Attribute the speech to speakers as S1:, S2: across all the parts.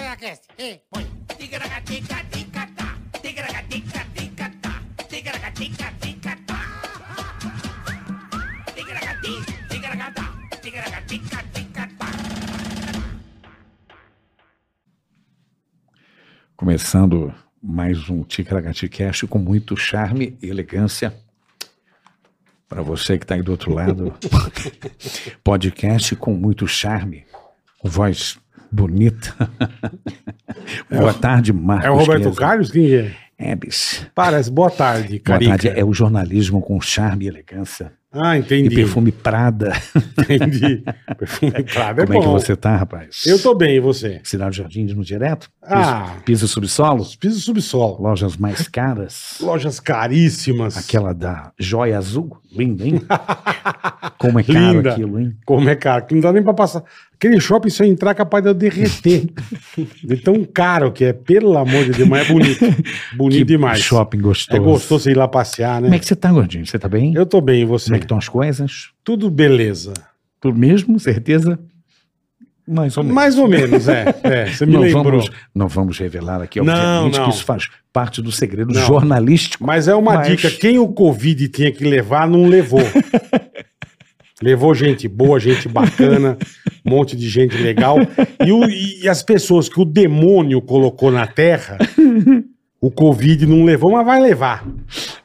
S1: Ticaracast. E põe.
S2: Ticaracaticaticatá, ticaracaticaticatá, ticaracaticaticatá. Ticaracati, ticaracatá, ticaracaticaticatá.
S3: Começando mais um Ticaracati Cast com muito charme e elegância. Para você que está aí do outro lado, podcast com muito charme, com voz bonita. Boa tarde, Marcos.
S4: É o Roberto
S3: Chiesa.
S4: Carlos? Quem é?
S3: É, bicho.
S4: Parece. Boa
S3: Boa
S4: tarde, Carica.
S3: tarde. É o jornalismo com charme e elegância.
S4: Ah,
S3: E
S4: entendi.
S3: perfume Prada.
S4: Entendi. perfume claro, é
S3: Como é que
S4: bom.
S3: você tá, rapaz?
S4: Eu tô bem, e você?
S3: Cidade Jardim no direto? Piso,
S4: Ah.
S3: piso subsolo?
S4: Piso subsolo.
S3: Lojas mais caras?
S4: Lojas caríssimas.
S3: Aquela da joia azul, linda, hein? Como é caro
S4: Linda.
S3: aquilo, hein?
S4: Como é caro, que não dá nem pra passar. Aquele shopping, se eu entrar, é capaz de eu derreter. de tão caro que é, pelo amor de Deus, mas é bonito. Bonito
S3: Que
S4: demais.
S3: shopping gostoso.
S4: É gostoso você ir lá passear, né?
S3: Como é que você tá, gordinho? Você tá bem?
S4: Eu tô bem, e você?
S3: Como é que estão as coisas?
S4: Tudo beleza.
S3: Tudo mesmo, certeza? Mais ou menos.
S4: Mais ou menos, é. é, você
S3: assim.
S4: me
S3: não,
S4: lembrou.
S3: vamos, não vamos revelar aqui,
S4: Não,
S3: obviamente,
S4: não.
S3: que isso faz parte do segredo
S4: Não.
S3: jornalístico.
S4: Mas é uma
S3: Mas-
S4: dica: quem o Covid tinha que levar, não levou. levou gente boa, gente bacana, um monte de gente legal. E, o- e as pessoas que o demônio colocou na terra, o Covid não levou, mas vai levar.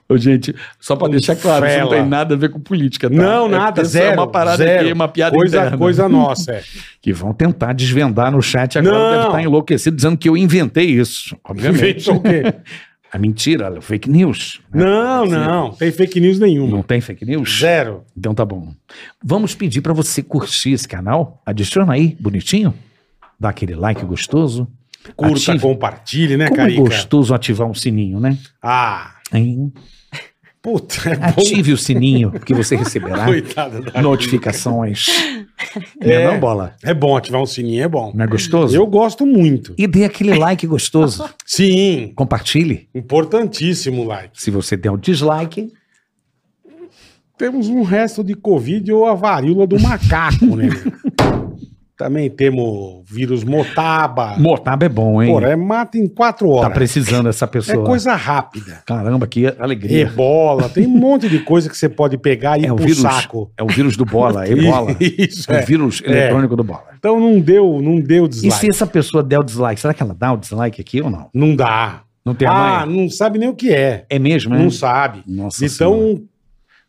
S3: Ô, gente, só para deixar claro, isso não
S4: fela.
S3: tem nada a ver com política, tá?
S4: Não,
S3: É
S4: nada,
S3: pensar-
S4: zero.
S3: É uma parada
S4: zero.
S3: aqui, uma piada
S4: coisa,
S3: interna.
S4: Coisa nossa, é.
S3: Que vão tentar desvendar no chat agora,
S4: Não.
S3: deve estar enlouquecido dizendo que eu inventei isso, obviamente. É.
S4: Inventou o quê?
S3: A mentira, a fake news. né?
S4: Não, não, tem fake news nenhuma.
S3: Não tem fake news?
S4: Zero.
S3: Então tá bom. Vamos pedir para você curtir esse canal. Adiciona aí, bonitinho. Dá aquele like gostoso.
S4: Curta,
S3: Ative.
S4: compartilhe, né,
S3: Como é
S4: Carica?
S3: gostoso ativar um sininho, né?
S4: Ah,
S3: Hein?
S4: puta, é bom.
S3: Ative o sininho, porque você receberá
S4: Coitada da
S3: notificações. Não
S4: É.
S3: é não, bola?
S4: É bom ativar um sininho, é bom.
S3: Não é gostoso?
S4: Eu gosto muito.
S3: E dê aquele like gostoso.
S4: Sim,
S3: Compartilhe.
S4: importantíssimo like.
S3: Se você der o dislike,
S4: Temos um resto de Covid ou a varíola do macaco, né? Também temos vírus motaba.
S3: Motaba é bom, hein?
S4: Porra, é mata em quatro
S3: tá
S4: horas.
S3: precisando essa
S4: é
S3: pessoa.
S4: coisa rápida.
S3: Caramba, que alegria.
S4: Ebola, tem um monte de coisa que você pode pegar e ir
S3: É o
S4: pro
S3: vírus.
S4: saco.
S3: É o vírus do bola, ebola.
S4: Isso,
S3: É
S4: é.
S3: o vírus eletrônico do bola.
S4: Então não deu, não deu
S3: E se
S4: dislike.
S3: essa pessoa der o dislike, será que ela dá o dislike aqui ou não?
S4: Não dá.
S3: Não tem
S4: ah,
S3: a mãe?
S4: não sabe nem o que é.
S3: É mesmo, né?
S4: Não sabe.
S3: Nossa Senhora.
S4: Então,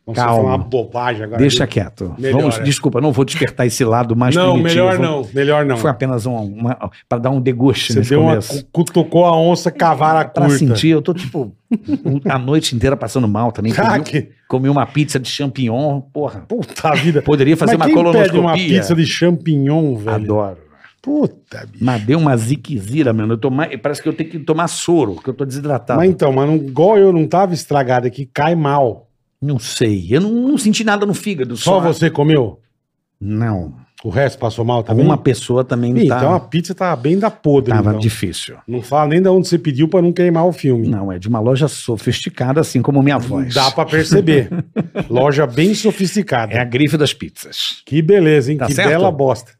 S4: vamos
S3: Calma.
S4: falar uma bobagem agora.
S3: Deixa quieto.
S4: Melhor,
S3: Vamos,
S4: é.
S3: desculpa, não vou despertar esse lado mais
S4: Não,
S3: primitivo.
S4: melhor não, melhor não.
S3: Foi apenas uma, uma para dar um deguste
S4: Você
S3: nesse
S4: deu uma,
S3: começo.
S4: cu- cutucou a onça, cavar a
S3: Pra
S4: curta.
S3: sentir, eu tô tipo um- a noite inteira passando mal também.
S4: Ah,
S3: Comi, um
S4: que-
S3: comi uma pizza de champignon, porra.
S4: Puta vida.
S3: Poderia fazer
S4: Mas
S3: uma
S4: quem pede
S3: colonoscopia.
S4: uma pizza de champignon, velho?
S3: Adoro.
S4: Puta, bicho.
S3: Mas deu uma ziquezira, mano. Eu tô mais- parece que eu tenho que tomar soro, que eu tô desidratado.
S4: Mas então, mas não, igual eu não tava estragado aqui, cai mal.
S3: Não sei. Eu não, não senti nada no fígado.
S4: Só você comeu?
S3: Não.
S4: O resto passou mal também?
S3: Uma pessoa também
S4: Ih,
S3: tá,
S4: Então a pizza tava bem da podre.
S3: tava
S4: então.
S3: difícil.
S4: Não fala nem de onde você pediu pra não queimar o filme.
S3: Não, é de uma loja sofisticada, assim como minha voz.
S4: Dá pra perceber. Loja bem sofisticada.
S3: É a grife das pizzas.
S4: Que beleza, hein?
S3: Tá
S4: que
S3: certo?
S4: bela bosta.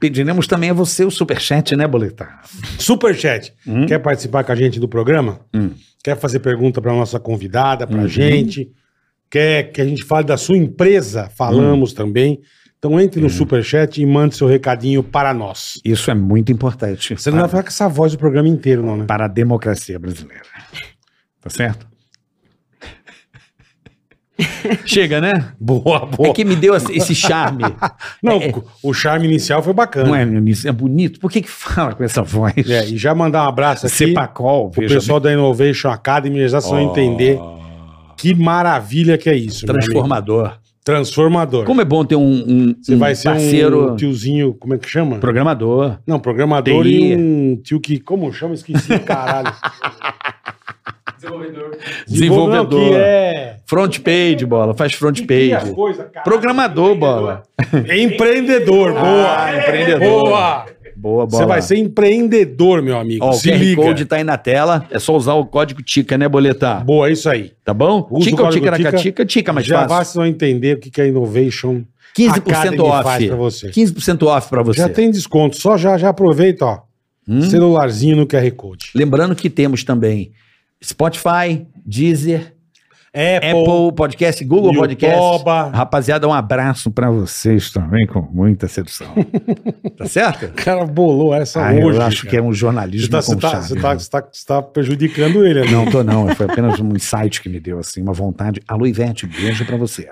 S3: Pediremos também a você o superchat, né, Boletar?
S4: Superchat. Quer participar com a gente do programa?
S3: Uhum. Hum.
S4: Quer fazer pergunta para nossa convidada, para
S3: Uhum.
S4: gente? Quer que a gente fale da sua empresa? Falamos
S3: Uhum.
S4: também. Então entre no Superchat e mande seu recadinho para nós.
S3: Isso é muito importante.
S4: Você não vai
S3: para,
S4: ficar com essa voz o programa inteiro, não, né?
S3: para a democracia brasileira. Tá certo? Chega, né?
S4: Boa, boa.
S3: É que me deu esse- esse charme.
S4: Não,
S3: é-
S4: o charme inicial foi bacana.
S3: não é, Eunice? É bonito. Por que, que fala com essa voz?
S4: É, e já mandar um abraço aqui
S3: Cepacol,
S4: pro
S3: veja
S4: pessoal da Innovation Academy, eles já vão entender que maravilha que é isso.
S3: bem.
S4: meu amigo.
S3: Transformador.
S4: Transformador.
S3: Como é bom ter um, um,
S4: Você
S3: um
S4: vai ser
S3: parceiro
S4: um tiozinho, como é que chama?
S3: programador.
S4: Não, programador
S3: TI.
S4: e um tio que. Como chama? Esqueci, caralho.
S3: Desenvolvedor.
S4: Não, que é.
S3: Front page, bola. Faz front
S4: que
S3: page.
S4: cria coisa, caralho.
S3: Programador, bola.
S4: Empreendedor, boa.
S3: Ah, empreendedor.
S4: Boa.
S3: Boa, bola.
S4: Você vai ser empreendedor, meu amigo.
S3: Ó, o
S4: Se
S3: QR
S4: liga.
S3: Code tá aí na tela. É só usar o código TICA, né, Boletar?
S4: Boa, é isso aí.
S3: Tá bom?
S4: Usa
S3: tica ou
S4: o código
S3: ticaracatica? Tica, é mais
S4: Já
S3: fácil.
S4: vocês vão entender o que que a Innovation
S3: 15%
S4: Academy
S3: off.
S4: faz pra você.
S3: 15% off pra você. Hum?
S4: Já tem desconto. Só já, já aproveita, ó. Celularzinho no QR Code.
S3: Lembrando que temos também Spotify, Deezer,
S4: Apple,
S3: Apple, Podcast, Google Podcast.
S4: Youtuba.
S3: Rapaziada, um abraço pra vocês também, com muita sedução. tá certo?
S4: O cara bolou essa
S3: Ah,
S4: hoje.
S3: eu acho que é um jornalismo
S4: Você tá, você,
S3: com
S4: tá,
S3: chave,
S4: você, tá,
S3: né?
S4: você, tá, você tá prejudicando ele, né?
S3: Não tô não, foi apenas um insight que me deu assim, uma vontade. Alô Ivete, beijo pra você.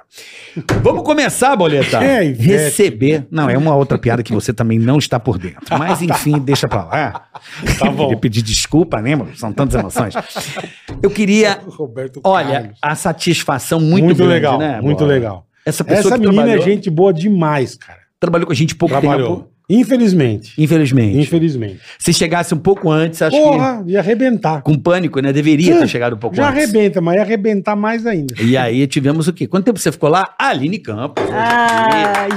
S3: Vamos começar, Boleta.
S4: É, Ivete.
S3: Receber, não, é uma outra piada que você também não está por dentro. Mas enfim, deixa pra lá.
S4: Tá bom.
S3: Queria pedir desculpa, né, mano? São tantas emoções. Eu queria,
S4: Roberto
S3: olha,
S4: Carlos.
S3: a satisfação muito,
S4: muito,
S3: grande,
S4: legal,
S3: né?
S4: muito
S3: Bola?
S4: legal.
S3: Essa pessoa
S4: Essa
S3: que
S4: menina
S3: trabalhou,
S4: é gente boa demais, cara.
S3: trabalhou com a gente pouco
S4: Trabalhou.
S3: tempo,
S4: Infelizmente.
S3: infelizmente.
S4: Infelizmente.
S3: Se chegasse um pouco antes, acho que
S4: Porra, ia arrebentar.
S3: com pânico, né? Deveria
S4: Sim,
S3: ter chegado um pouco
S4: Já
S3: antes.
S4: arrebenta, mas ia arrebentar mais ainda.
S3: E aí tivemos o quê? Quanto tempo você ficou lá? Aline Campos. hoje aqui.
S5: Ah,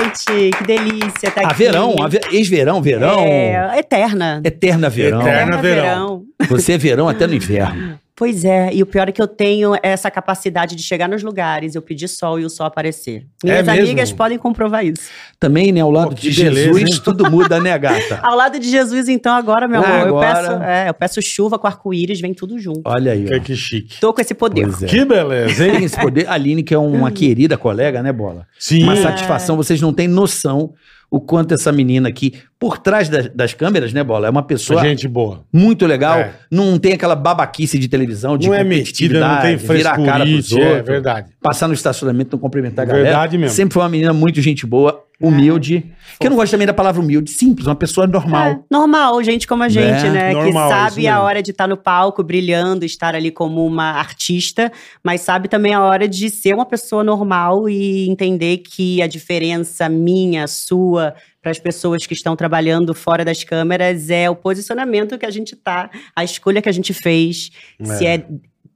S5: gente, que delícia tá
S3: a
S5: aqui.
S3: Ah, verão, a ve- ex-verão, verão.
S5: É, eterna.
S3: Eterna verão.
S4: Eterna. verão.
S3: Você é verão até no inverno.
S5: Pois é, e o pior é que eu tenho essa capacidade de chegar nos lugares, eu pedir sol e o sol aparecer.
S3: É
S5: Minhas
S4: mesmo?
S5: amigas podem comprovar isso.
S3: Também, né? Ao lado
S4: Pô, que
S3: de
S4: beleza,
S3: Jesus,
S4: hein?
S3: tudo muda, né, gata?
S5: Ao lado de Jesus, então, agora, meu
S3: Ah,
S5: amor,
S3: agora.
S5: Eu, peço, é, eu peço chuva com arco-íris, vem tudo junto.
S3: Olha aí.
S4: Que,
S3: Ó.
S4: que chique.
S5: Tô com esse poder.
S3: Pois é.
S4: Que beleza, hein?
S3: Tem esse poder. Aline, que é uma querida colega, né, Bola?
S4: Sim.
S3: Uma satisfação. Vocês não têm noção o quanto essa menina aqui, por trás das, das câmeras, né, Bola? É uma pessoa
S4: Gente boa.
S3: muito legal.
S4: É.
S3: Não tem aquela babaquice de televisão, de
S4: não é metida, não tem
S3: competitividade, virar a cara pros
S4: frescurite, é
S3: outros.
S4: verdade.
S3: passar no estacionamento, não cumprimentar a galera.
S4: Verdade mesmo.
S3: Sempre foi uma menina muito gente boa,
S5: É.
S3: humilde. que eu não gosto também da palavra humilde, simples, uma pessoa normal.
S5: É, normal, gente como a gente,
S3: Né?
S5: né?
S4: Normal, é
S5: que
S4: isso
S5: sabe
S4: mesmo.
S5: a hora de estar no palco brilhando, estar ali como uma artista, mas sabe também a hora de ser uma pessoa normal e entender que a diferença minha, sua, para as pessoas que estão trabalhando fora das câmeras é o posicionamento que a gente tá, a escolha que a gente fez, se é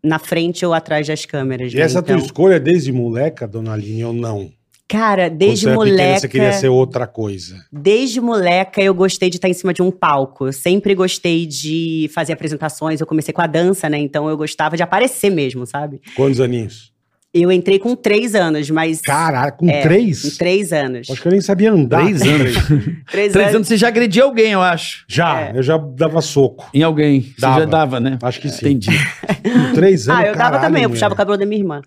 S5: na frente ou atrás das câmeras.
S4: E
S5: né?
S4: essa
S3: um
S5: Então,
S4: tua escolha é desde moleca, dona Aline, ou não?
S5: Cara, desde
S4: Quando você era pequena,
S5: moleca.
S4: Você queria ser outra coisa.
S5: Desde moleca eu gostei de estar em cima de um palco. Eu sempre gostei de fazer apresentações. Eu comecei com a dança, né? Então eu gostava de aparecer mesmo, sabe?
S4: Quantos aninhos?
S5: Eu entrei com três anos, mas.
S4: Caralho, com
S5: É, com
S4: três?
S5: três anos.
S4: Acho que eu nem sabia andar.
S3: Três anos.
S5: Três,
S3: Três
S5: anos.
S3: anos você já agrediu alguém, eu acho.
S4: Já,
S5: É.
S4: eu já dava soco.
S3: Em alguém. Você
S4: Dava.
S3: já dava, né?
S4: Acho que sim.
S3: Entendi.
S4: Com três anos,
S5: Ah, eu dava
S4: caralho,
S5: também, eu
S4: mulher.
S5: puxava o cabelo da minha irmã.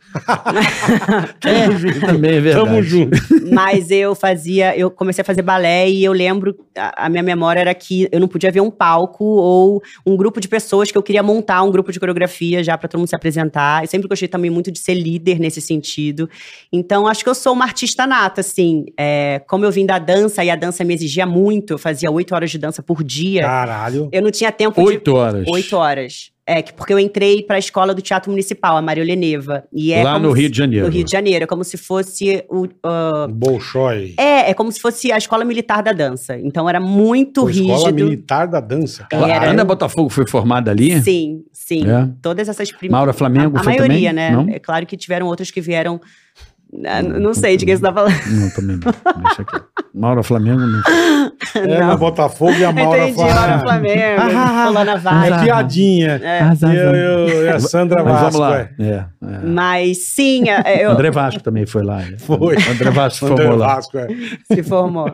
S3: Tamo junto. Também é verdade.
S4: Tamo junto.
S5: Mas eu fazia, eu comecei a fazer balé e eu lembro, a, a minha memória era que eu não podia ver um palco ou um grupo de pessoas que eu queria montar um grupo de coreografia já pra todo mundo se apresentar. Eu sempre gostei também muito de ser líder nesse sentido. Então acho que eu sou uma artista nata, assim. É, como eu vim da dança e a dança me exigia muito, eu fazia oito horas de dança por dia.
S4: Caralho.
S5: Eu não tinha tempo de
S3: Tá. Oito horas.
S5: oito horas. É, que porque eu entrei pra escola do Teatro Municipal, a Maria Oleneva. E é
S3: Lá
S5: como
S3: no
S5: se-
S3: Rio de Janeiro.
S5: No Rio de Janeiro, é como se fosse o,
S4: Bolshoi.
S5: é, é como se fosse a escola militar da dança. Então era muito
S4: Pô, Escola
S5: rígido.
S4: Militar da Dança.
S3: Lá-
S5: Era. um
S3: Ana Botafogo foi formada ali?
S5: Sim, sim.
S3: É.
S5: Todas essas primeiras.
S3: Maura Flamengo
S5: A, a
S3: foi
S5: maioria,
S3: também?
S5: né?
S3: Não?
S5: É claro que tiveram outros que vieram. Ah, n- Não sei de quem você tá falando.
S3: Não, também não. Deixa aqui. Maura Flamengo não.
S4: Ana É, Botafogo e a Maura
S5: Entendi, Maura Flamengo,
S4: Ah,
S5: Polana
S4: É
S5: Vaz.
S4: piadinha.
S5: É.
S4: E eu, eu- e a Sandra
S3: Mas
S4: Vasco.
S3: vamos lá.
S4: é.
S3: É, é.
S5: Mas sim, a- eu,
S3: André Vasco também foi lá. né?
S4: Foi.
S3: André Vasco
S4: Sandra
S3: formou lá.
S4: Vasco, é.
S5: se formou.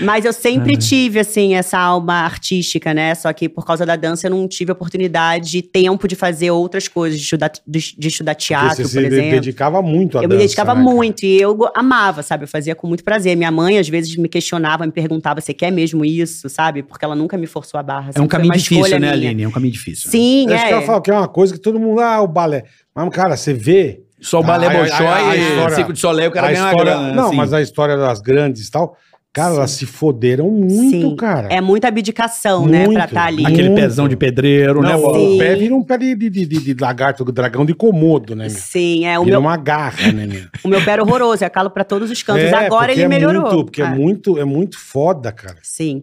S5: Mas eu sempre tive, assim, essa alma artística, né? Só que por causa da dança eu não tive oportunidade e tempo de fazer outras coisas, de estudar, de, de estudar
S4: Porque
S5: teatro,
S4: você
S5: por
S4: se
S5: exemplo.
S4: dedicava muito à
S5: Eu
S4: dança.
S5: me dedicava
S4: né, cara?
S5: muito e eu go- amava, sabe? Eu fazia com muito prazer. Minha mãe, às vezes, me questionava, me perguntava: você quer mesmo isso, sabe? Porque ela nunca me forçou a barra.
S3: É
S5: sempre
S3: um
S5: foi
S3: caminho
S5: uma
S3: difícil,
S5: escolha
S3: né,
S5: minha.
S3: Aline? É um caminho difícil.
S5: Sim,
S4: É isso que
S5: é.
S4: eu falo, que é uma coisa que todo mundo, ah, o balé. Mas, cara, você vê
S3: Só o
S4: Ah,
S3: balé
S4: a- a- a
S3: Bolshoi e
S4: história-
S3: Circo de Soleil, o cara
S4: a
S3: ganha uma
S4: história...
S3: grana.
S4: não,
S3: assim.
S4: mas a história das grandes e tal. Cara, elas se foderam muito,
S5: Sim.
S4: cara.
S5: É muita abdicação, né?
S4: Muito.
S5: Pra estar ali.
S3: Aquele
S4: Muito.
S3: pezão de pedreiro, né,
S4: Não,
S3: Bola?
S5: Sim.
S4: o pé vira um pé de, de, de, de lagarto, dragão de comodo, né, meu?
S5: Sim, é. O
S4: Vira
S5: meu,
S4: uma garra, né, meu?
S5: o meu pé era horroroso, é calo pra todos os cantos. Agora
S4: porque
S5: ele
S4: é
S5: melhorou.
S4: Muito, porque é.
S5: Ah,
S4: muito, é muito foda, cara.
S5: Sim.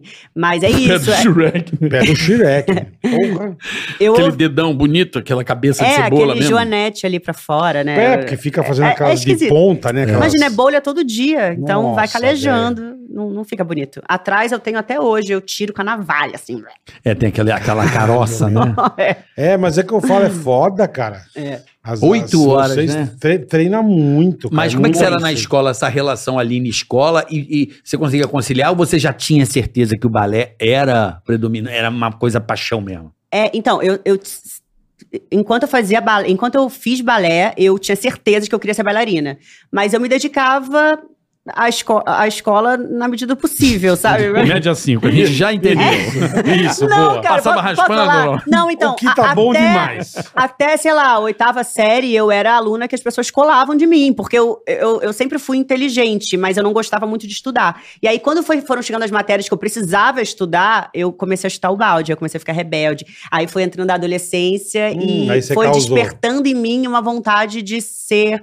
S5: Mas é isso. é-
S3: Shrek.
S4: Pé do Shrek. né? Porra.
S5: eu
S3: Aquele dedão bonito, aquela cabeça de
S5: É,
S3: cebola
S5: aquele
S3: mesmo.
S5: joanete ali pra fora, né?
S4: É, porque fica fazendo
S5: é- é
S4: aquelas de
S5: esquisito. é
S4: ponta, né? aquelas-
S5: Imagina, é bolha todo dia. Então vai
S4: Nossa,
S5: calejando. Não não, não fica bonito. Atrás eu tenho até hoje, eu tiro com a navalha, assim.
S6: É, tem aquela, aquela caroça, né?
S5: É.
S4: É, mas é que eu falo, é foda, cara.
S5: É.
S4: As-
S3: Oito horas,
S4: vocês
S3: né?
S4: tre- treina muito, cara.
S3: Mas como é que você era
S4: muito.
S3: na escola, essa relação ali na escola, e, e você conseguia conciliar ou você já tinha certeza que o balé era predominante, era uma coisa paixão mesmo?
S5: É, então, eu, eu t- enquanto eu fazia balé, enquanto eu fiz balé, eu tinha certeza de que eu queria ser bailarina, mas eu me dedicava à, esco à escola na medida do possível, sabe?
S6: Média 5, a gente já
S4: É.
S6: entendeu.
S4: Isso, boa.
S5: Passava
S6: Passava raspando,
S5: raspando. Não, então,
S4: o que tá
S5: a-
S4: bom
S5: até-
S4: demais.
S5: Até, sei lá, a oitava série, eu era a aluna que as pessoas colavam de mim, porque eu, eu, eu sempre fui inteligente, mas eu não gostava muito de estudar. E aí, quando foi- foram chegando as matérias que eu precisava estudar, eu comecei a chutar o balde, eu comecei a ficar rebelde. Aí foi entrando a adolescência
S4: Hum, aí
S5: e
S4: você
S5: foi
S4: causou.
S5: despertando em mim uma vontade de ser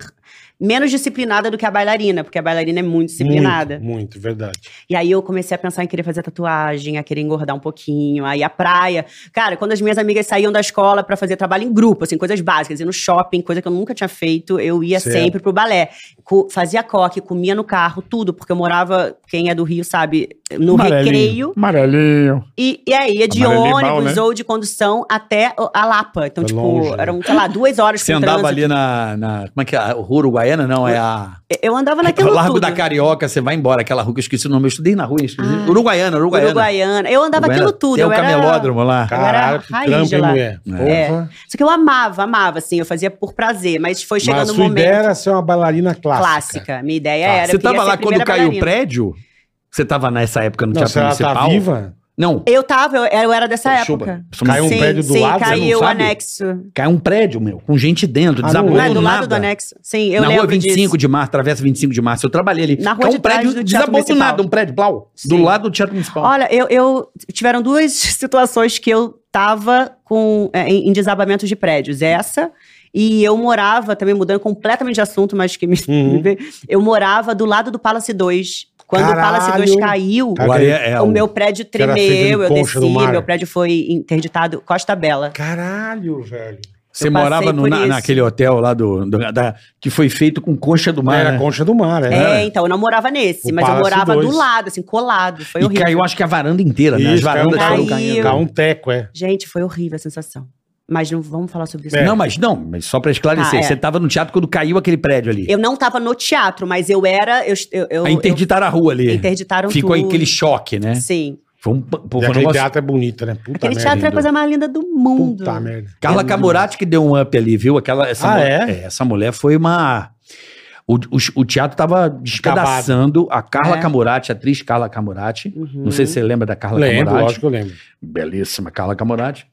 S5: menos disciplinada do que a bailarina, porque a bailarina é muito disciplinada.
S4: Muito, muito, verdade.
S5: E aí eu comecei a pensar em querer fazer tatuagem, a querer engordar um pouquinho, aí a praia. Cara, quando as minhas amigas saíam da escola pra fazer trabalho em grupo, assim, coisas básicas, ir no shopping, coisa que eu nunca tinha feito, eu ia
S4: Certo.
S5: sempre pro balé. Co- fazia coque, comia no carro, tudo, porque eu morava, quem é do Rio sabe, no recreio.
S6: Amarelinho.
S5: E, e aí ia de
S6: Amarelinho é mal,
S5: ônibus
S6: né?
S5: ou de condução até o- a Lapa. Então,
S4: É
S5: tipo,
S4: longe, né?
S5: eram, sei lá, duas horas
S3: Você
S5: com
S3: andava
S5: trânsito.
S3: ali na, na- Como é que é? A rua Uruguaiana? Não, é a.
S5: Eu andava naquilo
S3: Largo
S5: um tudo. né?
S3: da Carioca, você vai embora, aquela rua que eu esqueci o nome, eu estudei na rua, inclusive.
S5: Ah.
S3: Uruguaiana, Uruguaiana.
S5: Uruguaiana. Eu andava
S3: né? Uruguaiana.
S5: aquilo tudo.
S3: Tem
S5: eu
S3: o
S5: era-
S3: camelódromo lá.
S5: Cara, era
S4: Caralho, que
S5: raiz
S4: trampo,
S5: de
S4: hein,
S5: lá.
S4: mulher?
S5: É.
S4: Porra.
S5: Só que eu amava, amava, assim, eu fazia por prazer, mas foi
S4: Mas
S5: chegando
S4: sua
S5: um momento.
S4: ideia era ser uma bailarina clássica.
S5: clássica. Minha ideia era.
S3: você
S5: eu queria
S3: tava
S5: ser
S3: lá
S5: a
S3: quando
S5: primeira
S3: caiu o
S5: bailarina.
S3: prédio? Você tava nessa época no
S4: Não, se
S3: Teatro
S4: ela tá
S3: Municipal?
S4: viva,
S3: Não,
S5: Eu tava, eu, eu era dessa
S3: Chuba.
S5: época.
S4: Caiu um
S5: sim,
S4: prédio do
S5: sim,
S4: lado, você não
S5: caiu o
S4: sabe?
S5: anexo.
S3: caiu um prédio, meu, com gente dentro,
S4: Ah,
S3: desabou
S5: Não é do
S3: do
S5: lado do
S3: nada.
S5: anexo? Sim, eu
S3: na
S5: lembro
S3: rua 25
S5: disso.
S3: de março, travessa 25 de março, eu trabalhei ali.
S5: Na rua
S3: Caiu
S5: de
S3: um
S5: trás
S3: prédio,
S5: do Teatro
S3: desabou do
S5: Municipal.
S3: nada, um prédio, blau, do
S5: Sim.
S3: lado do Teatro Municipal.
S5: Olha, eu, eu- tiveram duas situações que eu tava com é, em, em desabamentos de prédios. Essa e eu morava também mudando completamente de assunto, mas que me,
S4: Uhum.
S5: me veio. eu morava do lado do Palace 2. Quando o Palace
S4: Caralho!
S5: 2 caiu,
S4: Cara,
S3: Agora é- é
S5: o meu prédio
S4: que era feito
S5: tremeu,
S4: de
S5: eu
S4: concha do
S5: desci,
S4: mar.
S5: meu prédio foi interditado Costa Bela.
S4: caralho, velho.
S3: Você
S5: eu
S3: morava
S5: passei
S3: no-
S5: por
S3: na-
S5: isso.
S3: naquele hotel lá do, do- da, que foi feito com concha do
S4: Mas
S3: mar.
S4: era
S3: né?
S4: concha do mar,
S5: É,
S4: é.
S5: então, eu não morava nesse,
S4: O
S5: mas eu
S4: Palace
S5: morava
S4: 2.
S5: do lado, assim, colado. Foi
S3: e
S5: horrível.
S3: caiu, acho que a varanda inteira, né? As
S4: Isso, caiu,
S3: varandas
S4: caiu,
S3: foram
S5: Caiu.
S3: caindo.
S4: caiu um teco, é.
S5: Gente, foi horrível a sensação. Mas não vamos falar sobre isso.
S4: É.
S3: Não, mas não, mas só pra esclarecer,
S5: Ah, é.
S3: você tava no teatro quando caiu aquele prédio ali.
S5: Eu não tava no teatro, mas eu era. Eu, eu, eu-
S3: Aí interditaram a rua ali.
S5: eu- interditaram
S3: Ficou
S5: tudo.
S3: aquele choque, né?
S5: Sim.
S3: Foi um, pô,
S4: E
S3: foi um
S4: aquele
S3: negócio.
S4: teatro é bonito, né? Puta
S5: Aquele
S4: merda.
S5: teatro é a coisa mais linda do mundo.
S4: Puta merda.
S3: Carla Camurati que deu um up ali, viu? Aquela, essa
S4: É Ah,
S3: mulher,
S4: é?
S3: Essa mulher foi uma. O, o- o teatro tava despedaçando a Carla
S5: É.
S3: Camurati, a atriz Carla Camurati.
S5: Uhum.
S3: Não sei se é- você lembra da Carla
S4: lembro,
S3: Camurati.
S4: lógico que eu lembro.
S3: belíssima Carla Camorati,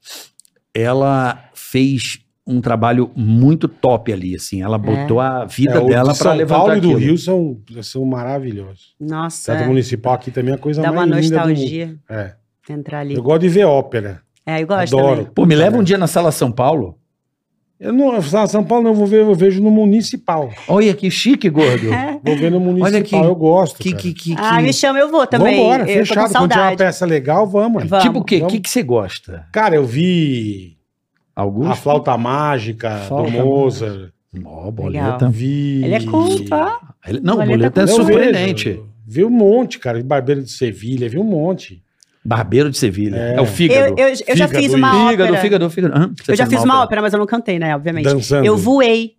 S3: ela fez um trabalho muito top ali, assim, ela botou a vida
S4: É, o
S3: dela
S4: de
S3: para
S4: São Paulo
S3: levantar
S4: e do
S3: aquilo.
S4: Rio são, são maravilhosos. O
S5: Nossa,
S4: teatro
S5: é.
S4: municipal aqui também é a coisa
S5: dá uma
S4: mais linda do mundo.
S5: nostalgia
S4: É.
S5: entrar ali.
S4: Eu gosto de ver ópera.
S5: É, eu gosto
S4: Adoro.
S5: também.
S3: Pô, me
S4: É.
S3: leva um dia na sala São Paulo.
S4: Eu não, eu falo, São Paulo não, eu vou ver, eu vejo no municipal.
S3: Olha que chique, gordo.
S4: Vou ver no municipal,
S3: aqui.
S4: eu gosto.
S3: que,
S4: cara.
S3: que, que,
S5: Ah,
S3: que-
S5: me chama, eu vou também.
S4: Vambora,
S5: eu tô com
S4: fechado. Quando tiver uma
S5: saudade.
S4: peça legal, vamos.
S5: Vamos.
S3: tipo o quê? O
S4: Vamos.
S3: que que você gosta?
S4: Cara, eu vi
S3: Augusto?
S4: A Flauta Mágica
S3: Flauta
S4: do Mozart.
S3: Ó,
S5: Legal.
S3: boleta.
S4: Vi...
S5: Ele é culto, ó.
S3: Ele- Não,
S5: Boleta
S3: boleta é
S4: Eu
S5: culto.
S3: surpreendente.
S4: vejo, Vi um monte, cara. de Barbeiro de Sevilha, vi um monte.
S3: Barbeiro de Sevilha.
S4: É.
S3: É, o
S5: Eu,
S3: fígado.
S5: eu, eu já
S4: Fígado,
S5: fiz uma
S3: Fígado,
S5: ópera.
S3: fígado, fígado. Hã? Você
S5: Eu já
S3: fez
S5: fiz uma ópera, mas eu não cantei, né? Obviamente.
S4: Dançando.
S5: Eu voei.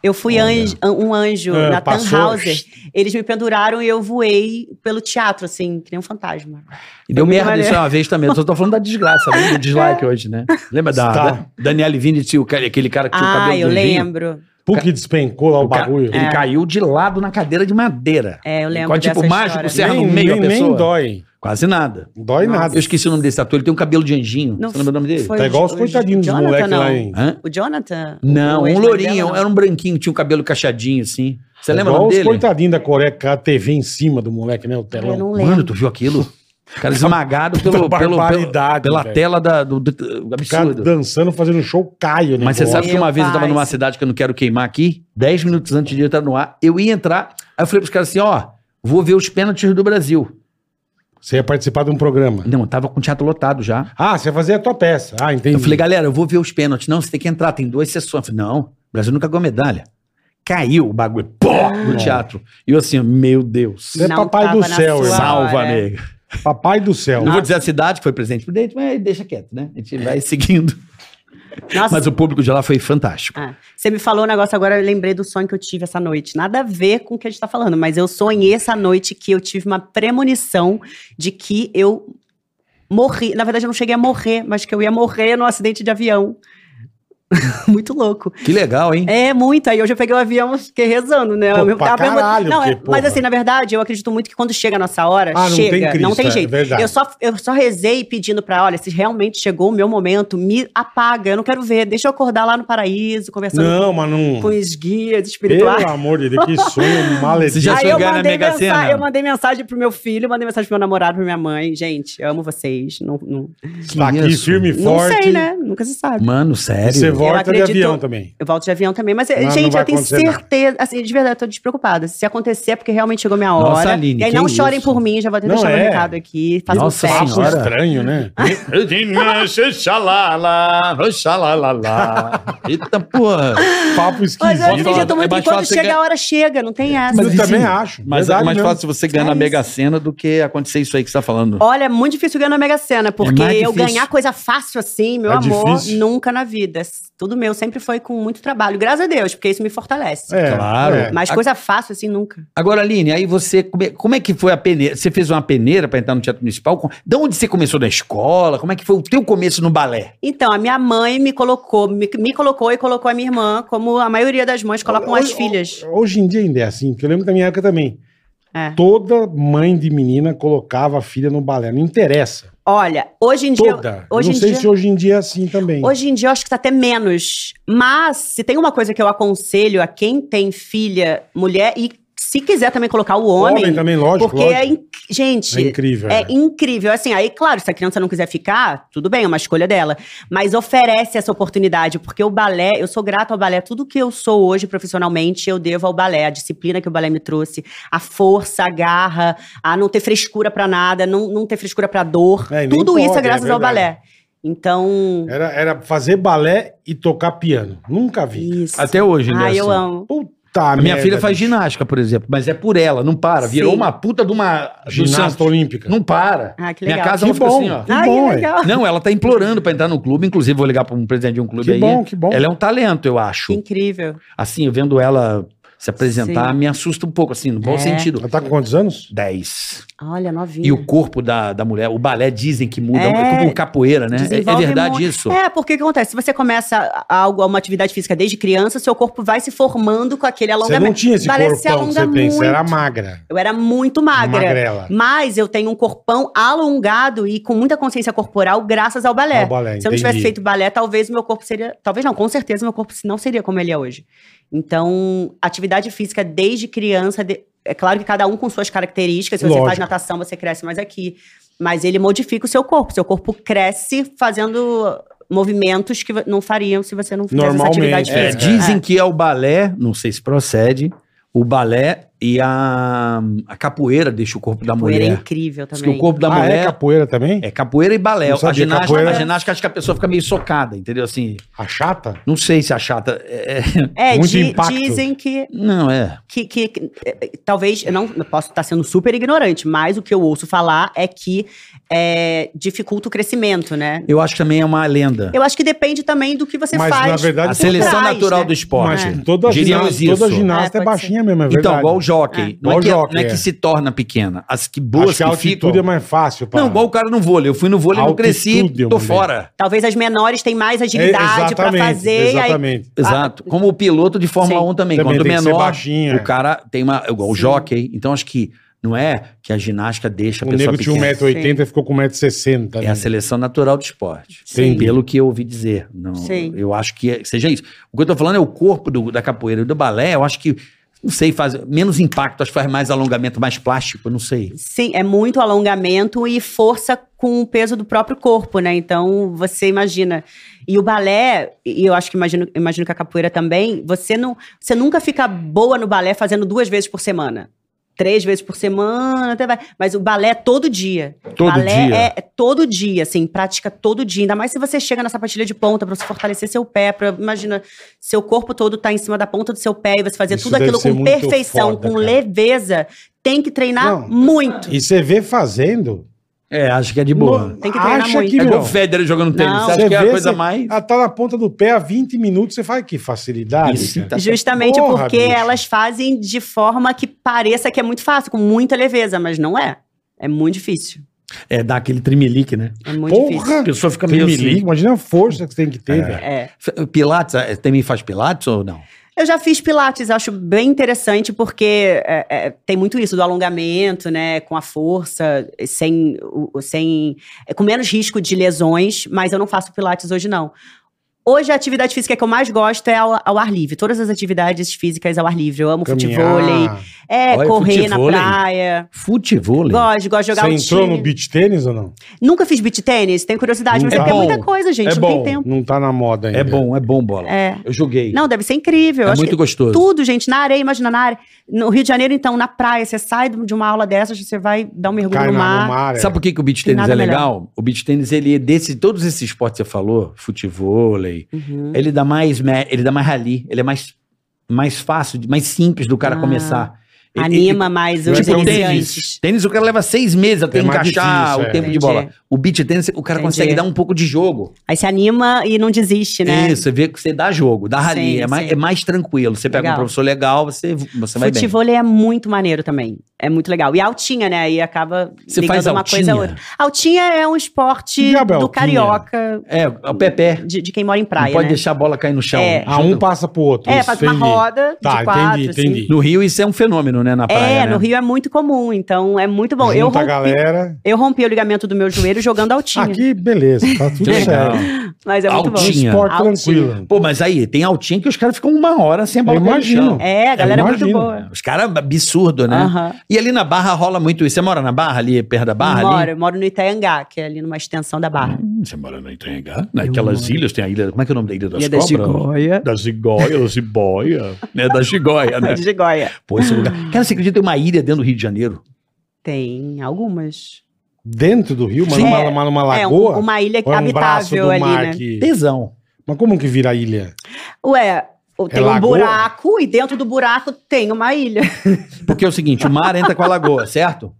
S5: Eu fui
S3: Olha.
S5: anjo- um anjo
S4: É,
S5: na
S4: passou.
S5: Tannhauser. Eles me penduraram e eu voei pelo teatro, assim, que nem um fantasma.
S3: E deu
S5: Foi É. muito
S3: merda isso
S5: maneiro.
S3: uma vez também. Eu só tô falando da desgraça, lembra do dislike hoje, né? Lembra da,
S4: Tá.
S3: da Daniele Vinicius, aquele cara que tinha É, tipo o
S5: Ah,
S3: cabelo
S5: eu
S3: lisinho?
S5: lembro.
S4: Por que despencou lá o,
S3: O ca-
S4: bagulho?
S3: Ele caiu de lado na cadeira de madeira.
S5: É, eu lembro
S3: Quase, tipo,
S5: dessa
S3: mágico,
S5: história.
S3: você erra no
S4: Nem-
S3: meio a
S4: nem, nem
S3: pessoa.
S4: dói.
S3: Quase nada.
S4: Não Dói nada.
S3: Eu esqueci o nome desse ator, ele tem um cabelo de anjinho.
S5: Não
S3: Você lembra o nome dele?
S5: foi
S4: Tá igual os
S5: o
S4: coitadinhos dos
S5: Jonathan,
S4: moleques lá
S5: não.
S4: em...
S3: Hã?
S5: O Jonathan?
S3: Não,
S5: O
S3: um
S5: ex-marido
S3: lourinho,
S5: dela,
S3: era um branquinho, tinha um cabelo cacheadinho assim. Você lembra o
S4: É igual
S3: nome
S4: os
S3: dele?
S4: coitadinhos da Coreia, com a TV em cima do moleque, né? O
S5: Eu
S4: telão.
S5: não lembro.
S3: Mano, tu viu aquilo? O cara esmagado pelo, pelo- pelo-
S4: barbaridade,
S3: pela
S4: velho.
S3: tela da, do, do- do
S4: O cara
S3: absurdo.
S4: dançando, fazendo show, caio. né?
S3: Mas você sabe que uma
S5: Meu
S3: vez eu tava
S5: pai,
S3: numa
S5: sim.
S3: cidade que eu não quero queimar aqui, 10 minutos antes de entrar no ar, eu ia entrar, aí eu falei pros caras assim, ó, vou ver os pênaltis do Brasil.
S4: Você ia participar de um programa.
S3: Não, eu tava com o teatro lotado já.
S4: Ah, você ia fazer a tua peça. Ah, entendi.
S3: Eu falei, galera, eu vou ver os pênaltis. Não, você tem que entrar, tem duas sessões. Eu falei, não, o Brasil nunca ganhou medalha. caiu o bagulho, pô, no teatro. E eu assim, meu Deus.
S4: É papai
S5: tava
S4: do
S5: na
S4: céu,
S5: sua
S4: irmão.
S3: Salva,
S4: né?
S5: hora.
S3: amigo.
S4: Papai do céu.
S3: Não vou dizer a cidade, que foi presente pro dente, mas deixa quieto, né? A gente vai seguindo.
S5: Nossa,
S3: Mas o público de lá foi fantástico.
S5: Ah, você me falou um negócio agora, eu lembrei do sonho que eu tive essa noite. Nada a ver com o que a gente tá falando, mas eu sonhei essa noite que eu tive uma premonição de que eu morri. Na verdade, eu não cheguei a morrer, mas que eu ia morrer num acidente de avião. Muito louco.
S3: Que legal, hein?
S5: É, muito. Aí hoje eu peguei o avião, fiquei rezando, né?
S4: Pô,
S5: Eu
S4: pra
S5: tava-
S4: caralho,
S5: não, é-
S4: porque,
S5: mas
S4: porra.
S5: assim, na verdade, eu acredito muito que quando chega a nossa hora,
S4: Ah, não
S5: chega.
S4: tem Cristo,
S5: não tem
S4: é
S5: jeito.
S4: verdade.
S5: eu, só, eu só rezei pedindo pra, olha, se realmente chegou o meu momento, me apaga, eu não quero ver. Deixa eu acordar lá no paraíso, conversando
S4: Não, mas
S3: Uhum.
S5: com
S4: não.
S5: os guias espirituais.
S4: Pelo amor de Deus, que sonho maledito.
S3: Você já
S5: Aí eu
S3: sonhou ganhar na
S5: mandei,
S3: Mega Sena?
S5: mensagem, eu mandei mensagem pro meu filho, mandei mensagem pro meu namorado, pra minha mãe. Gente, eu amo vocês. Não, não,
S4: Tá aqui
S3: Isso.
S4: firme e
S5: não
S4: forte.
S5: sei, né? Nunca se sabe.
S3: Mano,
S4: E
S3: sério.
S4: Você volta de
S5: acredito-
S4: avião também.
S5: Eu volto de avião também, mas, eh,
S4: Mas não
S5: gente,
S4: vai
S5: eu tenho
S4: acontecer nada.
S5: certeza, assim, de verdade, eu tô despreocupada. Se acontecer, é porque realmente chegou minha hora.
S3: Nossa, Aline,
S5: e aí
S3: que
S5: não
S3: isso?
S5: chorem por mim, já vou até
S4: Não,
S5: deixar meu
S4: é.
S5: recado aqui, fazendo
S3: Nossa
S5: festa.
S3: Senhora.
S4: Papo estranho, né?
S3: Eita porra.
S4: Papo esquisito.
S5: Mas eu
S3: Bota lá,
S5: acredito
S3: é
S5: muito que
S3: mais
S5: quando
S3: fácil
S5: chega
S3: você
S5: a hora, chega, não tem essa.
S4: Mas eu
S3: Mas
S4: também
S3: assim,
S4: acho.
S3: Mas é
S4: Verdade
S3: mais
S4: mesmo.
S3: fácil você ganhar
S5: É
S3: na
S5: isso.
S3: Mega Sena do que acontecer isso aí que você tá falando.
S5: Olha, é muito difícil ganhar na Mega Sena, porque
S3: mais
S5: eu
S3: difícil.
S5: ganhar coisa fácil assim, meu
S4: É
S5: amor,
S4: difícil.
S5: nunca na vida. Tudo meu sempre foi com muito trabalho, graças a Deus, porque isso me fortalece.
S4: É,
S3: Claro.
S4: é.
S5: Mas
S3: A-
S5: coisa fácil assim, nunca.
S3: Agora, Aline, aí você. come- Como é que foi a peneira? Você fez uma peneira pra entrar no Teatro Municipal? Com- Da onde você começou na escola? Como é que foi o teu começo no balé?
S5: Então, a minha mãe me colocou, me, me colocou e colocou a minha irmã, como a maioria das mães colocam as
S4: Hoje-
S5: filhas.
S4: Hoje em dia ainda é assim, porque eu lembro da minha época também.
S5: É.
S4: Toda mãe de menina colocava a filha no balé. Não interessa.
S5: Olha, hoje em dia.
S4: Toda.
S5: hoje
S4: não
S5: em
S4: sei
S5: dia-
S4: se hoje em dia é assim também.
S5: Hoje em dia eu acho que tá até menos. Mas se tem uma coisa que eu aconselho a quem tem filha, mulher, e se quiser também colocar o homem.
S4: também, lógico.
S5: porque
S4: lógico.
S5: é. inc- Gente.
S4: É incrível.
S5: É
S4: né?
S5: incrível. Assim, aí, claro, se a criança não quiser ficar, tudo bem, é uma escolha dela. Mas oferece essa oportunidade, porque o balé, eu sou grata ao balé. Tudo que eu sou hoje profissionalmente, eu devo ao balé. A disciplina que o balé me trouxe, a força, a garra, a não ter frescura pra nada, não, não ter frescura pra dor.
S4: É, e nem
S5: tudo isso
S4: pode, é
S5: é graças ao
S4: verdade.
S5: balé. Então.
S4: Era, era fazer balé e tocar piano. Nunca vi.
S5: Isso.
S3: Até hoje, né?
S5: Ah, eu
S3: assim?
S5: amo.
S4: Puta
S3: A minha
S4: merda,
S3: filha faz
S4: bicho.
S3: ginástica, por exemplo, mas é por ela, não para.
S5: Sim.
S3: Virou uma puta de uma. do
S4: Ginasta
S3: santo.
S4: olímpica.
S3: Não para.
S5: Ah, que
S3: Minha
S5: legal.
S3: casa
S4: Que
S3: ela fica
S4: bom.
S3: assim, ó.
S4: Que
S5: Ai,
S4: bom, é.
S5: que Ah, legal.
S3: Não, ela tá implorando pra entrar no clube. Inclusive, vou ligar pra um presidente de um clube
S4: Que
S3: aí.
S4: bom, que bom.
S3: Ela é um talento, eu acho.
S5: Que incrível.
S3: Assim, eu vendo ela se apresentar,
S5: Sim.
S3: me assusta um pouco, assim, no bom
S5: É.
S3: sentido.
S4: Ela tá com quantos anos?
S3: 10.
S5: Olha, novinha.
S3: E o corpo da, da mulher, o balé dizem que muda,
S5: É.
S3: é como capoeira, né? É, é
S5: Desenvolve
S3: verdade
S5: muito.
S3: isso.
S5: É, porque o que acontece? Se você começa a- algo, uma atividade física desde criança, seu corpo vai se formando com aquele
S4: Você não
S5: alongamento.
S4: tinha esse
S5: Balé se
S4: corpão que você
S5: alonga
S4: tem. Você era
S5: muito.
S4: magra.
S5: Eu era muito magra.
S4: Magrela.
S5: Mas eu tenho um corpão alongado e com muita consciência corporal graças ao balé.
S4: Ao balé,
S5: Se eu não tivesse
S4: é. entendi.
S5: feito balé, talvez o meu corpo seria. Talvez não, com certeza meu corpo não seria como ele é hoje. Então, atividade física desde criança. de- É claro que cada um com suas características. Se você
S4: Lógico.
S5: faz natação, você cresce mais aqui. Mas ele modifica o seu corpo. Seu corpo cresce fazendo movimentos que vo- não fariam se você não fizesse essa
S4: Normalmente,
S5: atividade
S3: É,
S5: física.
S3: dizem que é o balé, não sei se procede, o balé e a, a capoeira deixa o corpo da
S5: Mulher é
S3: mulher.
S5: incrível
S3: Diz que o
S5: também.
S3: corpo da
S4: ah, é
S3: mulher
S4: capoeira também?
S3: é capoeira e balé.
S4: Não
S3: A
S4: sabia,
S3: ginástica,
S4: capoeira-
S3: a ginástica, acho que a pessoa fica meio socada, entendeu? Assim,
S4: A chata?
S3: não sei se a chata. é- é-
S5: É,
S4: muito
S5: di-
S4: impacto.
S5: dizem que
S3: não, é.
S5: que, que- que- eh, eh, talvez, eu não eu posso estar sendo super ignorante, mas o que eu ouço falar é que eh, dificulta o crescimento, né?
S3: Eu acho que também é uma lenda.
S5: Eu acho que depende também do que você
S4: Mas,
S5: faz.
S4: na verdade,
S3: A
S4: por
S3: seleção
S5: trás,
S3: natural
S5: né?
S3: do esporte.
S4: Mas toda,
S3: Diríamos
S4: ginasta, toda
S3: É. isso.
S4: ginasta
S5: É,
S4: é,
S5: pode
S4: baixinha mesmo, é verdade.
S3: Então, igual o jockey. Não,
S4: Igual
S3: é que,
S4: jockey,
S3: não é que
S4: é.
S3: se torna pequena. As que
S4: Acho
S3: boas
S4: que a
S3: que,
S4: altitude
S3: ficam.
S4: é mais fácil. pra-
S3: Não, igual o cara no vôlei. Eu fui no vôlei, não cresci,
S4: Altitude, é
S3: tô
S4: mano.
S3: fora.
S5: Talvez as menores tenham mais
S4: É,
S5: agilidade pra
S4: exatamente,
S5: fazer. e aí-
S4: Exatamente.
S3: Exato. Como o piloto de Fórmula
S5: Ah, Sim.
S3: 1 também.
S4: Também
S3: Quanto
S4: tem que ser
S3: menor,
S4: baixinho, é.
S3: o cara tem uma. Igual o
S5: Sim.
S3: jockey. Então acho que não é que a ginástica deixa a
S4: O
S3: pessoa
S4: Um nego tinha
S3: pequena.
S4: 1,80m e né? ficou com 1,60m.
S3: É a seleção natural do esporte.
S5: Sim.
S3: Pelo que eu ouvi dizer. Não,
S5: Sim.
S3: Eu acho que é- seja isso. O que eu tô falando é o corpo do- da capoeira e do balé, eu acho que. Não sei, faz menos impacto, acho que faz mais alongamento, mais plástico, eu não sei.
S5: Sim, é muito alongamento e força com o peso do próprio corpo, né? Então, você imagina. E o balé, e eu acho que imagino, imagino que a capoeira também, você não, você nunca fica boa no balé fazendo duas vezes por semana. três vezes por semana, até vai. Mas o balé é todo dia.
S4: Todo
S5: balé
S4: dia.
S5: É, é todo dia, assim, prática todo dia. Ainda mais se você chega na sapatilha de ponta pra você fortalecer seu pé, pra, imagina, seu corpo todo tá em cima da ponta do seu pé e você fazer
S4: Isso
S5: tudo
S4: deve
S5: aquilo
S4: ser
S5: com
S4: muito
S5: perfeição,
S4: foda,
S5: com
S4: cara.
S5: leveza. Tem que treinar
S4: Não.
S5: muito.
S4: E você vê fazendo.
S3: É, acho que é de boa.
S4: no-
S5: Tem que treinar
S4: acha
S5: muito.
S4: Que,
S3: é igual
S4: meu,
S3: o Federer jogando tênis.
S5: Não.
S3: Você acha
S4: Você
S3: que é a
S4: vê,
S3: coisa
S4: você-
S3: mais.
S4: ela tá na ponta do pé há 20 minutos, você fala que facilidade.
S3: Isso,
S4: cara.
S3: tá
S5: Justamente
S4: Porra,
S5: porque
S4: bicho.
S5: elas fazem de forma que pareça que é muito fácil, com muita leveza, mas não é. É muito difícil.
S3: É, dá aquele trimelique, né?
S5: É muito difícil.
S4: Porra!
S3: A pessoa fica meio
S4: Tremelique,
S3: assim.
S4: Imagina a força que você tem que ter,
S6: É.
S4: velho.
S5: É.
S3: F- Pilates, eh, também faz pilates ou não?
S5: Eu já fiz pilates, acho bem interessante, porque é, é, tem muito isso do alongamento, né? Com a força, sem, o- o- sem. é, Com menos risco de lesões, mas eu não faço pilates hoje, não. Hoje a atividade física que eu mais gosto é ao, ao ar livre. Todas as atividades físicas ao ar livre. Eu amo futevôlei.
S4: Caminhar.
S5: É,
S3: Olha,
S5: correr
S3: futevôlei.
S5: na praia.
S3: Futevôlei.
S5: Gosto, gosto de jogar
S4: Você
S5: um
S4: entrou no
S5: time.
S4: beach tênis ou não?
S5: Nunca fiz beat tênis, tenho curiosidade, mas
S3: É
S5: é porque é
S3: bom.
S5: muita coisa, gente.
S4: é
S5: não
S4: bom,
S5: tem tempo.
S4: não tá na moda ainda.
S3: É bom, é bom bola.
S5: É.
S3: Eu joguei.
S5: Não, deve ser incrível. Eu
S3: é
S5: acho
S3: muito
S5: que
S3: gostoso.
S5: tudo, gente, na areia, imagina, na área. No Rio de Janeiro, então, na praia, você sai de uma aula dessas, você vai dar um mergulho
S4: Cai
S5: no
S4: na,
S5: mar.
S4: no mar. é.
S3: Sabe por que, que o beach
S5: Tem
S3: tênis é
S5: nada melhor.
S3: legal? O beach tênis, ele é desse, todos esses esportes que você falou, futevôlei,
S5: Uhum.
S3: ele dá mais, me- ele dá mais rali, ele é mais, mais fácil, mais simples do cara
S5: Ah.
S3: começar. Ele-
S5: Anima mais
S3: ele-
S5: os
S3: tipo tênis.
S5: iniciantes.
S3: Tênis o cara leva seis meses até
S4: É mais
S3: encaixar
S4: difícil, é.
S3: o tempo de
S5: Entendi.
S3: bola. O beach tênis, o cara
S5: Entendi.
S3: consegue dar um pouco de jogo.
S5: Aí se anima e não desiste, né?
S3: Isso, você vê que você dá jogo, dá rali.
S5: Sim,
S3: é, mais,
S5: sim.
S3: é mais tranquilo. Você pega um
S5: Legal.
S3: professor legal, você, você vai bem.
S5: Futevôlei é muito maneiro também. É muito legal. E altinha, né? Aí acaba
S3: Você
S5: ligando
S3: faz
S5: uma coisa
S3: altinha?
S5: a outra. Altinha é um esporte
S4: Que diabo é
S5: do
S4: altinha?
S5: carioca,
S3: É, o pé-pé.
S5: de, de quem mora em praia,
S3: Não pode
S5: né?
S3: deixar a bola cair no chão.
S5: É.
S4: Ah, um passa pro outro.
S5: É,
S4: isso,
S5: faz uma
S4: entendi.
S5: roda
S4: Tá,
S5: de quatro,
S4: entendi,
S5: assim.
S4: entendi.
S3: No Rio isso é um fenômeno, né, na praia,
S5: é,
S3: né?
S5: no Rio é muito comum, então é muito bom. Eu
S4: Junta a
S5: rompi,
S4: galera. Ah,
S5: eu rompi o ligamento do meu joelho jogando altinha,
S4: Aqui, beleza, tá tudo
S3: Que
S5: né?
S3: legal.
S4: certo.
S5: mas é muito
S3: Altinha.
S5: bom.
S4: Esporte
S5: Altinha.
S4: tranquilo.
S3: Pô, mas aí, tem altinha que os caras ficam uma hora sem a bola
S4: Eu
S3: cair no
S4: imagino.
S3: chão.
S5: É, a galera é muito
S4: Imagino.
S5: boa.
S3: Os caras, absurdo, né?
S5: Aham.
S3: E ali na Barra rola muito isso. Você mora na Barra ali, perto da Barra
S5: moro,
S3: ali?
S5: eu moro no Itaiangá, que é ali numa extensão da barra.
S3: Hum, Você mora no Itanhangá? Naquelas ilhas, tem a ilha... Como é que é o nome da ilha das
S5: Ilha da
S3: cobras?
S5: Jigoia.
S3: Da Jigoia, da Jiboia. né, da Jigoia, né?
S5: De Jigoia.
S3: Pô, esse lugar... Cara, você acredita que tem uma ilha dentro do Rio de Janeiro?
S5: Tem algumas.
S4: Dentro do rio, mas
S5: Sim.
S4: numa,
S5: É,
S4: numa, numa
S5: é, um-
S4: lagoa.
S5: uma ilha
S4: ou é um braço
S5: habitável
S4: do
S5: ali,
S4: mar
S5: né?
S4: que-
S3: Tesão.
S4: Mas como que vira ilha?
S5: Ué, ou tem um
S4: É lagoa?
S5: buraco e dentro do buraco tem uma ilha.
S3: Porque é o seguinte, o mar entra com a lagoa, certo?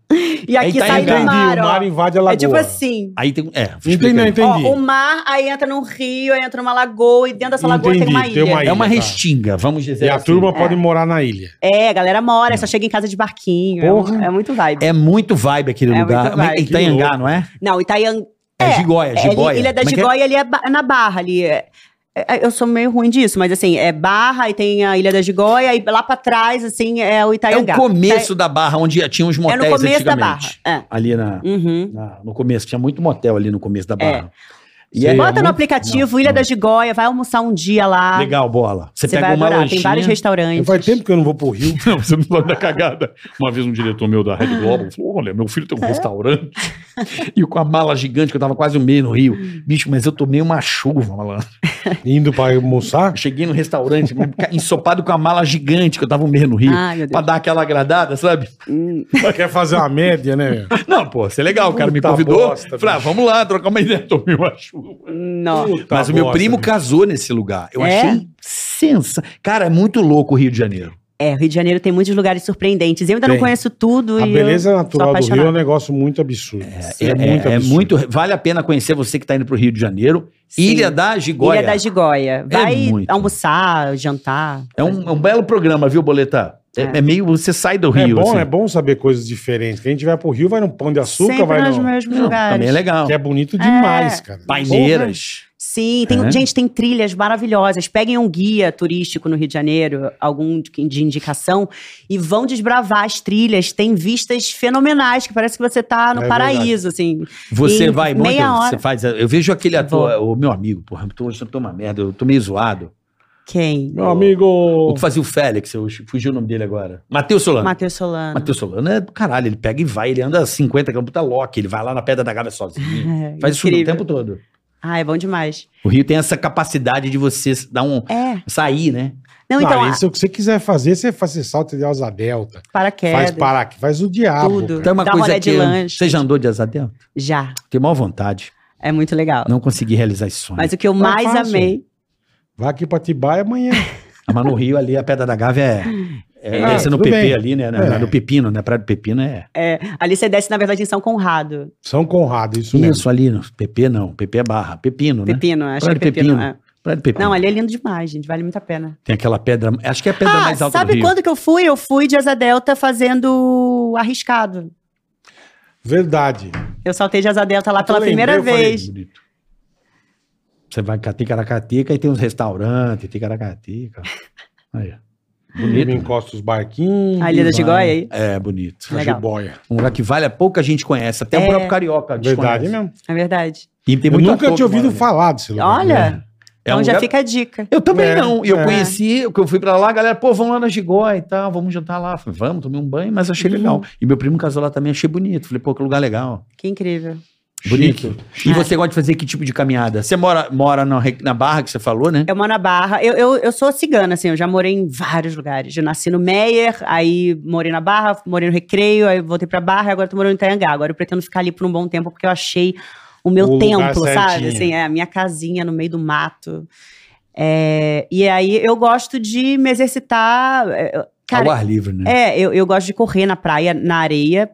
S5: E aqui sai
S3: É Itaiangá.
S5: do mar,
S4: o mar
S5: ó.
S4: invade a lagoa.
S5: É tipo assim.
S3: Aí tem... É, vou
S4: Entendi,
S3: explicar.
S4: entendi.
S5: Ó, o mar, aí entra num rio, aí entra numa lagoa, e dentro dessa lagoa tem
S4: Entendi,
S5: uma
S4: tem
S5: ilha.
S4: uma
S3: É uma
S4: Ilha, tá.
S3: restinga, vamos dizer
S4: E a
S3: assim.
S4: turma pode morar na ilha.
S5: É, a galera mora, só chega em casa de barquinho. é um-
S4: Porra.
S5: É, muito vibe.
S3: É muito vibe aquele
S5: É
S3: lugar.
S5: muito vibe.
S3: Itanhangá, não é?
S5: Não, Itaiang...
S3: É,
S5: É,
S3: Jigoia,
S5: É,
S3: Jiboia.
S5: ali- Ilha da
S3: Como é que é?
S5: Jiboia ali é ba- na Barra, ali. É- é- eu sou meio ruim disso, mas assim, é Barra e tem a Ilha da Jigoia, e lá pra trás, assim, é o
S3: É o
S5: Itaiangá.
S3: começo da Barra, onde tinha uns
S5: Tá- É
S3: motéis
S5: no começo da Barra.
S3: antigamente.
S5: É.
S3: Ali na,
S5: Uhum.
S3: na- no começo, tinha muito motel ali no começo da Barra. E
S4: Sim,
S3: é,
S4: é
S5: É. Bota
S4: muito-
S5: no aplicativo
S3: não,
S5: Ilha
S3: não.
S5: da Jigoia, vai almoçar um dia lá.
S3: legal, bola. Você,
S5: Você
S3: pega
S5: vai
S3: uma
S5: adorar,
S3: lanchinha...
S5: tem vários
S4: Eu
S5: restaurantes.
S4: faz tempo que eu não vou pro rio.
S7: Não, você não vai dar cagada. Uma vez um diretor meu da Rede Globo falou: olha, meu filho tem
S5: É?
S7: um restaurante.
S3: E com a mala gigante, que eu tava quase um mês no Rio.
S5: Hum.
S3: Bicho, mas eu tomei uma chuva, malandro.
S4: Indo pra almoçar.
S3: Eu Cheguei no restaurante, mas ca- ensopado com a mala gigante, que eu tava um mês no Rio.
S5: Ai, meu
S3: Pra
S5: Deus.
S3: dar aquela agradada, sabe?
S4: Quer fazer uma média, né?
S3: Não, pô, isso é legal. O cara me
S4: Puta
S3: convidou.
S4: bosta,
S3: falei, ah, vamos lá, trocar uma ideia. Tomei uma chuva.
S5: Não.
S4: Puta
S3: Mas o meu
S4: bosta,
S3: primo
S4: bicho.
S3: casou nesse lugar. Eu
S5: É?
S3: achei sensa. Cara, é muito louco o Rio de Janeiro.
S5: É, Rio de Janeiro tem muitos lugares surpreendentes. Eu ainda
S3: Tem.
S5: não conheço tudo.
S4: A
S5: e
S4: beleza
S5: eu
S4: natural do Rio é um
S5: sou apaixonada.
S4: negócio muito absurdo.
S3: É,
S4: É,
S3: é- é muito. Vale a pena conhecer você que está indo pro Rio de Janeiro.
S5: Sim.
S3: Ilha da Gigoia.
S5: Ilha da Jigoia. Vai
S3: É muito.
S5: almoçar, jantar.
S3: É um, é um belo programa, viu, Boleta? É,
S5: É.
S3: é meio. Você sai do
S4: É
S3: Rio.
S4: bom,
S3: assim.
S4: é bom saber coisas diferentes. Que a gente vai pro Rio, vai no Pão de Açúcar,
S5: Sempre
S4: vai
S5: nos
S4: no...
S5: mesmos
S3: Não,
S5: lugares.
S3: também é legal.
S4: Que é bonito demais, cara.
S3: Paineiras.
S5: Sim, tem,
S3: É.
S5: gente, tem trilhas maravilhosas. Peguem um guia turístico no Rio de Janeiro, algum de de indicação, e vão desbravar as trilhas. Tem vistas fenomenais, que parece que você tá no
S4: É
S5: paraíso, assim.
S3: Você
S5: Em
S3: vai muito.
S5: meia hora.
S3: Você faz, eu vejo aquele ator, o meu amigo, porra, eu tô, hoje eu tô uma merda, eu tô meio zoado.
S5: Quem?
S4: Meu amigo...
S3: O que fazia o Félix, eu fugiu o nome dele agora. Matheus Solano.
S5: Matheus Solano.
S3: Matheus Solano é do caralho, ele tá pega e vai, ele anda 50 km, puta Loki, ele vai lá na Pedra da Gávea sozinho.
S5: É,
S3: Faz isso o
S5: incrível.
S3: tempo todo.
S5: Ah, é bom demais.
S3: O Rio tem essa capacidade de você dar um.
S5: É.
S3: sair, né?
S5: Não, então,
S4: Não, isso, Ah, o que você quiser fazer, você faz você salta de asa delta.
S5: a- paraquedas.
S4: Faz para faz o diabo.
S5: É, Tudo.
S4: cara.
S3: Então é uma
S5: Dá uma
S3: coisa
S5: olhada de
S3: que.
S5: lanche.
S3: Você já andou de asadel?
S5: Já.
S3: Tenho maior vontade.
S5: É muito legal.
S3: Não consegui realizar esse sonho. Mas,
S5: Mas o que eu
S4: Tá
S5: mais
S4: fácil.
S5: amei.
S4: Vai aqui pra Atibaia amanhã.
S3: no Rio ali, a Pedra da Gávea é. É,
S4: Ah,
S3: desce no
S4: tudo
S3: PP
S4: bem.
S3: ali, né?
S4: É.
S3: No Pepino, né? Praia do Pepino é.
S5: Ali você desce, na verdade, em São Conrado.
S4: São Conrado, isso
S3: Isso,
S4: mesmo.
S3: ali, não. PP não. PP é barra. Pepino, né?
S5: Pepino, acho
S3: Praia
S5: que é
S3: do Pepino.
S5: Pepino. é.
S3: Praia do Pepino.
S5: Não, ali é lindo demais, gente. Vale muito a pena.
S3: Tem aquela pedra. Acho que é a pedra
S5: Ah,
S3: mais alta do
S5: sabe
S3: Rio.
S5: quando que eu fui? Eu fui de asa delta fazendo arriscado.
S4: Verdade.
S5: Eu saltei de asa delta lá
S4: Eu
S5: pela
S4: lembrei,
S5: primeira
S4: eu falei,
S5: vez.
S3: É Bonito. Você vai em Ticaracatica e tem uns restaurantes, Ticaracatica. Aí. ó.
S4: Bonito.
S3: Bonito.
S4: Encosta os barquinhos.
S5: A Ilha da
S4: vai.
S5: Jigoia aí.
S3: É, bonito.
S5: Legal.
S4: Jiboia.
S3: Um lugar que vale a pouca gente conhece. Até o
S5: É.
S3: próprio carioca desconhece.
S4: Verdade mesmo.
S5: É verdade.
S3: E tem
S4: eu
S3: muito
S4: nunca
S3: ator
S4: tinha
S3: que mora
S4: ouvido
S3: ali.
S4: falar desse lugar.
S5: Olha,
S3: né? É
S5: então
S3: um
S5: já
S3: lugar-
S5: fica a dica.
S3: Eu também
S4: É,
S3: não. E eu
S4: é.
S3: conheci, que eu fui pra lá, a galera, pô, vamos lá na Gigó e tal, vamos jantar lá. Falei, vamos, tomei um banho, mas achei
S4: Uhum.
S3: legal. E meu primo casou lá também, achei bonito. Falei, pô, que lugar legal.
S5: Que incrível.
S3: Bonito. E
S5: É.
S3: você gosta de fazer que tipo de caminhada? Você mora, mora na, re- na barra que você falou, né?
S5: Eu moro na Barra. Eu, eu, eu sou cigana, assim, eu já morei em vários lugares. Eu nasci no Meyer, aí morei na Barra, morei no Recreio, aí voltei pra Barra e agora tô morando em Itaiangá. Agora eu pretendo ficar ali por um bom tempo, porque eu achei o meu
S4: O lugar
S5: templo, sabe?
S4: certinho.
S5: Assim, é a minha casinha no meio do mato. É, e aí eu gosto de me exercitar. é,
S3: Ao
S5: Cara,
S3: ar livre, né?
S5: é, eu, eu gosto de correr na praia, na areia,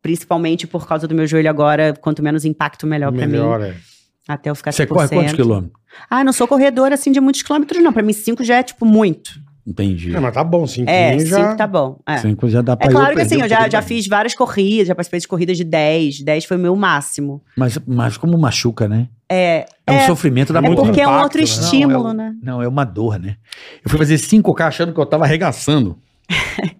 S5: principalmente por causa do meu joelho agora. Quanto menos impacto, melhor, pra mim.
S4: Melhor, é.
S5: Até eu ficar
S3: Você
S5: 100%.
S3: corre quantos quilômetros?
S5: Ah, não sou corredora assim de muitos quilômetros, não. Pra mim, cinco já é, tipo, muito.
S3: Entendi.
S4: É, mas tá bom, cinco
S5: É,
S4: já...
S5: cinco tá bom. É,
S3: Cinco já dá pra
S5: É
S3: eu
S5: claro que
S3: perder
S5: assim,
S3: um
S5: eu já,
S3: pouquinho
S5: já
S3: de-
S5: fiz várias corridas, já participei de corridas de 10. 10 foi o meu máximo.
S3: Mas, mas como machuca, né?
S5: É,
S3: É um
S5: É,
S3: sofrimento da
S5: é
S4: muito
S3: porra.
S5: porque é um
S4: impacto,
S5: outro
S4: né?
S5: estímulo,
S3: Não, é um-
S5: né?
S3: Não, é uma dor, né? Eu fui fazer 5K achando que eu tava arregaçando.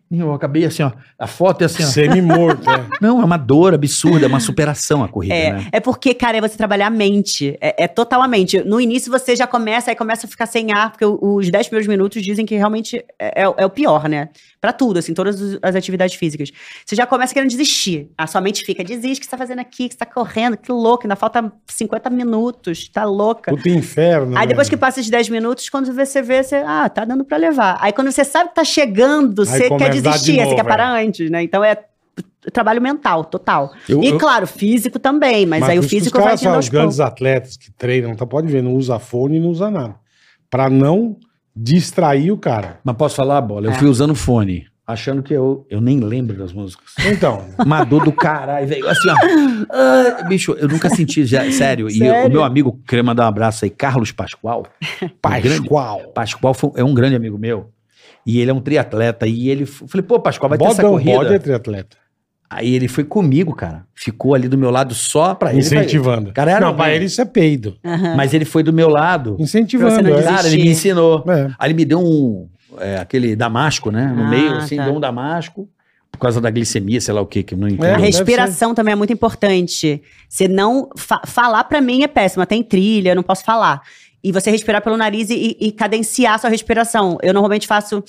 S3: E eu acabei assim, ó. A foto é assim, ó.
S4: Semi-morto, é.
S3: Não, é uma dor absurda, é uma superação a corrida,
S5: É,
S3: né?
S5: é porque, cara, é você trabalhar a mente. É, é total a mente. No início você já começa, aí começa a ficar sem ar, porque o- os 10 primeiros minutos dizem que realmente é, é o- é o pior, né? Pra tudo, assim, todas os- as atividades físicas. Você já começa querendo desistir. A sua mente fica, desiste, o que você tá fazendo aqui, o que você tá correndo, que louco, ainda falta 50 minutos, tá louca.
S4: Puta inferno.
S5: Aí depois que
S4: né?
S5: passa esses 10 minutos, quando você vê, você, ah, tá dando pra levar. Aí quando você sabe que tá chegando, você quer
S4: começa a dar de
S5: desistir, aí você
S4: novo,
S5: quer parar antes, né? Então é t- trabalho mental, total.
S3: Eu-
S5: e
S3: eu-
S5: claro, físico também, mas,
S4: por
S5: aí o
S4: isso que
S5: físico
S4: os
S5: vai
S4: caras
S5: vindo
S4: são
S5: aos
S4: Os grandes
S5: poucos.
S4: atletas que treinam, tá, pode ver, não usa fone e não usa nada. Pra não distrair o cara.
S3: Mas posso falar, bola? Eu
S5: É.
S3: fui usando fone, achando que eu, eu nem lembro das músicas.
S4: Então,
S3: Uma dor do caralho, velho. Assim, ó. Ah, bicho, eu nunca senti, já- sério. E
S5: Sério?
S3: o meu amigo, queria mandar um abraço aí, Carlos Pascoal. Um grande-
S4: Pascoal.
S3: Pascoal foi- é um grande amigo meu. E ele é um triatleta. E ele. f- Falei, pô, Pascoal, vai ter essa
S4: Bodão
S3: corrida.
S4: Bode é triatleta.
S3: Aí ele foi comigo, cara. Ficou ali do meu lado só pra ele.
S4: Incentivando.
S3: Cara, era
S4: não, pra
S3: bem.
S4: ele isso é peido.
S5: Aham.
S3: Mas ele foi do meu lado.
S5: Você
S4: Incentivando,
S5: não
S4: é.
S5: desiste.
S3: Cara, ele me ensinou.
S4: É.
S3: Aí ele me deu um. é, aquele damasco, né? No
S5: Ah,
S3: meio, assim,
S5: tá.
S3: deu um damasco. Por causa da glicemia, sei lá o que, que eu não
S5: A
S3: entendo.
S4: deve É.
S5: respiração também é muito importante. Você não. fa- falar pra mim é péssimo, tem trilha, eu não posso falar. E você respirar pelo nariz e, e cadenciar a sua respiração. Eu normalmente faço.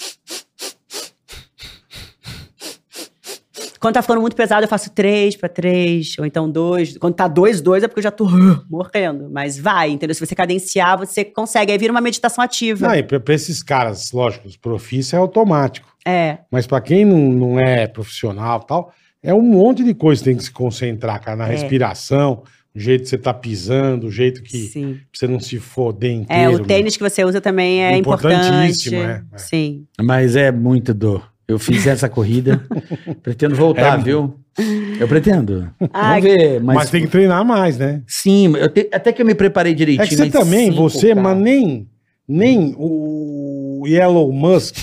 S5: Quando tá ficando muito pesado, eu faço três pra três, ou então dois. Quando tá dois, dois é porque eu já tô uh, morrendo. Mas vai, entendeu? Se você cadenciar, você consegue. Aí vira uma meditação ativa.
S4: Não, e pra, pra esses caras, lógico, os profis é automático.
S5: É.
S4: Mas pra quem não, não é profissional e tal, é um monte de coisa que tem que se concentrar, cara, na
S5: É.
S4: respiração, o jeito que você tá pisando, o jeito que
S5: Sim.
S4: pra você não se né? foder inteiro.
S5: É, o tênis que você usa também é importante.
S4: Importantíssimo, é, é.
S5: Sim.
S3: Mas é muita dor. Eu fiz essa corrida. pretendo voltar,
S4: É.
S3: viu? Eu pretendo.
S5: Ai,
S3: Vamos ver.
S4: Mas,
S5: é
S3: Mas,
S4: tem que treinar mais, né?
S3: Sim, eu te- até que eu me preparei direitinho.
S4: É que você
S3: mas
S4: também,
S3: cinco,
S4: você,
S3: cara.
S4: mas nem, nem o Elon Musk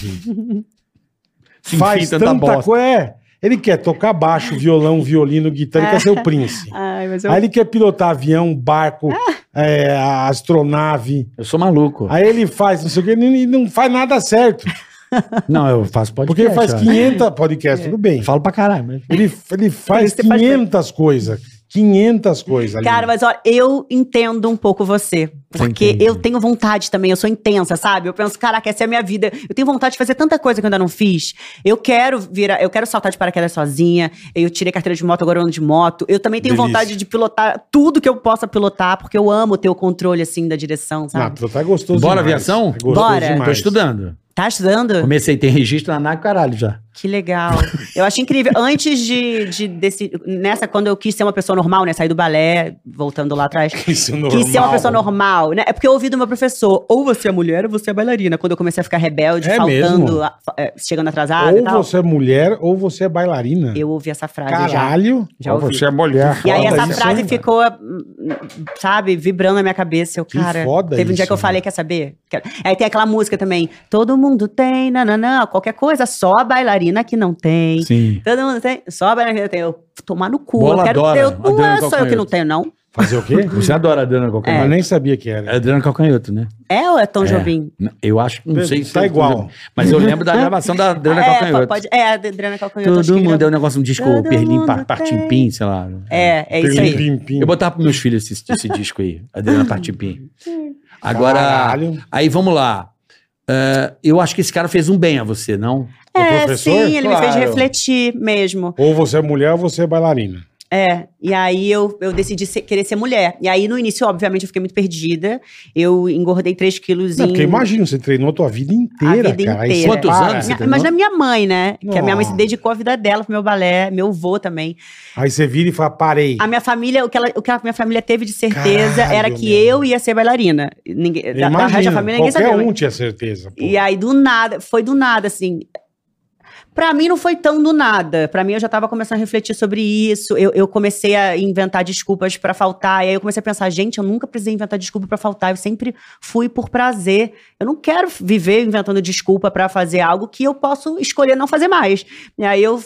S3: Se
S4: faz
S3: enfia em tanta
S4: tanta
S3: bosta.
S4: coisa. É, ele quer tocar baixo, violão, violino, guitarra, ele quer ser o príncipe.
S5: Ai, mas
S4: Aí ele quer pilotar avião, barco,
S5: Ah.
S4: é, astronave.
S3: Eu sou maluco.
S4: Aí ele faz não sei o que e não faz nada certo.
S3: Não, eu faço podcast.
S4: Ah, Porque ele faz
S3: ó.
S5: né?
S4: 500 podcasts, tudo bem.
S3: Eu Falo pra caralho, mas...
S4: Ele, ele faz
S5: isso você É. faz
S4: 500 coisas. 500 coisas. ali.
S5: Cara, mas olha, eu entendo um pouco você. Porque eu tenho vontade também, eu sou intensa, sabe? Eu penso, caraca, essa é a minha vida. Eu tenho vontade de fazer tanta coisa que eu ainda não fiz. Eu quero virar, eu quero saltar de paraquedas sozinha. Eu tirei carteira de moto, agora eu ando de moto. Eu também tenho
S4: Delícia.
S5: vontade de pilotar tudo que eu possa pilotar, porque eu amo ter o controle assim da direção,
S4: Ah,
S5: sabe?
S4: tá gostoso
S3: Bora,
S4: demais.
S3: aviação?
S4: Tá gostoso
S5: Bora.
S4: demais.
S3: Tô estudando.
S5: Tá estudando?
S3: Comecei, tem registro na NAC, caralho, já.
S5: Que legal. Eu acho incrível. Antes de, de desse, nessa, quando eu quis ser uma pessoa normal, né? Sair do balé, voltando lá atrás.
S4: Isso é normal.
S5: Quis ser uma pessoa normal, né? É porque eu ouvi do meu professor, ou você é mulher ou você é bailarina. Quando eu comecei a ficar rebelde,
S4: É mesmo?
S5: faltando, a- fa- é, chegando atrasada e
S4: Ou
S5: tal.
S4: você é mulher ou você é bailarina.
S5: Eu ouvi essa frase já.
S4: Caralho.
S5: Já ouvi.
S4: é mulher.
S5: E aí
S4: Foda
S5: essa
S4: isso,
S5: frase
S4: hein,
S5: ficou, hum, sabe, vibrando na minha cabeça. Eu,
S4: Que
S5: cara,
S4: foda
S5: teve um dia
S4: isso,
S5: que eu falei, quer saber? Quero- Aí tem aquela música também, todo mundo tem, nananã, qualquer coisa, só a bailarina que não tem.
S3: Sim.
S5: Todo mundo tem, só a bailarina que tem. Eu tomar no cu,
S3: Bola
S5: eu quero
S3: adora,
S5: ter. Não
S3: adora
S5: é só eu que
S3: calcanhoto.
S5: não tenho, não.
S4: Fazer o quê?
S3: Você adora Adriana Calcanhoto.
S4: Eu nem sabia que era.
S3: É Adriana Calcanhoto, né?
S5: É ou é Tom
S3: É.
S5: Jobim?
S3: Não, Eu acho que não sei se.
S4: Tá
S3: eu-
S4: igual.
S3: Mas eu lembro da gravação da Adriana
S5: Ah, é,
S3: Calcanhoto.
S5: po- pode, é, a Adriana Calcanhoto. acho
S3: Todo
S5: que
S3: mundo
S5: gravou.
S3: é um negócio, um disco
S5: Todo
S3: Perlim,
S5: mundo
S3: pa-
S5: tem.
S3: Partimpim, sei lá.
S5: É, é isso aí.
S4: Pim, pim, pim.
S3: Eu botava pros meus filhos esse, esse disco aí, Adriana Partimpim. Agora,
S4: Caralho.
S3: aí vamos lá. É, eu acho que esse cara fez um bem a você, não?
S4: O
S5: É,
S4: um professor?
S5: sim, ele me fez
S4: Claro.
S5: refletir mesmo.
S4: Ou você é mulher ou você é bailarina.
S5: É, e aí eu, eu decidi ser- querer ser mulher. E aí no início, obviamente, eu fiquei muito perdida. Eu engordei 3 quilos
S4: Não,
S5: em...
S4: porque imagina, você treinou a tua vida inteira,
S5: A vida
S4: cara. Aí
S5: inteira.
S4: você
S3: Quantos
S4: é. para,
S3: anos?
S5: Minha- Imagina a Ah, minha mãe, né? Que a minha mãe se
S4: Nossa.
S5: dedicou a vida dela pro meu balé, meu vô também.
S4: Aí você vira e fala, parei.
S5: A minha família, o que, ela, o que a minha família teve de certeza
S4: Caralho,
S5: era que
S4: meu.
S5: eu ia ser bailarina. Ninguém, da, da resto da família, ninguém
S4: qualquer
S5: sabia.
S4: um tinha certeza. pô.
S5: E aí, do nada, foi do nada, assim. Pra mim não foi tão do nada. Pra mim eu já tava começando a refletir sobre isso. Eu, eu comecei a inventar desculpas pra faltar. E aí eu comecei a pensar, gente, eu nunca precisei inventar desculpa pra faltar. Eu sempre fui por prazer. Eu não quero viver inventando desculpa pra fazer algo que eu posso escolher não fazer mais. E aí eu,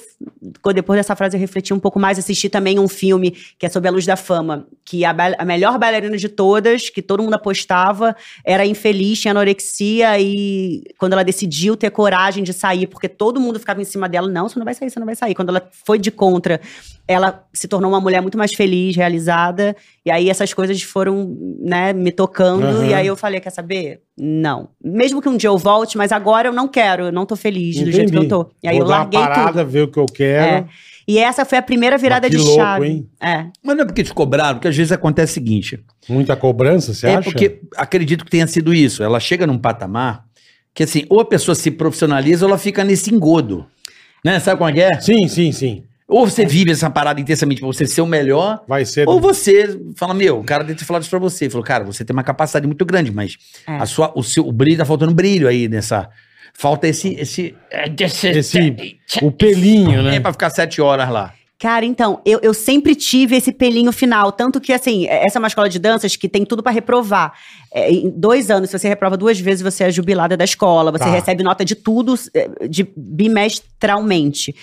S5: co- depois dessa frase, eu refleti um pouco mais, assisti também um filme que é sobre a luz da fama, que a, ba- a melhor bailarina de todas, que todo mundo apostava, era infeliz, tinha anorexia, e quando ela decidiu ter coragem de sair, porque todo mundo ficava em cima dela, não, você não vai sair, você não vai sair. Quando ela foi de contra, ela se tornou uma mulher muito mais feliz, realizada, e aí essas coisas foram, né, me tocando,
S4: Aham.
S5: e aí eu falei, quer saber? Não. Mesmo que um dia eu volte, mas agora eu não quero, eu não tô feliz do jeito que eu
S4: Entendi.
S5: tô. E aí
S4: Vou
S5: eu
S4: dar
S5: larguei
S4: uma
S5: tudo. É.
S4: parada, ver o que eu quero.
S5: E essa foi a primeira virada
S4: Mas que
S5: de
S4: louco,
S5: chave.
S4: hein?
S5: É.
S3: Mas não é porque te cobraram, porque às vezes acontece o seguinte.
S4: Muita cobrança, você
S3: é
S4: acha?
S3: porque acredito que tenha sido isso. Ela chega num patamar que assim, ou a pessoa se profissionaliza ou ela fica nesse engodo. Né? Sabe como é que é?
S4: Sim, sim, sim.
S3: Ou você vive essa parada intensamente pra você ser o melhor,
S4: Vai ser.
S3: ou você fala, meu, o cara deve ter falado isso pra você. Ele Falou, cara, você tem uma capacidade muito grande, mas
S5: É.
S3: a sua, o seu o brilho, tá faltando brilho aí nessa... Falta esse... esse,
S4: Esse- O pelinho,
S3: É
S4: né?
S3: pra ficar sete horas lá.
S5: Cara, então, eu, eu sempre tive esse pelinho final. Tanto que, assim, é- essa é uma escola de danças que tem tudo pra reprovar. É, em dois anos, se você reprova duas vezes, você é jubilada da escola, você
S4: Tá.
S5: recebe nota de tudo é, de, bimestralmente.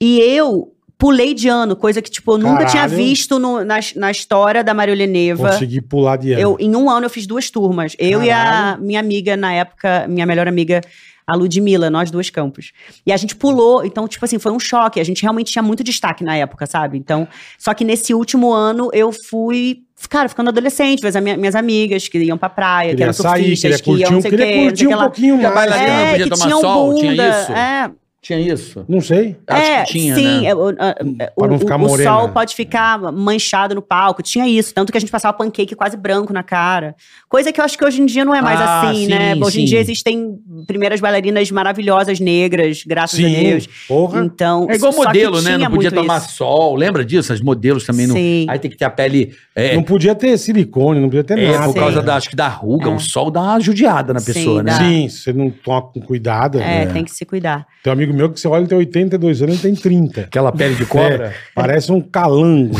S5: E eu pulei de ano, coisa que, tipo, eu nunca tinha
S4: Caralho.
S5: visto no- na, na história da Maria Oleneva.
S4: Consegui pular de ano.
S5: Eu, em um ano eu fiz duas turmas. Eu e a minha amiga, na época, minha melhor amiga, a Ludmilla, nós duas campos. E a gente pulou, então, tipo assim, foi um choque. A gente realmente tinha muito destaque na época, sabe? Então, só que nesse último ano eu fui, cara, ficando adolescente, mas as minha- minhas amigas que iam pra praia, é, que
S4: queria
S5: eram
S4: sair,
S5: surfistas,
S4: queria
S5: que iam
S4: curtir,
S5: não
S4: um-
S5: sei o quê,
S4: queria
S5: não sei
S4: curtir
S5: o que
S4: um
S5: lá.
S4: pouquinho
S3: Tinha
S4: mais.
S3: bailarina,
S5: É,
S3: podia
S5: que
S3: tomar
S5: tinham
S3: sol, tinha
S5: bunda.
S3: isso?
S5: É,
S3: Tinha isso.
S4: Não sei.
S3: Acho
S5: é,
S3: que tinha,
S5: sim.
S3: né?
S5: é, o- a- é,
S4: Pra não
S5: o-
S4: ficar
S5: o, o
S4: morena.
S5: sol pode ficar manchado no palco. Tinha isso. Tanto que a gente passava pancake quase branco na cara. Coisa que eu acho que hoje em dia não é mais
S3: Ah,
S5: assim,
S3: sim,
S5: né? Hoje
S3: sim.
S5: em dia existem primeiras bailarinas maravilhosas negras, graças a Deus.
S4: Porra.
S5: Então,
S3: É igual
S5: só que
S3: modelo, né?
S5: tinha
S3: Não podia
S5: muito
S3: tomar
S5: isso.
S3: sol. Lembra disso? As modelos também não.
S5: Sim.
S3: Aí tem que ter a pele. É,
S4: Não podia ter silicone, não podia ter
S3: é,
S4: nada.
S3: por causa
S4: né?
S3: da, acho que da ruga,
S5: É.
S3: o sol dá uma judiada na
S5: Sim,
S3: pessoa, né?
S5: dá.
S4: Sim, se você não toma com cuidado.
S5: É,
S4: né?
S5: tem que se cuidar.
S4: Tem um amigo meu que você olha, ele tem 82 anos, ele tem 30.
S3: Aquela pele de cobra.
S4: É, parece um calango.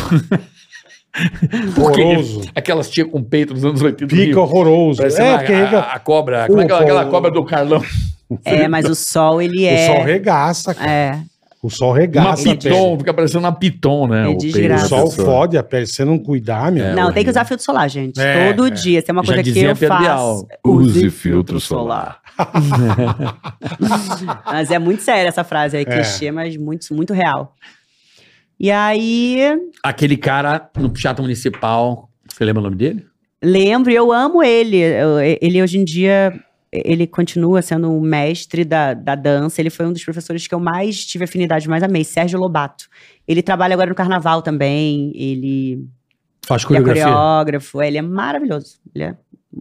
S3: Porque
S4: horroroso.
S3: Aquelas tia com peito dos anos 80.
S4: Pica horroroso.
S3: Parece
S4: É,
S3: uma-
S5: Ah,
S4: porque
S3: a,
S4: rega-
S3: a cobra. Como é que é
S4: Opa,
S3: aquela
S4: o-
S3: cobra do Carlão?
S5: É, mas
S3: tá-
S5: o sol, ele
S4: o
S5: é.
S4: sol regaça, cara.
S5: É.
S4: O sol
S3: Uma
S4: regaça. a
S3: piton,
S4: pele.
S3: fica parecendo uma piton, né?
S5: É
S3: o peito da
S4: O
S5: desgraça.
S4: sol
S3: pessoa.
S4: fode a pele. Se você não cuidar, meu.
S3: É,
S5: não, tem
S3: horrível.
S5: que usar filtro solar, gente.
S4: É,
S5: Todo
S4: é.
S5: dia. Isso é uma
S3: Já
S5: coisa que
S3: dizia
S5: eu
S3: Pedro
S5: faço.
S3: Bial,
S6: use filtro solar.
S5: Mas é muito séria essa frase aí,
S4: É.
S5: clichê, mas muito, muito real. E aí,
S3: Aquele cara no Teatro Municipal. Você lembra o nome dele?
S5: Lembro, e eu amo ele. Eu- Ele hoje em dia, ele continua sendo um mestre da, da dança. Ele foi um dos professores que eu mais tive afinidade, mais amei, Sérgio Lobato. Ele trabalha agora no carnaval também. Ele
S3: Faz
S5: ele é
S3: coreografia.
S5: coreógrafo, ele é maravilhoso. Ele é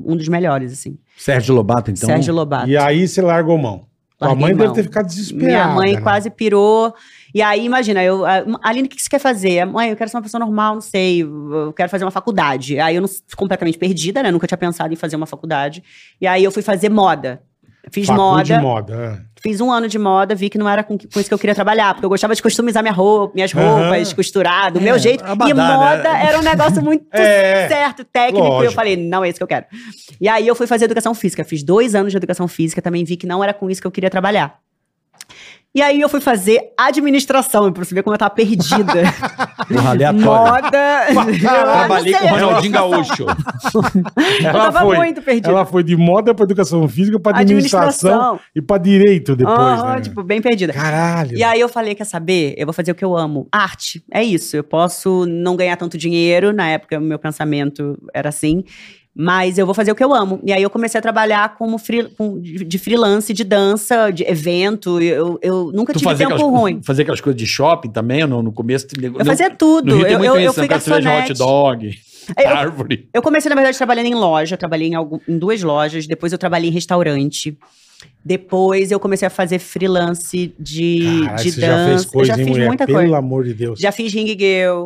S5: um dos melhores, assim.
S3: Sérgio Lobato, então.
S5: Sérgio Lobato.
S4: E aí você largou mão. Tua
S5: Larguei
S4: mãe deve
S5: mão.
S4: ter ficado desesperada.
S5: Minha mãe
S4: né?
S5: quase pirou. E aí, imagina, eu, a- Aline, o que que você quer fazer? Mãe, eu quero ser uma pessoa normal, não sei, eu quero fazer uma faculdade. Aí eu não, completamente perdida, né? Nunca tinha pensado em fazer uma faculdade. E aí eu fui fazer moda. Fiz
S4: Facu de
S5: moda,
S4: moda. é.
S5: fiz um ano de moda, vi que não era com, que- com isso que eu queria trabalhar, porque eu gostava de customizar minha roupa, minhas
S4: Aham.
S5: roupas, costurar, do
S3: É,
S5: meu jeito. e
S3: abadá, né?
S5: moda era um negócio muito
S4: É,
S5: certo, técnico. E eu
S4: lógico.
S5: falei, não é isso que eu quero. E aí eu fui fazer educação física. Fiz dois anos de educação física, também vi que não era com isso que eu queria trabalhar. E aí eu fui fazer administração, pra você ver como eu tava perdida.
S3: Porra,
S4: É
S3: aleatório.
S4: né?
S5: Moda.
S3: Trabalhei com o Ronaldinho Gaúcho.
S5: Eu
S4: Ela
S5: tava
S4: foi.
S5: muito perdida.
S4: Ela foi de moda pra educação física, pra administração,
S5: Administração.
S4: e pra direito depois.
S5: Aham,
S4: né?
S5: tipo, bem perdida.
S4: Caralho.
S5: E aí eu falei, quer saber? Eu vou fazer o que eu amo. Arte. É isso. Eu posso não ganhar tanto dinheiro. Na época, o meu pensamento era assim. Mas eu vou fazer o que eu amo. E aí eu comecei a trabalhar como free- com- de de freelance, de dança, de evento. Eu, eu nunca tive tempo ruim.
S3: fazer aquelas coisas de shopping também, no, no começo. Eu
S5: Eu fazia tudo.
S3: No Rio tem
S5: eu,
S3: muito
S5: eu, eu
S3: isso,
S5: fui
S3: né? O cara fez hot
S5: garçonete.
S3: dog,
S5: Eu-
S3: árvore.
S5: Eu comecei, na verdade, trabalhando em loja. Trabalhei em, algum- em duas lojas. Depois eu trabalhei em restaurante. Depois eu comecei a fazer freelance de,
S4: Caralho,
S5: de
S4: você já
S5: dança.
S4: fez coisa,
S5: eu já
S4: hein,
S5: fiz
S4: mulher?
S5: muita
S4: Pelo
S5: coisa.
S4: amor de Deus.
S5: Já fiz ring girl,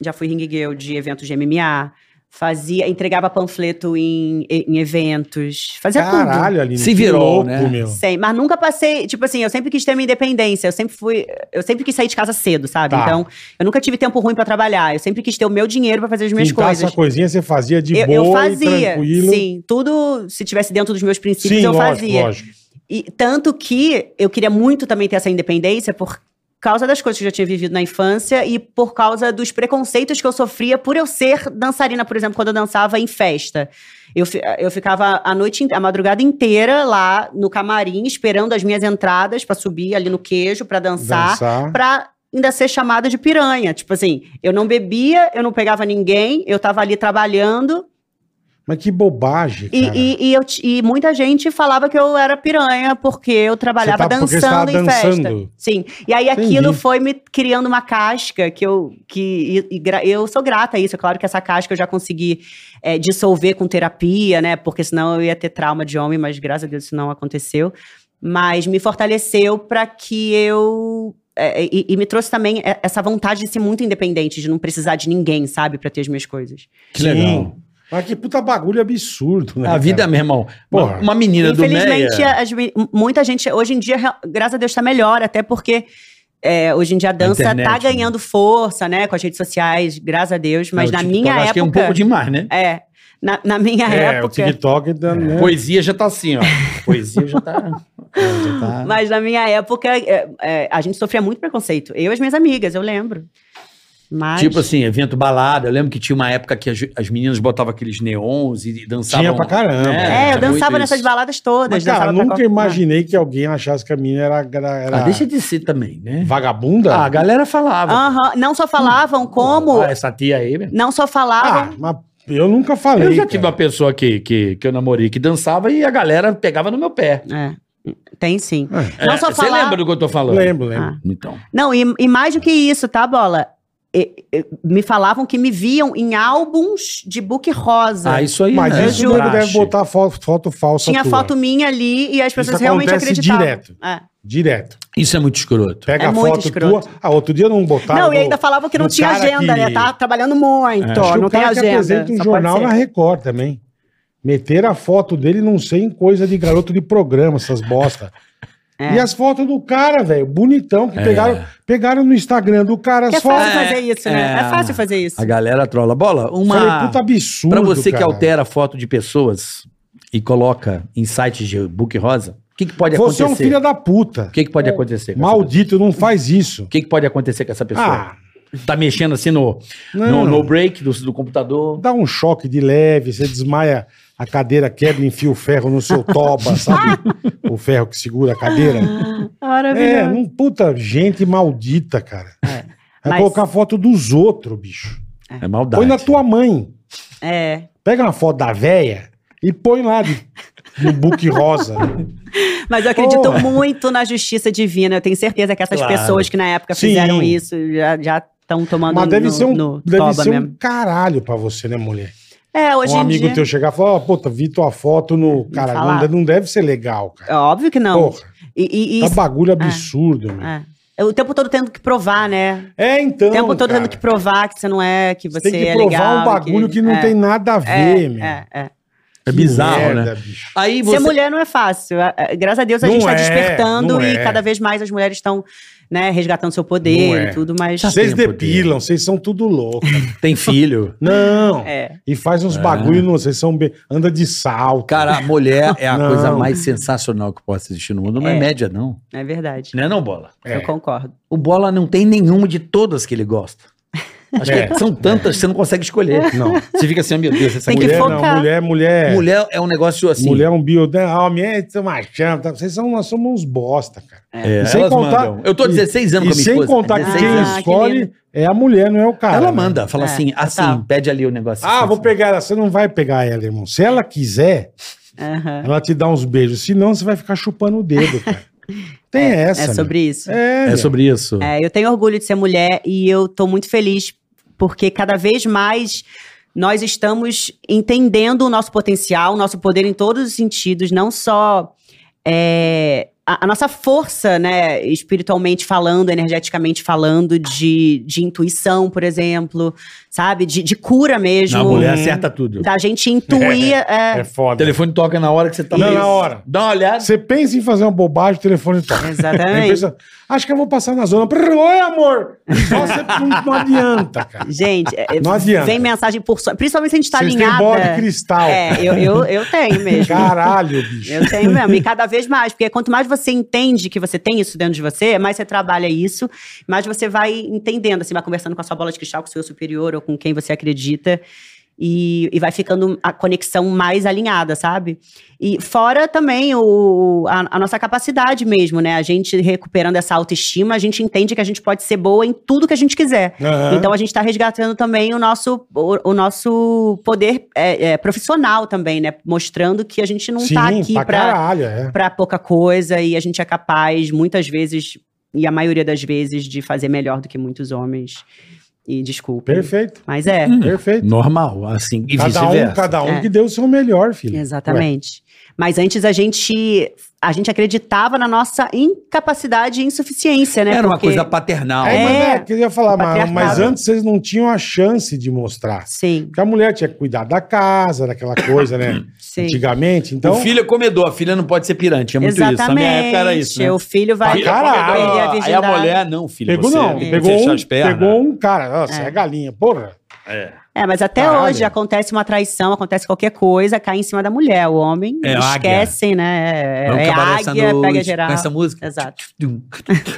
S5: já fui ring girl de eventos de MMA, fazia, entregava panfleto em, em eventos, fazia
S4: Caralho, Aline.
S3: Se
S4: que
S3: virou,
S4: louco,
S3: né?
S4: meu.
S5: tudo. Sei, mas nunca passei, tipo assim, eu sempre quis ter minha independência, eu sempre fui, eu sempre quis sair de casa cedo, sabe?
S4: Tá.
S5: Então, eu nunca tive tempo ruim pra trabalhar, eu sempre quis ter o meu dinheiro pra fazer as minhas
S4: Pintar
S5: coisas.
S4: essa coisinha você fazia de
S5: Eu,
S4: boa
S5: eu
S4: e
S5: fazia,
S4: tranquilo.
S5: sim, tudo se tivesse dentro dos meus princípios
S4: Sim,
S5: eu
S4: lógico,
S5: fazia.
S4: lógico.
S5: E tanto que eu queria muito também ter essa independência por causa das coisas que eu já tinha vivido na infância e por causa dos preconceitos que eu sofria por eu ser dançarina, por exemplo, quando eu dançava em festa. Eu, fi- eu ficava a noite, in- a madrugada inteira lá no camarim, esperando as minhas entradas pra subir ali no queijo, pra dançar,
S4: Dançar.
S5: pra ainda ser chamada de piranha. Tipo assim, eu não bebia, eu não pegava ninguém, eu tava ali trabalhando
S4: Mas que bobagem,
S5: e,
S4: cara.
S5: e- e eu ti- e muita gente falava que eu era piranha porque eu trabalhava
S4: Você tá- porque você
S5: dançando
S4: tava
S5: em
S4: dançando.
S5: festa. Sim. E aí aquilo
S4: Entendi.
S5: foi me criando uma casca que eu que e- e gra- eu sou grata a isso. É claro que essa casca eu já consegui é, dissolver com terapia, né? Porque senão eu ia ter trauma de homem, mas graças a Deus isso não aconteceu. Mas me fortaleceu para que eu é, e, e me trouxe também é, essa vontade de ser muito independente, de não precisar de ninguém, sabe, para ter as minhas coisas.
S3: Que legal.
S4: Sim. Mas que puta bagulho absurdo, né?
S3: A vida,
S4: cara?
S3: meu irmão.
S4: Porra.
S3: Uma menina do Meia.
S5: Infelizmente, as me- muita gente, hoje em dia, rea- graças a Deus, tá melhor, até porque é, hoje em dia a dança
S3: internet,
S5: tá
S3: né?
S5: ganhando força, né, com as redes sociais, graças a Deus, mas
S3: Não,
S5: na
S3: o
S5: minha
S3: TikTok,
S5: época.
S3: Acho que é um pouco demais, né?
S5: é, na, na minha
S4: É, o
S5: época.
S4: TikTok da,
S5: É.
S4: né?
S3: Poesia já tá assim, ó. Poesia já tá. já tá-
S5: Mas na minha época, é, é, a gente sofria muito preconceito. Eu e as minhas amigas, eu lembro. Mas.
S3: Tipo assim, evento balada. Eu lembro que tinha uma época que as, as meninas botavam aqueles neons e dançavam. Ah,
S4: Tinha pra caramba.
S5: é, eu
S3: tinha
S5: dançava
S3: muito
S5: nessas
S3: isso.
S5: baladas todas.
S4: Mas, cara,
S5: dançava pra
S4: nunca
S5: qualquer-
S4: imaginei que alguém achasse que a menina era, era, era
S3: Ah, deixa de ser também, né?
S4: vagabunda.
S3: Ah, a galera falava.
S5: Aham, não só falavam como.
S3: Ah, essa tia aí, meu.
S5: Não só
S4: Ah,
S5: falavam.
S4: mas eu nunca falei.
S3: Eu já
S4: cara.
S3: tive uma pessoa que, que, que eu namorei que dançava e a galera pegava no meu pé.
S5: É, tem sim.
S3: Ah. É,
S5: Não só
S3: Você
S5: falar-
S3: lembra do que eu tô falando?
S4: Lembro, lembro.
S5: Ah.
S3: Então.
S5: Não, e, e mais do que isso, tá, Bola? E- e- me falavam que me viam em álbuns de book rosa.
S3: Ah, isso aí.
S4: Mas
S3: né?
S5: Eu
S4: isso
S5: juro.
S4: nego deve botar fo- foto, falsa
S5: Tinha
S4: tua.
S5: foto minha ali e as pessoas
S4: Isso
S5: realmente
S4: acontece
S5: acreditavam.
S4: direto.
S5: É.
S4: Direto.
S3: Isso é muito escroto.
S4: Pega
S5: É
S4: a
S5: muito
S4: foto
S5: escroto.
S4: tua. Ah, outro dia não botaram.
S5: não, e
S4: do-
S5: ainda falavam que não
S4: do
S5: tinha
S4: cara
S5: agenda,
S4: que-
S5: né? Tava trabalhando muito,
S4: Acho que
S5: não
S4: o
S5: tem
S4: cara que
S5: agenda.
S4: apresenta um
S5: só pode
S4: jornal
S5: ser.
S4: na Record também. Meteram a foto dele, não sei, em coisa de garoto de programa, essas bosta.
S5: É.
S4: E as fotos do cara, velho, bonitão,
S3: É.
S4: que pegaram, pegaram no Instagram do cara
S5: Que
S4: as
S5: é fácil
S4: fotos.
S5: fazer isso, né?
S3: é.
S5: É fácil fazer isso.
S3: A galera trola. Bola, uma.
S4: Falei, puta absurdo,
S3: Pra você que
S5: é
S4: cara.
S3: altera a foto de pessoas e coloca em sites de book rosa, o que, que pode
S4: Você é um
S3: acontecer?
S4: filho da puta.
S3: O que, que pode acontecer? com essa pessoa?
S4: Maldito, não faz isso.
S3: O que, que pode acontecer com essa pessoa?
S4: Ah,
S3: Tá mexendo assim no,
S4: Não.
S3: no, no break do, do computador.
S4: dá um choque de leve, você desmaia, a cadeira quebra, enfia o ferro no seu toba, sabe? o ferro que segura a cadeira.
S5: Maravilhoso. É,
S4: É, um puta gente maldita, cara. Vai
S5: Mas-
S4: colocar foto dos outros, bicho.
S3: É maldade.
S4: Põe na tua mãe.
S5: É.
S4: Pega uma foto da véia e põe lá de, no book rosa.
S5: Mas eu acredito
S4: Porra.
S5: muito na justiça divina. Eu tenho certeza que essas
S3: Claro.
S5: pessoas que na época
S4: Sim.
S5: fizeram isso já estão tomando
S4: Mas deve
S5: no,
S4: ser um,
S5: no
S4: deve
S5: toba
S4: ser
S5: mesmo.
S4: um caralho pra você, né, mulher?
S5: É, hoje
S4: um
S5: em
S4: amigo
S5: dia.
S4: teu chegar e falar, ó, puta, vi tua foto no... Cara, não,
S5: falar.
S4: de- não deve ser legal, cara.
S5: É Óbvio que não.
S4: Porra,
S5: E, e- e-
S4: tá bagulho absurdo, meu.
S5: é. Eu, O tempo todo tendo que provar, né?
S4: É, então,
S5: O tempo todo
S4: cara,
S5: tendo que provar que você não é, que você
S4: Tem que
S5: é
S4: provar
S5: legal.
S4: um bagulho que, não
S5: é,
S4: tem nada a
S5: é,
S4: ver, meu.
S5: é, é.
S3: É bizarro, né?
S4: Bicho.
S3: Aí
S5: Ser
S3: você.
S5: mulher não é fácil. É, é, Graças a Deus a
S4: Não
S5: gente tá
S4: é, não
S5: despertando e
S4: é.
S5: cada vez mais as mulheres estão né, resgatando seu
S4: Não
S5: poder
S4: é.
S5: e tudo, mas.
S3: Tá
S4: Vocês
S3: tempo
S4: depilam, vocês são tudo louco.
S3: Tem filho.
S4: Não.
S5: É.
S4: E faz uns bagulho, não, vocês são bem... Anda de salto.
S3: Cara, a mulher é a
S4: Não.
S3: coisa mais sensacional que possa existir no mundo. Não é,
S5: É.
S3: média, não.
S5: É verdade.
S3: Não é não, Bola?
S4: É.
S5: Eu concordo.
S3: O Bola não tem nenhuma de todas que ele gosta. Acho
S4: É.
S3: que são tantas que você não consegue escolher.
S4: Não.
S3: Você fica
S4: "Ah,
S3: assim, oh, meu Deus, essa
S5: Tem que
S3: mulher...
S4: mulher,
S5: focar.
S4: não, mulher, mulher. Mulher,
S3: mulher é um negócio assim.
S4: mulher é um bio, né? Homem, é isso é machão. tá? Vocês são, nós somos uns bosta, cara.
S3: É,
S4: E sem
S3: elas
S4: contar-
S3: mandam. Eu tô
S4: e-
S3: 16 anos
S4: E
S3: com a minha
S4: sem
S3: esposa.
S4: contar que
S3: 16
S4: quem
S3: anos.
S5: Ah, que
S4: escolhe é a mulher, não é o cara.
S3: Ela
S4: né?
S3: manda, fala
S5: É,
S3: assim, assim,
S5: total.
S3: pede ali o negócio.
S4: Ah,
S3: assim.
S4: vou pegar ela. Você não vai pegar ela, irmão. Se ela quiser,
S5: Aham.
S4: ela te dá uns beijos. Senão, você vai ficar chupando o dedo, cara. Tem essa.
S5: É
S4: meu.
S5: sobre isso.
S4: É,
S3: É
S4: meu.
S3: sobre isso.
S5: É, eu tenho orgulho de ser mulher e eu tô muito feliz porque cada vez mais nós estamos entendendo o nosso potencial, o nosso poder em todos os sentidos, não só é, a, a nossa força, né, espiritualmente falando, energeticamente falando, de, de intuição, por exemplo, sabe? De, de cura mesmo.
S3: Não, a
S5: Uhum.
S3: mulher acerta tudo.
S5: Da gente intuir. é,
S4: É
S3: O
S4: foda.
S3: telefone toca na hora que você tá...
S4: Não, na hora.
S3: Dá uma olhada.
S4: Você pensa em fazer uma bobagem, o telefone tá toca. Aí
S5: Exatamente.
S4: pensa, acho que eu vou passar na zona. Prrr, Oi, amor! Só você não, não adianta, cara.
S5: Gente, é,
S4: Não adianta.
S5: vem mensagem por sonho. Principalmente se a gente tá
S4: Vocês têm
S5: alinhada.
S4: bola de cristal.
S5: É, eu, eu, eu tenho mesmo.
S4: Caralho, bicho.
S5: Eu tenho mesmo. E cada vez mais, porque quanto mais você entende que você tem isso dentro de você, mais você trabalha isso, mais você vai entendendo, assim, vai conversando com a sua bola de cristal, com o seu superior ou com quem você acredita. E, e vai ficando a conexão mais alinhada, sabe? E fora também o, a, a nossa capacidade mesmo, né? A gente recuperando essa autoestima, a gente entende que a gente pode ser boa em tudo que a gente quiser.
S4: Aham.
S5: Então a gente está resgatando também o nosso, o, o nosso poder é, é, profissional também, né? Mostrando que a gente não está
S4: Sim,
S5: aqui
S4: pra
S5: para
S4: caralho, é.
S5: pouca coisa e a gente é capaz, muitas vezes, e a maioria das vezes, de fazer melhor do que muitos homens. E desculpa.
S4: Perfeito,
S5: Mas é,
S3: Uhum.
S4: perfeito.
S3: Normal, assim, e
S4: cada um,
S3: vice-versa.
S4: cada um
S5: É.
S4: que deu o seu melhor, filho.
S5: exatamente. Mas antes a gente a gente acreditava na nossa incapacidade e insuficiência, né?
S3: Era uma
S5: Porque-
S3: coisa paternal.
S4: É,
S5: É,
S4: mas é, queria falar,
S5: o
S4: mas, mas
S5: patriarcado.
S4: antes vocês não tinham a chance de mostrar.
S5: Sim,
S4: Porque a mulher tinha que cuidar da casa, daquela coisa, né?
S5: sim.
S4: Antigamente, então.
S3: O filho é comedor, a filha não pode ser pirante. É muito isso. Na minha época era isso. né?
S5: O filho vai
S3: Filho é
S4: Caralho.
S5: perder a
S3: comedor, Aí a
S5: virgindade.
S3: mulher, não, filho.
S4: Pegou
S3: você
S4: não,
S3: tem que
S4: pegou
S3: fechar
S4: um,
S3: as pernas.
S4: pegou um cara. Nossa, é. galinha, porra.
S5: É, mas até
S4: Caralho.
S5: hoje acontece uma traição, acontece qualquer coisa, cai em cima da mulher. O homem
S3: É águia. um
S5: esquecem, né? É,
S3: Vamos
S5: é
S3: cabaré essa
S5: águia,
S3: noite.
S5: pega geral.
S3: Com essa música?
S5: Exato.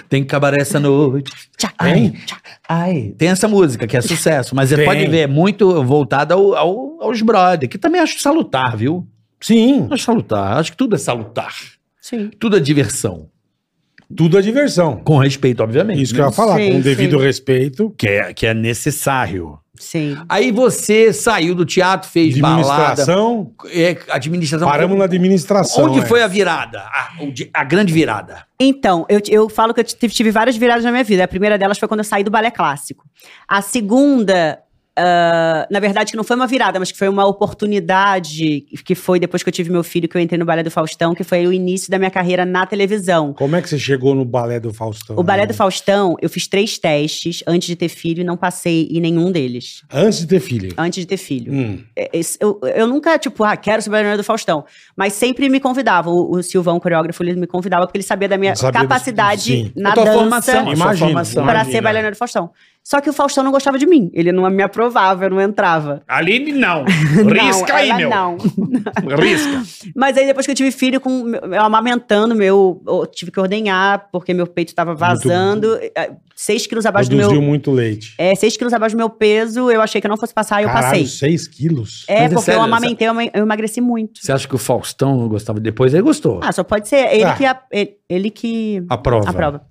S3: Tem cabaré essa noite.
S5: Tchá,
S4: Hein?
S5: tchá.
S3: Ai, tem essa música que é sucesso, mas você
S4: Tem.
S3: pode ver, é muito voltada ao- ao- aos brother, que também acho salutar, viu?
S4: Sim,
S3: Acho salutar, acho que tudo é salutar.
S5: Sim.
S3: Tudo é diversão.
S4: tudo é diversão.
S3: Com respeito, obviamente.
S4: Isso que
S3: né?
S4: eu ia falar,
S5: Sim,
S4: com o devido
S5: sim.
S4: respeito.
S3: que é, que é necessário.
S5: Sim.
S3: Aí você saiu do teatro, fez balada,
S4: Administração,
S3: é, administração.
S4: paramos na administração.
S3: Onde
S4: é.
S3: foi a virada? A, o di- a grande virada.
S5: Então, eu, eu falo que eu tive, tive várias viradas na minha vida. A primeira delas foi quando eu saí do balé clássico. A segunda, ah, na verdade, que não foi uma virada, mas que foi uma oportunidade, que foi depois que eu tive meu filho, que eu entrei no balé do Faustão, que foi o início da minha carreira na televisão.
S4: Como é que você chegou no balé do Faustão?
S5: O balé do Faustão, eu fiz três testes antes de ter filho e não passei em nenhum deles.
S4: Antes de ter filho.
S5: Antes de ter filho.
S4: Hum.
S5: É, esse- Eu, eu nunca, tipo, ah, quero ser bailarina do Faustão. Mas sempre me convidava. O, o Silvão, coreógrafo, ele me convidava porque ele sabia da minha
S4: Sabia do-
S5: capacidade
S4: sim.
S5: na
S3: tua
S5: dança
S3: formação, a sua
S4: Imagino,
S3: formação.
S5: para
S4: imagino. é.
S5: ser bailarina do Faustão. Só que o Faustão não gostava de mim. Ele não me aprovava, eu não entrava.
S7: Aline,
S5: Não,
S7: não. Risca aí,
S5: ela
S7: meu.
S5: Não.
S7: Risca.
S5: Mas aí depois que eu tive filho, com, eu amamentando, meu, eu tive que ordenhar porque meu peito estava vazando. eh, Seis quilos abaixo do
S4: Produziu
S5: meu
S4: muito leite.
S5: É, 6 quilos abaixo do meu peso, eu achei que eu não fosse passar, É, eu
S4: Caralho,
S5: passei.
S4: 6 quilos?
S5: É,
S3: Mas é
S5: porque
S3: sério,
S5: eu amamentei, eu ema- eu emagreci muito.
S3: Você acha que o Faustão não gostava depois? Ele gostou.
S5: Ah, só pode Ah, ser ele
S4: Ah.
S5: que. É a- ele, ele que.
S3: a prova.
S5: A prova.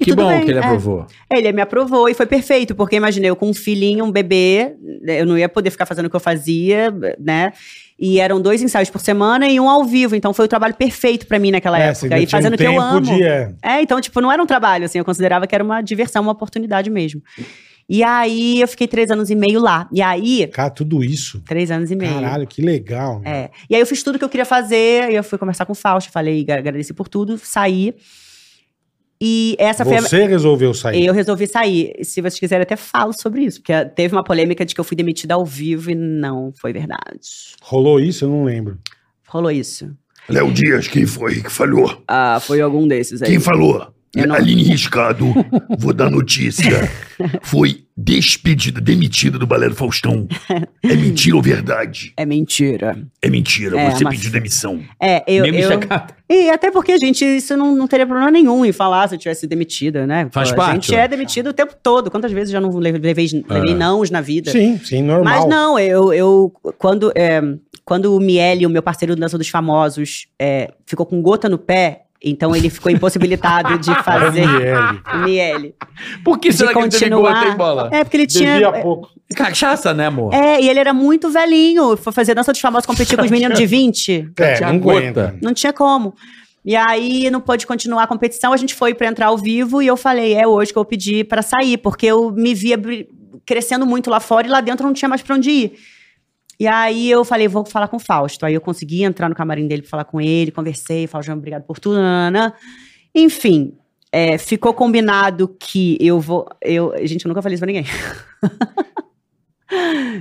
S5: E
S3: que
S5: tudo
S3: bom
S5: bem,
S3: que ele
S5: é.
S3: aprovou.
S5: Ele me aprovou e foi perfeito, porque imaginei eu com um filhinho, um bebê, eu não ia poder ficar fazendo o que eu fazia, né? E eram dois ensaios por semana e um ao vivo, então foi o trabalho perfeito pra mim naquela
S4: É, você
S5: época.
S4: ainda
S5: E
S4: tinha um
S5: fazendo o que eu
S4: tempo
S5: amo.
S4: de, é.
S5: É, então, tipo, não era um trabalho, assim, eu considerava que era uma diversão, uma oportunidade mesmo. E aí eu fiquei três anos e meio lá. E aí,
S4: Cara, tudo isso.
S5: três anos e meio.
S4: Caralho, que legal. meu.
S5: É. E aí eu fiz tudo que eu queria fazer, e eu fui conversar com o Fausto, falei, "Gra- agradeci por tudo, saí. E essa foi a-
S4: Você resolveu sair.
S5: eu resolvi sair. Se vocês quiserem, eu até falo sobre isso, porque teve uma polêmica de que eu fui demitida ao vivo e não foi verdade.
S4: Rolou isso? Eu não lembro.
S5: Rolou isso.
S8: Léo Dias, quem foi que falhou?
S5: Ah, foi algum desses aí.
S8: Quem falou?
S5: Eu não-
S8: Aline Riscado, vou dar notícia. Foi despedida, demitida do Balé do Faustão. É mentira ou verdade?
S5: É mentira.
S8: É mentira,
S5: É,
S8: você
S5: mas-
S8: pediu demissão.
S5: É, eu.
S3: Mesmo
S5: eu-
S3: chacado.
S5: E até porque, gente, isso não, não teria problema nenhum em falar se eu tivesse demitida, né?
S3: Faz
S5: a
S3: parte,
S5: gente
S3: ué. Ah.
S5: é demitido o tempo todo. Quantas vezes eu já não leve- levei, levei nãos na vida?
S4: Sim, sim, normal.
S5: Mas não, eu, eu quando, é, quando o Miele, o meu parceiro do Dança dos Famosos, é, ficou com gota no pé, então ele ficou impossibilitado de fazer.
S4: Miele.
S5: O Miele.
S3: Por que
S5: De
S3: será que ele teve gota em
S5: continuar.
S3: bola?
S5: É, porque ele
S4: Devia
S5: tinha.
S4: pouco.
S3: Cachaça, né, amor?
S5: É, e ele era muito velhinho. Foi fazer dança dos famosos competir com os meninos de 20.
S4: É,
S3: Tinha
S4: não
S3: gota.
S4: aguenta.
S5: Não tinha como. E aí não pôde continuar a competição. A gente foi pra entrar ao vivo e eu falei: é hoje que eu pedi pra sair, porque eu me via bri- crescendo muito lá fora e lá dentro não tinha mais pra onde ir. E aí eu falei, vou falar com o Fausto. Aí eu consegui entrar no camarim dele pra falar com ele, conversei, Fausto, obrigado por tudo, nananã. Enfim, é, ficou combinado que eu vou. Eu, gente, eu nunca falei isso pra ninguém.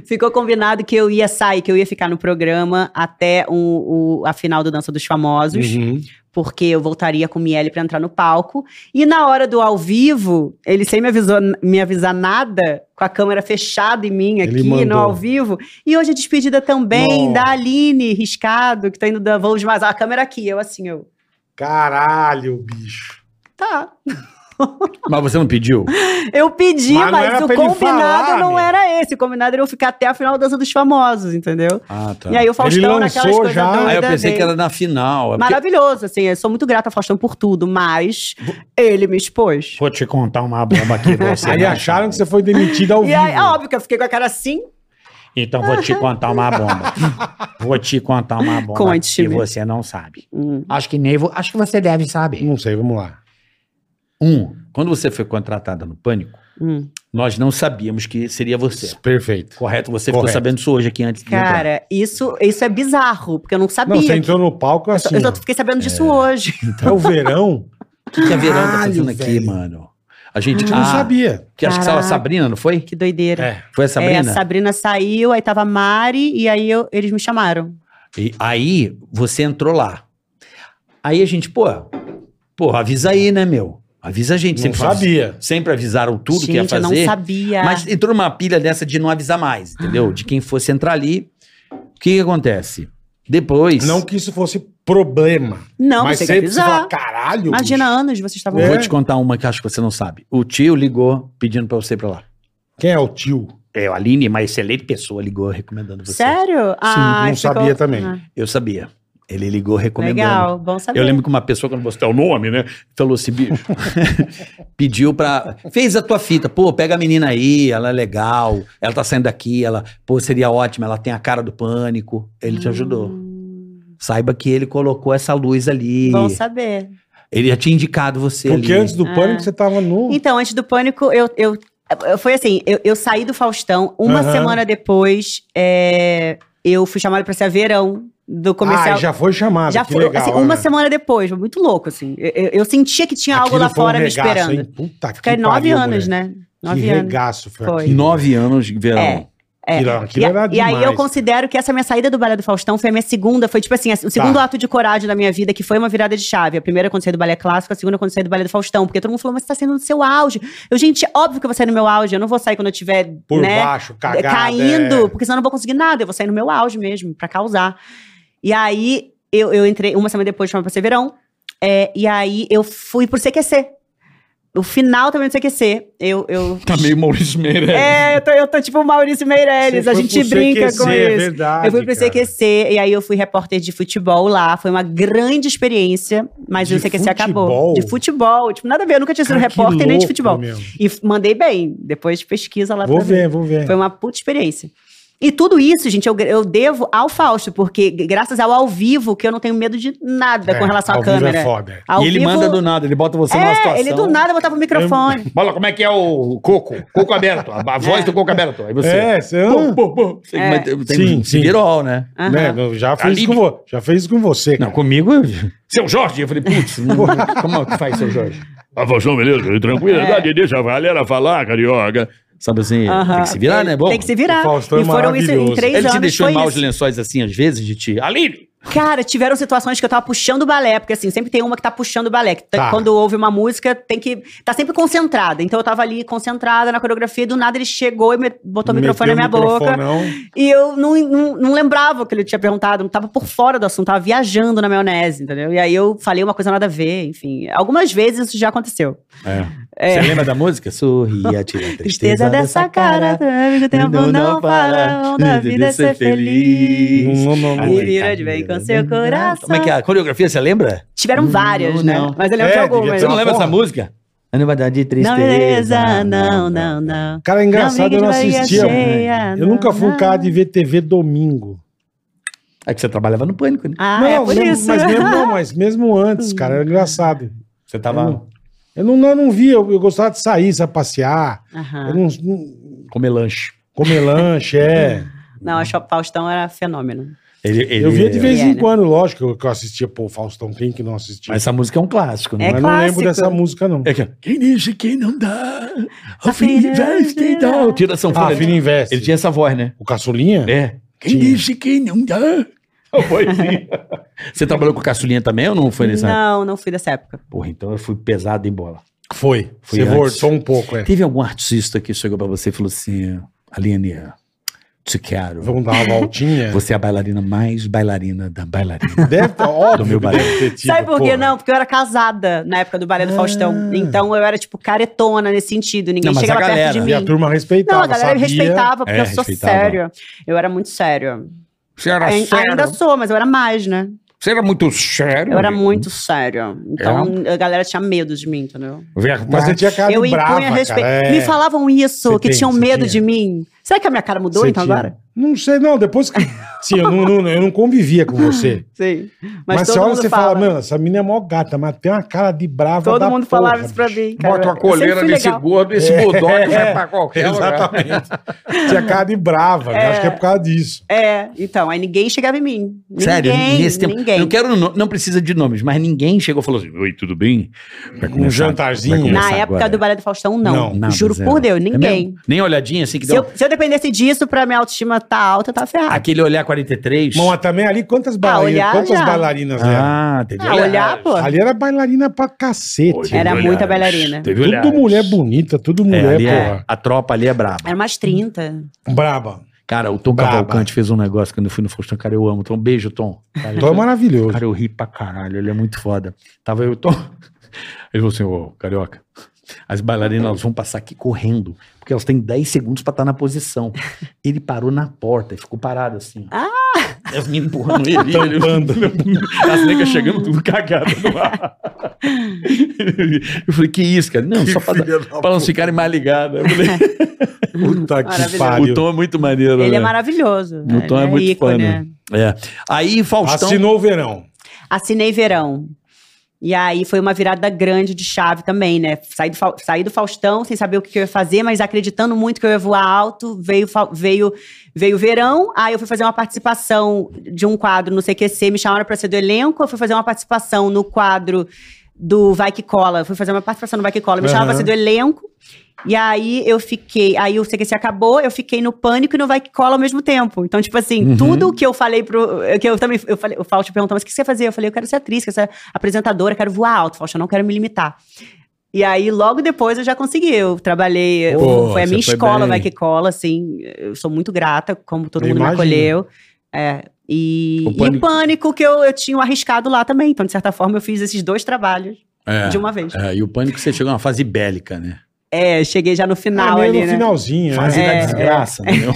S5: Ficou combinado que eu ia sair, que eu ia ficar no programa até o, o- a final do Dança dos Famosos,
S4: Uhum.
S5: porque eu voltaria com o Miele pra entrar no palco. E na hora do ao vivo, ele sem me, avisou, me avisar nada, com a câmera fechada em mim
S4: Ele
S5: aqui no
S4: mandou.
S5: ao vivo. E hoje a despedida também
S4: Nossa.
S5: da Aline Riscado, que tá indo da Voo de Mais. A câmera aqui, eu assim, eu.
S4: Caralho, bicho.
S5: Tá.
S3: Mas você não pediu?
S5: Eu pedi,
S4: Mas não
S5: mas,
S4: era
S5: o
S4: pra ele
S5: combinado
S4: falar,
S5: não
S4: amigo.
S5: era esse. O combinado era eu ficar até a final da Dança dos Famosos, entendeu?
S3: Ah, tá.
S5: E aí o Faustão naquelas
S4: lançou
S5: coisas
S4: já.
S5: doidas
S3: Aí eu pensei
S5: dele.
S3: que era na final. É porque-
S5: Maravilhoso, assim, eu sou muito grata ao Faustão por tudo, mas ele me expôs.
S7: Vou te contar uma bomba aqui, você.
S4: Aí
S3: né?
S7: não
S4: acharam que você foi demitido ao
S5: E
S4: vivo.
S5: aí, é óbvio que eu fiquei com a cara assim,
S7: Então vou te contar uma bomba. Vou te contar uma bomba
S5: Conte-me.
S7: que você não sabe.
S5: Hum.
S7: Acho que nem vo- acho que você deve saber.
S4: Não sei, vamos lá.
S3: Um, quando você foi contratada no Pânico,
S5: Hum.
S3: nós não sabíamos que seria você.
S4: é Perfeito.
S3: Correto? Você ficou
S4: Correto.
S3: sabendo isso hoje aqui antes de entrar.
S5: Cara, isso, isso é bizarro, porque eu não sabia.
S4: Não, você
S5: que-
S4: entrou no palco assim.
S5: eu só
S4: ó.
S5: fiquei sabendo disso hoje.
S4: É o verão?
S3: O que, que a Verão tá
S4: Caralho,
S3: fazendo aqui,
S4: velho.
S3: mano? A gente.
S4: A gente
S3: ah,
S4: não sabia.
S3: Que acho que estava
S5: Caraca.
S3: Sabrina, não foi?
S5: Que doideira.
S3: Foi a
S5: É, a
S3: Sabrina?
S5: Sabrina saiu, aí tava a Mari, e aí eu- eles me chamaram.
S3: E aí você entrou lá. Aí a gente, pô, pô, avisa aí, né, meu? Avisa a gente.
S4: Não
S3: Sempre, avis-
S4: sabia.
S3: sempre avisaram tudo
S5: Gente,
S3: que ia
S5: eu
S3: fazer.
S5: não sabia. Ah.
S3: Mas entrou numa pilha dessa de não avisar mais, entendeu? De quem fosse entrar ali. O que, que acontece? Depois.
S4: Não que isso fosse problema.
S5: não,
S4: mas
S5: você quer
S4: sempre você fala,
S5: avisar.
S4: caralho.
S5: Imagina,
S4: bicho.
S5: anos vocês estavam
S3: Vou
S4: É.
S3: te contar uma que acho que você não sabe. O tio ligou pedindo pra você ir pra lá.
S4: Quem é o tio?
S3: É, a Aline, uma excelente pessoa, ligou recomendando você.
S5: Sério?
S4: não sabia também.
S5: Ah,
S3: Eu sabia. Ele ligou recomendando.
S5: legal, bom saber.
S3: Eu lembro que uma pessoa, quando você dá o nome, né? Falou assim, bicho. pediu pra. Fez a tua fita. Pô, pega a menina aí, ela é legal. Ela tá saindo daqui, ela. Pô, seria ótima, ela tem a cara do pânico. Ele te ajudou.
S5: Hum,
S3: Saiba que ele colocou essa luz ali.
S5: Bom saber.
S3: Ele já tinha indicado você
S4: Porque
S3: ali.
S4: antes do
S5: Ah.
S4: pânico você tava no.
S5: Então, antes do pânico, eu. eu eu- foi assim, eu, eu saí do Faustão, uma
S4: Aham.
S5: semana depois, é, eu fui chamada pra ser a verão do comercial.
S4: Ah, já foi chamado.
S5: Já
S4: que
S5: foi,
S4: legal,
S5: assim,
S4: né?
S5: uma semana depois, muito louco, assim. Eu, eu- eu sentia que tinha algo
S4: Aquilo
S5: lá
S4: foi um
S5: fora me
S4: regaço,
S5: esperando.
S4: hein? Puta que
S5: Fiquei nove
S4: pariu,
S5: anos,
S4: mulher.
S5: né? Nove
S4: que
S5: anos.
S4: regaço foi,
S5: Foi.
S4: aquilo.
S3: Nove anos de verão.
S5: É. É.
S4: Aquilo-
S5: E,
S4: aquilo
S5: a-
S4: era
S5: e aí eu
S4: demais.
S5: considero que essa minha saída do Balé do Faustão foi a minha segunda, foi tipo assim, o segundo
S4: Tá.
S5: ato de coragem da minha vida, que foi uma virada de chave. A primeira quando eu saí do Balé Clássico, a segunda quando eu saí do Balé do Faustão, porque todo mundo falou, mas você tá saindo do seu auge. Eu, gente, é óbvio que eu vou sair no meu auge, eu não vou sair quando eu tiver,
S4: Por
S5: né,
S4: baixo, cagada.
S5: caindo,
S4: é.
S5: porque senão eu não vou conseguir nada, eu vou sair no meu auge mesmo, pra causar. E aí, eu, eu entrei, uma semana depois, chamava pra ser verão, é, e aí eu fui pro CQC. O final também não sei o que ser. Eu, eu...
S7: Tá meio Maurício Meirelles.
S5: É, eu tô, eu tô tipo o Maurício Meirelles,
S4: é. Você
S5: a
S4: foi
S5: gente
S4: pro
S5: brinca
S4: CQC,
S5: com
S4: é
S5: isso.
S4: verdade,
S5: eu fui pro
S4: cara.
S5: CQC e aí eu fui repórter de futebol lá. Foi uma grande experiência, mas
S4: De
S5: o CQC
S4: futebol?
S5: acabou. De futebol. Tipo, nada a ver, eu nunca tinha sido
S4: Cara, que
S5: repórter nem de
S4: louco,
S5: futebol.
S4: meu.
S5: E f- mandei bem. Depois pesquisa lá
S4: Vou
S5: pra
S4: ver, vou ver.
S5: Foi uma puta experiência. E tudo isso, gente, eu, eu devo ao Fausto, porque graças ao ao vivo, que eu não tenho medo de nada com
S4: É,
S5: relação à
S4: ao vivo é
S5: câmera. né?
S4: foda.
S5: Ao
S3: e ele
S5: vivo-
S3: manda do nada, ele bota você numa situação.
S5: É, ele do nada botava o microfone.
S7: Bola, como é que é o coco? Coco aberto. A, a voz do coco aberto. Aí você.
S4: É, você
S7: Pô,
S4: não,
S7: pô, pô. Você-
S5: É.
S3: Mas tem- tem
S4: Sim,
S3: um
S4: sim.
S3: virol, né?
S5: Aham.
S4: né, não, já, fez
S7: livre.
S4: com vo, já fez com você, cara.
S3: comigo.
S7: Seu Jorge, eu falei, putz, não- como é que faz, seu Jorge?
S3: Ah,
S7: A Faustão, beleza?
S5: É.
S7: Tranquilidade, deixa a galera falar, carioca.
S3: Sabe assim,
S5: Aham.
S3: tem que se virar, né? Bom,
S5: Tem que se virar.
S4: o Faustão é
S5: e foram isso em
S4: maravilhoso.
S5: três
S3: ele
S5: anos.
S3: te deixou
S5: foi
S3: em maus
S5: isso.
S3: lençóis assim, às vezes, de ti.
S7: Aline!
S5: Cara, tiveram situações que eu tava puxando o balé, porque assim, sempre tem uma que tá puxando o balé. que tá-
S4: Tá.
S5: Quando ouve uma música, tem que. Tá sempre concentrada. Então eu tava ali concentrada na coreografia, e do nada ele chegou e me- botou o microfone na minha
S4: Meteu o
S5: boca.
S4: microfonão.
S5: E eu não, não, não lembrava o que ele tinha perguntado, não tava por fora do assunto, tava viajando na maionese, entendeu? E aí eu falei uma coisa nada a ver, enfim. Algumas vezes isso já aconteceu.
S3: Você lembra da música? Sorria, tira a
S5: É. Tristeza dessa cara, o tempo não para, o da vida é ser feliz.
S4: Não, não, não.
S5: E vira de bem com seu coração.
S3: Como é que é? A coreografia, você lembra?
S5: Tiveram várias,
S3: Não,
S5: né?
S3: não.
S5: Mas eu
S4: Hum, É,
S5: lembro de
S4: devia
S5: algumas.
S3: Você não
S4: Não,
S3: lembra
S4: porra.
S3: essa música? Não vai dar de
S5: Não,
S3: tristeza.
S5: beleza, não, não, não.
S4: Cara, é engraçado, eu não
S5: Amiga de barriga
S4: assistia.
S5: cheia,
S4: eu nunca fui um
S5: não,
S4: cara
S5: não.
S4: de ver TV domingo.
S3: É que você trabalhava no pânico, né?
S5: Ah,
S4: não,
S5: é por
S4: mesmo-
S5: isso.
S4: Mas mesmo, não, mas mesmo antes, cara, era engraçado.
S3: Você tava
S4: Eu não, eu não via, eu, eu gostava de sair, sabe, passear,
S5: Aham.
S4: eu não-
S5: É.
S4: não-
S3: comer lanche.
S4: comer lanche, é.
S5: Não, acho que o Faustão era fenômeno.
S3: Ele, ele- é.
S4: Eu via de vez em
S5: Ele era.
S4: quando, lógico, que eu- que eu assistia, pô, Faustão, quem que não assistia?
S3: Mas essa música é um clássico, né?
S5: É
S4: Mas não lembro
S5: clássico.
S4: dessa música, não.
S3: É que, quem deixa, quem não dá.
S5: A filha
S3: quem dá. Tira a sanfona.
S4: Ah, Filho
S3: ele,
S4: Investe.
S3: ele tinha essa voz, né?
S4: O Caçulinha?
S3: É. Oh,
S8: Quem disse quem não dá?
S3: Você trabalhou com caçulinha também ou não foi nessa?
S5: Não, não fui dessa época.
S3: Porra, então eu fui pesado em bola.
S4: Foi.
S3: Foi
S4: Você
S3: antes.
S4: voltou um pouco, é.
S3: Teve algum artista que chegou pra você e falou assim: Aline, te quero.
S4: Vamos dar uma voltinha.
S3: Você é a bailarina mais bailarina da bailarina.
S4: Deve tá, óbvio,
S3: meu
S4: que
S3: balé.
S4: deve ter tido,
S5: Sabe por
S4: Tipo, porra.
S5: quê? Não, porque eu era casada na época do balé do Faustão. Então eu era, tipo, caretona nesse sentido. Ninguém
S3: Não, mas
S5: chegava
S3: a galera-
S5: perto de mim.
S4: E a turma respeitava,
S5: Não, a galera me
S4: sabia.
S5: respeitava, porque
S3: É,
S5: eu sou
S3: respeitava.
S5: séria. Eu era muito séria.
S7: Você era
S5: Ai-
S7: sério?
S5: Ainda sou, mas eu era mais, né?
S7: Você era muito sério?
S5: Eu era muito séria. Então
S3: É?
S5: a galera tinha medo de mim, entendeu?
S7: Verdade.
S4: Mas você tinha cara
S5: eu
S4: de brava,
S5: respeito.
S4: cara. é.
S5: Me falavam isso,
S4: Você
S5: que
S4: tem,
S5: tinham
S4: você
S5: medo
S4: tinha.
S5: de mim. Será que a minha cara mudou
S4: Você
S5: então
S4: tinha-
S5: agora?
S4: Não sei, não. Depois que... Sim, eu não, não- eu não convivia com você.
S5: Sim.
S4: Mas,
S5: Mas, todo
S4: você olha e
S5: mundo
S4: você fala,
S5: fala.
S4: mano, essa mina é mó gata, mas tem uma cara de brava
S5: todo
S4: da
S5: mundo
S4: porra,
S5: falava isso pra
S4: bicho."
S5: mim. cara.
S7: Bota uma
S5: Eu sempre
S7: coleira
S5: fui
S7: nesse
S5: legal.
S7: gordo, esse
S3: É.
S7: bulldog vai pra qualquer lugar.
S4: Exatamente. Tinha cara de brava. né? Acho que é por causa disso.
S5: É, então, aí ninguém chegava em mim. Ninguém,
S3: Sério, nesse tempo.
S5: ninguém.
S3: Eu não quero, no- não precisa de nomes, mas ninguém chegou e falou assim: Oi, tudo bem? Vai
S4: Um jantarzinho.
S3: vai
S5: Na
S3: começar
S5: época
S3: agora.
S5: do Balé do Faustão, não.
S4: Não,
S3: Nada,
S5: Juro
S3: zero.
S5: por Deus,
S3: É
S5: ninguém.
S3: mesmo? Nem olhadinha assim que
S5: se,
S3: deu.
S5: eu, se eu dependesse disso pra minha autoestima tá alta, tá ferrado.
S3: Aquele olhar 43.
S4: Bom, mas também ali, quantas bailarinas,
S5: Ah, olhar,
S4: quantas
S5: já.
S4: bailarinas eram?
S3: ah, teve
S5: Ah, olhar, pô.
S4: Ali era bailarina pra cacete.
S5: Era
S7: Olhares.
S5: muita bailarina.
S7: Teve
S4: Tudo
S7: olhares.
S4: mulher bonita, tudo
S3: É,
S4: mulher,
S3: ali é-
S4: porra.
S3: a tropa ali é braba.
S5: Era umas 30.
S4: Braba.
S3: Cara, o Tom
S4: Braba.
S3: Cavalcante fez um negócio quando eu fui no Faustão. Cara, eu amo. Tom, beijo, Tom. Cara,
S4: Então é maravilhoso.
S3: Cara, eu ri pra caralho, ele é muito foda. Tava eu, tô. Ele falou assim, ô, carioca, as bailarinas elas vão passar aqui correndo, porque elas têm 10 segundos pra estar na posição. Ele parou na porta e ficou parado assim. Ah! Elas me empurrando ele. ele- As negras chegando tudo cagado no ar. Eu falei, que isso, cara? Não, só pra,
S8: filha da
S3: pra elas ficarem mais ligadas. Eu falei,
S4: Puta que
S5: Maravilhoso.
S3: o
S4: pariu.
S3: Tom é muito maneiro,
S5: Ele
S3: né?
S5: é maravilhoso.
S3: O Tom é,
S5: Ele
S3: muito
S5: ícone,
S3: fã,
S5: né?
S3: né? É. Aí, Faustão...
S4: Assinou o verão.
S5: Assinei Verão. E aí foi uma virada grande de chave também, né? Saí do, Fau- saí do Faustão sem saber o que, que eu ia fazer, mas acreditando muito que eu ia voar alto, veio, Fau- veio, veio verão. Aí eu fui fazer uma participação de um quadro no CQC, me chamaram pra ser do elenco, eu fui fazer uma participação no quadro do Vai Que Cola. Eu fui fazer uma participação no Vai Que Cola, me chamaram pra
S4: Aham.
S5: ser do elenco. E aí eu fiquei, aí o CQC acabou, eu fiquei no pânico e no vai que cola ao mesmo tempo. Então, tipo assim,
S3: Uhum.
S5: tudo que eu falei pro. Que eu também. Eu falei, o Fausto perguntou, mas o que você quer fazer? Eu falei, eu quero ser atriz, quero ser apresentadora, quero voar alto, Fausto, eu não quero me limitar. E aí, logo depois, eu já consegui. Eu trabalhei. eu-
S3: Pô,
S5: foi a
S3: você
S5: minha
S3: foi
S5: escola,
S3: bem.
S5: vai que cola, assim. Eu sou muito grata, como todo
S4: Eu
S5: mundo
S4: imagino.
S5: me acolheu. É. E e o
S3: O Pânico.
S5: pânico, que eu, eu tinha o arriscado lá também. Então, de certa forma, eu fiz esses dois trabalhos.
S3: É.
S5: de uma vez.
S3: É, e o pânico você chegou numa fase bélica, né?
S5: É, cheguei já no final
S4: Ah, meio
S5: ali,
S4: no
S5: né?
S4: finalzinho.
S3: Fase
S4: né?
S3: da
S5: É,
S3: desgraça, entendeu?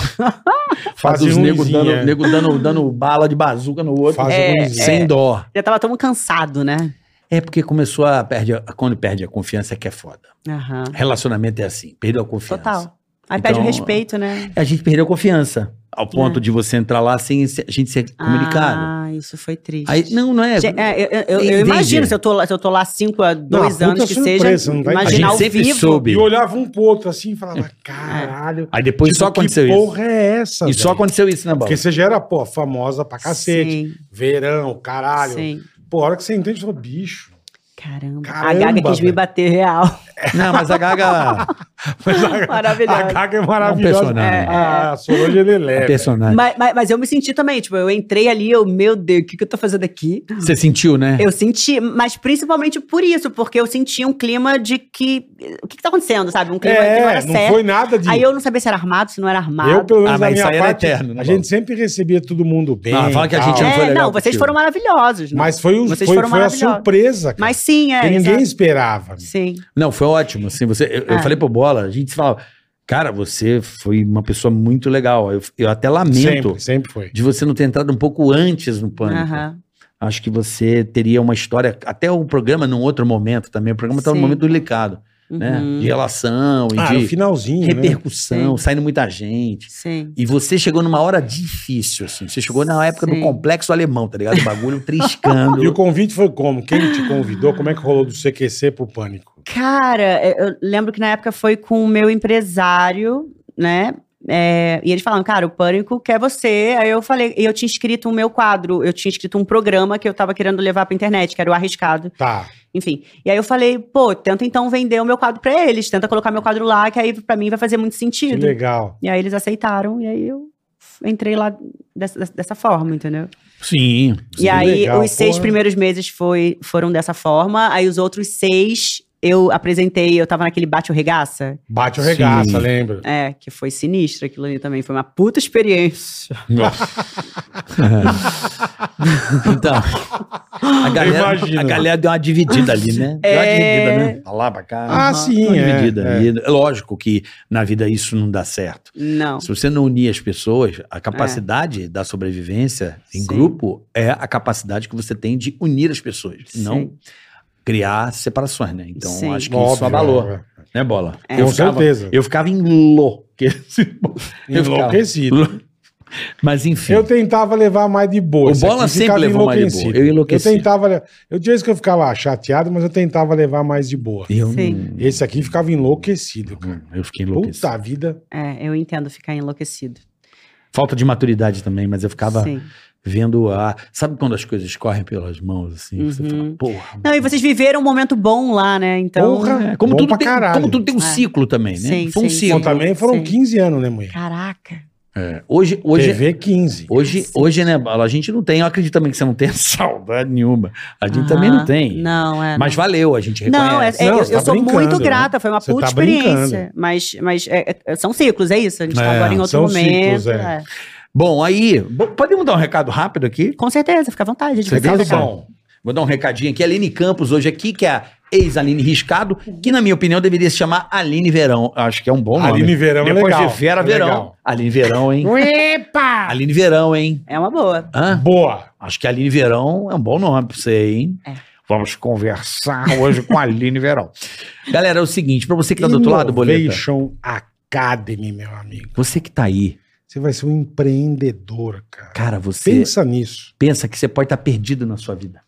S3: Fase dos
S4: ruimzinha,
S3: nego dando,
S4: é.
S3: nego dando, dando bala de bazuca no outro.
S4: Fase
S3: É,
S4: ruimzinha.
S3: sem dó.
S5: Já tava tão cansado, né?
S3: É porque começou a perder. Quando perde a confiança é que é foda.
S5: Aham.
S3: Relacionamento é assim, perdeu a confiança.
S5: Total. Aí pede o
S3: Então-
S5: respeito, né?
S3: A gente perdeu a confiança. Ao ponto de você entrar lá sem se- a gente ser comunicado.
S5: Ah, isso foi triste.
S3: Aí, não, não é.
S5: Gente, é, eu- eu- eu,
S3: Entendi.
S5: imagino, se eu, tô lá, se eu tô lá cinco a dois
S4: puta
S5: anos que
S4: surpresa,
S5: seja,
S4: não vai-
S3: a
S5: imaginar
S3: gente
S5: ao
S3: sempre
S5: vivo.
S3: soube.
S4: E olhava um pro outro assim e falava, caralho.
S3: Aí depois
S4: tipo,
S3: É. só aconteceu
S4: que
S3: isso.
S4: porra é essa?
S3: E só
S4: velho?
S3: aconteceu isso na bola.
S4: Porque você já era, pô, famosa pra cacete.
S5: Sim,
S4: Verão, caralho.
S5: sim.
S4: Pô, a hora que você entende, você fala, bicho.
S5: Caramba. A
S4: Caramba,
S5: Gaga quis me
S4: velho.
S5: bater real.
S3: Não, mas a Gaga.
S5: Maravilhoso.
S4: A caga é maravilhosa.
S3: um personagem. É,
S4: a Solange ele é
S3: a
S4: leve.
S3: personagem.
S5: Mas, mas, mas eu me senti também, tipo, eu entrei ali, eu, meu Deus, o que, que eu tô fazendo aqui?
S3: Você sentiu, né?
S5: Eu senti, mas principalmente por isso, porque eu senti um clima de que. O que, que tá acontecendo, sabe? Um clima que não
S4: É,
S5: era
S4: não
S5: certo.
S4: foi nada de.
S5: Aí eu não sabia se era armado, se não era armado.
S4: Eu, pelo menos,
S3: Ah,
S4: na
S3: mas isso
S4: minha
S3: aí era
S4: parte,
S3: eterno, né,
S4: a
S3: Paulo?
S4: gente sempre recebia todo mundo bem.
S3: Não, fala que a
S4: tal.
S3: gente não
S5: é,
S3: foi legal
S5: não, vocês
S3: contigo.
S5: foram maravilhosos. né?
S4: Mas foi, o-
S5: Vocês
S4: foi,
S5: foram
S4: foi a
S5: maravilhosos.
S4: surpresa, cara.
S5: Mas sim, é.
S4: que ninguém
S5: exato.
S4: esperava.
S5: Sim.
S3: Não, foi ótimo. Assim, você, eu, eu
S5: É.
S3: falei pro Bola, a gente falava, cara, você foi uma pessoa muito legal. Eu, eu até lamento
S4: Sempre, sempre foi.
S3: de você não ter entrado um pouco antes no pânico.
S5: Aham.
S3: Acho que você teria uma história, até o programa num outro momento também. O programa tá num
S5: Sim.
S3: momento delicado, né?
S5: Uhum.
S3: De relação e
S4: Ah, no
S3: de
S4: finalzinho, né?
S3: repercussão, saindo muita gente.
S5: Sim.
S3: E você chegou numa hora difícil, assim. Você chegou na época do
S5: Sim.
S3: complexo alemão, tá ligado? O bagulho
S4: E o
S3: triscando.
S4: convite foi como? Quem te convidou? Como é que rolou do CQC pro Pânico?
S5: Cara, eu eu lembro que na época foi com o meu empresário, né? É, e eles falaram, cara, o pânico quer você. Aí eu falei, e eu tinha escrito o meu quadro, eu tinha escrito um programa que eu tava querendo levar pra internet, que era o Arriscado.
S4: Tá.
S5: Enfim. E aí eu falei, pô, tenta então vender o meu quadro pra eles, tenta colocar meu quadro lá, que aí pra mim vai fazer muito
S4: Que
S5: sentido.
S4: legal.
S5: E aí eles aceitaram, e aí eu entrei lá dessa, dessa forma, entendeu?
S3: Sim.
S5: e aí
S4: legal,
S5: os seis
S4: porra.
S5: primeiros meses foi, foram dessa forma, aí os outros seis eu apresentei, eu tava naquele bate ou regaça,
S4: Bate o
S3: Sim.
S4: regaça, lembra?
S5: é, que foi sinistro aquilo ali também, foi uma puta experiência.
S3: Então, a galera,
S4: Imagino.
S3: a galera deu uma dividida ali, né? Deu uma
S5: É.
S3: dividida, né? Pra lá, pra cá.
S4: Ah,
S5: Aham.
S3: Deu
S4: sim,
S3: uma
S4: é.
S3: dividida
S4: é.
S3: ali. é. Lógico que na vida isso não dá certo.
S5: Não. É.
S3: Se você não unir as pessoas, a capacidade da sobrevivência em
S5: Sim.
S3: grupo é a capacidade que você tem de unir as pessoas, não
S5: Sim.
S3: criar separações, né? Então,
S5: Sim.
S3: acho que isso
S4: Óbvio,
S3: abalou,
S4: é.
S3: né, Bola?
S4: Com certeza.
S3: Eu ficava enlouquecido. Eu ficava-
S4: Enlouquecido.
S3: Mas enfim.
S4: Eu tentava levar mais de boa.
S3: O
S4: Isso aqui
S3: Bola sempre
S4: ficava
S3: levou mais de boa.
S4: enlouquecido.
S3: Eu enlouqueci.
S4: Eu tentava. le- Eu tinha isso que eu ficava chateado, mas eu tentava levar mais de boa.
S3: Eu
S5: Sim.
S3: não-
S4: Esse aqui ficava enlouquecido, cara.
S3: Eu fiquei enlouquecido.
S4: Puta vida.
S5: É, eu entendo ficar enlouquecido.
S3: Falta de maturidade também, mas eu ficava
S5: Sim.
S3: vendo a. Sabe quando as coisas correm pelas mãos, assim? Você
S5: Uhum.
S3: fala, porra.
S5: Não, e vocês viveram um momento bom lá, né? Então.
S4: Porra,
S3: É, como,
S4: bom
S3: tudo
S4: pra
S3: tem,
S4: caralho.
S3: como tudo tem um
S5: É.
S3: ciclo também, né?
S5: Sim,
S3: Foi um
S5: sim,
S3: ciclo. É,
S4: Bom, também foram
S5: Sim.
S4: 15 anos, né, mulher?
S5: Caraca.
S3: Hoje, hoje,
S4: TV 15.
S3: hoje, hoje, né, Bala, a gente não tem. Eu acredito também que você não tem saudade nenhuma. A gente também não tem.
S5: Não, é.
S3: Mas valeu, a gente reconhece.
S5: Não, é, é-
S4: Não,
S5: eu,
S4: você tá
S5: eu sou
S4: brincando,
S5: muito grata, foi uma
S4: Você
S5: puta
S4: tá
S5: experiência. Mas, mas é- é- são ciclos, é isso. A gente tá
S3: É,
S5: agora em outro
S4: são
S5: momento.
S4: ciclos, é.
S5: é.
S3: Bom, aí, bo- podemos dar um recado rápido aqui?
S5: Com certeza, fica à vontade.
S4: é
S5: a gente vai
S3: Recado
S5: ficar-
S3: bom. Vou dar um recadinho aqui. Aline Campos hoje aqui, que é a ex-Aline Riscado, que na minha opinião deveria se chamar Aline Verão. Acho que é um bom nome.
S4: Aline Verão é
S3: Depois
S4: legal.
S3: de Vera
S4: é
S3: Verão.
S4: legal.
S3: Aline Verão, hein? Aline Verão, hein?
S5: É uma boa.
S3: Hã?
S4: Boa.
S3: Acho que Aline Verão é um bom nome pra você, hein?
S5: É.
S3: Vamos conversar hoje com a Aline Verão. Galera, é o seguinte, pra você que tá do outro lado, Boleta,
S4: Innovation Academy, meu amigo.
S3: você que tá aí,
S4: Você vai ser um empreendedor, cara.
S3: cara, você pensa,
S4: Pensa nisso.
S3: que você pode estar perdido na sua vida.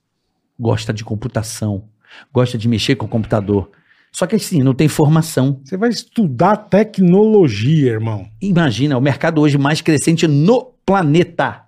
S3: Gosta de computação, gosta de mexer com o computador. Só que assim, não tem formação.
S4: Você vai estudar tecnologia, irmão.
S3: Imagina, o mercado hoje mais crescente no planeta.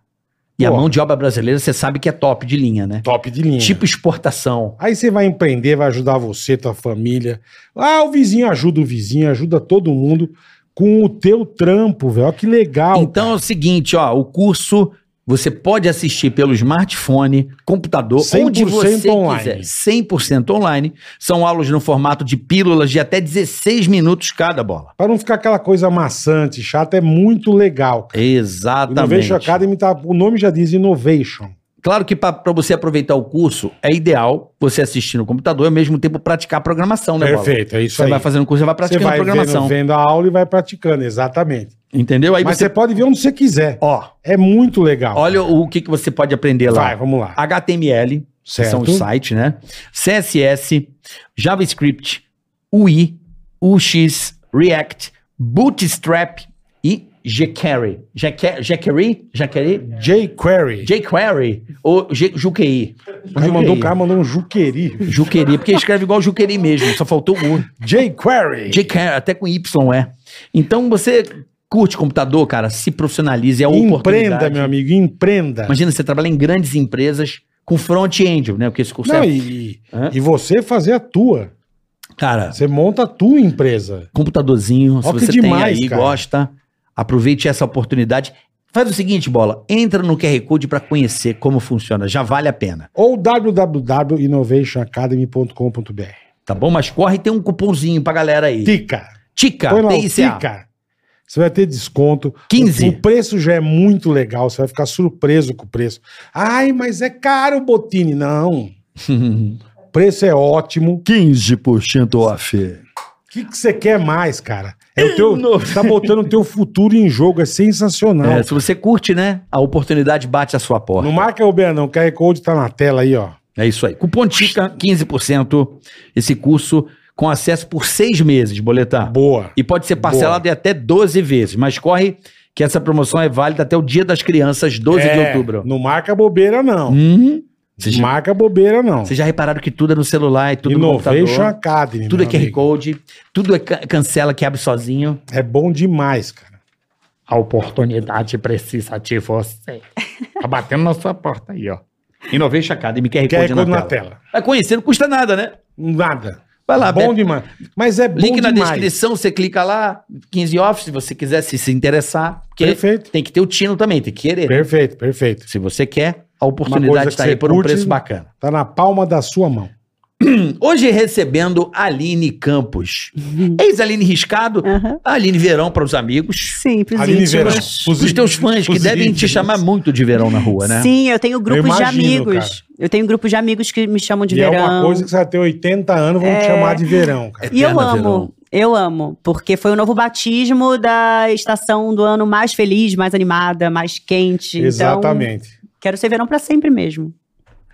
S3: E a
S4: Porra.
S3: mão de obra brasileira, você sabe que é top de linha, né?
S4: Top de linha.
S3: Tipo exportação.
S4: Aí você vai empreender, vai ajudar você, tua família. Ah, o vizinho ajuda o vizinho, ajuda todo mundo com o teu trampo, velho. Olha que legal.
S3: Então é o seguinte, ó, o curso você pode assistir pelo smartphone, computador,
S4: 100%
S3: onde você
S4: online.
S3: quiser. 100% online. São aulas no formato de pílulas de até 16 minutos cada bola.
S4: Pra não ficar aquela coisa maçante, chata, é muito legal. cara.
S3: Exatamente.
S4: Innovation Academy tá, o nome já diz Innovation.
S3: Claro que para você aproveitar o curso, é ideal você assistir no computador e ao mesmo tempo praticar a programação, né, Bola?
S4: Perfeito, é isso
S3: Você
S4: aí.
S3: vai fazendo o curso, você vai
S4: você
S3: praticando
S4: vai
S3: a programação.
S4: vendo, vendo a aula e vai praticando, exatamente.
S3: Entendeu? Aí
S4: Mas é-
S3: você.
S4: você pode ver onde você quiser.
S3: Ó,
S4: É muito legal.
S3: olha o que, que você pode aprender lá.
S4: vai, vamos lá.
S3: HTML, que
S4: Certo.
S3: são os sites, né? CSS, JavaScript, UI, UX, React, Bootstrap e jQuery. Jque- jQuery? jQuery?
S4: jQuery.
S3: jQuery ou J- JuQueI?
S4: O cara mandou, o cara mandou um juqueri.
S3: Juqueri, porque escreve igual Juqueri mesmo, só faltou o U.
S4: jQuery.
S3: jQuery, até com Y é. Então você curte computador, cara, se profissionalize, é a
S4: Empreenda,
S3: oportunidade.
S4: meu amigo, empreenda.
S3: É. Imagina, você trabalha em grandes empresas com front-end, né? Porque esse curso
S4: Não,
S3: é...
S4: e,
S3: Hã?
S4: e você fazer a tua.
S3: Cara,
S4: Você monta a tua empresa.
S3: computadorzinho, se
S4: Ó, que
S3: você
S4: demais,
S3: tem aí,
S4: cara.
S3: gosta, aproveite essa oportunidade. Faz o seguinte, Bola, entra no QR Code para conhecer como funciona, já vale a pena,
S4: Ou www.innovationacademy.com.br.
S3: tá bom? Mas corre, tem um cupomzinho pra galera aí.
S4: Tica.
S3: TICA,
S4: Põe lá o
S3: TICA.
S4: Tica. Você vai ter desconto.
S3: 15.
S4: O, o preço já é muito legal. Você vai ficar surpreso com o preço. Ai, mas é caro, Botini. Não. O preço é ótimo.
S8: 15% off.
S4: O que que você quer mais, cara? É o teu, tá botando o teu futuro em jogo. É sensacional.
S3: É, se você curte, né, a oportunidade bate a sua porta.
S4: Não marca o Beanão. O QR Code tá na tela aí, ó.
S3: É isso aí. Cupom TICA, 15%, esse curso com acesso por seis meses, boletar.
S4: Boa.
S3: E pode ser parcelado em até 12 vezes, mas corre que essa promoção é válida até o Dia das Crianças, 12 de
S4: É,
S3: outubro.
S4: Não marca bobeira, não.
S3: Hum,
S4: Não marca bobeira, não.
S3: Vocês já repararam que tudo é no celular, é tudo no
S4: Innovation
S3: computador.
S4: Academy.
S3: Tudo é
S4: meu
S3: QR
S4: amigo.
S3: Code, tudo é ca- cancela que abre sozinho.
S4: É bom demais, cara.
S1: A oportunidade precisa de você. Tá batendo na sua porta aí, ó.
S3: Innovation Academy, QR,
S4: QR
S3: Code,
S4: Code
S3: na,
S4: na
S3: tela.
S4: tela.
S3: Vai conhecer, não custa nada, né?
S4: Nada.
S3: Vai lá,
S4: bom
S3: Beto.
S4: demais. Mas é bom
S3: Link na
S4: demais.
S3: descrição, você clica lá, 15 off, se você quiser se, se interessar. Porque
S4: Perfeito.
S3: tem que é ter o tino também, tem que querer.
S4: Perfeito, perfeito.
S3: Se você quer, a
S4: Uma coisa
S3: oportunidade
S4: que
S3: está aí
S4: você
S3: por um
S4: curte,
S3: preço bacana.
S4: Tá na palma da sua mão.
S3: Hoje recebendo Aline Campos. Ex-Aline Riscado,
S5: Aham.
S3: Aline Verão para os amigos.
S5: Sempre,
S4: Aline
S5: íntimos.
S4: Verão.
S3: Os, teus fãs que
S4: os
S3: devem te
S4: íntimos.
S3: chamar muito de verão na rua, né?
S5: Sim, eu tenho grupos
S4: imagino,
S5: de amigos.
S4: cara.
S5: Eu tenho grupos de amigos que me chamam de
S4: e
S5: verão.
S4: é uma coisa que você vai ter 80 anos, vão te chamar de verão, cara.
S5: E eu
S3: Eterna
S5: amo,
S3: verão.
S5: eu amo, porque foi o novo batismo da estação do ano mais feliz, mais animada, mais quente. Então,
S4: Exatamente.
S5: quero ser verão pra sempre mesmo.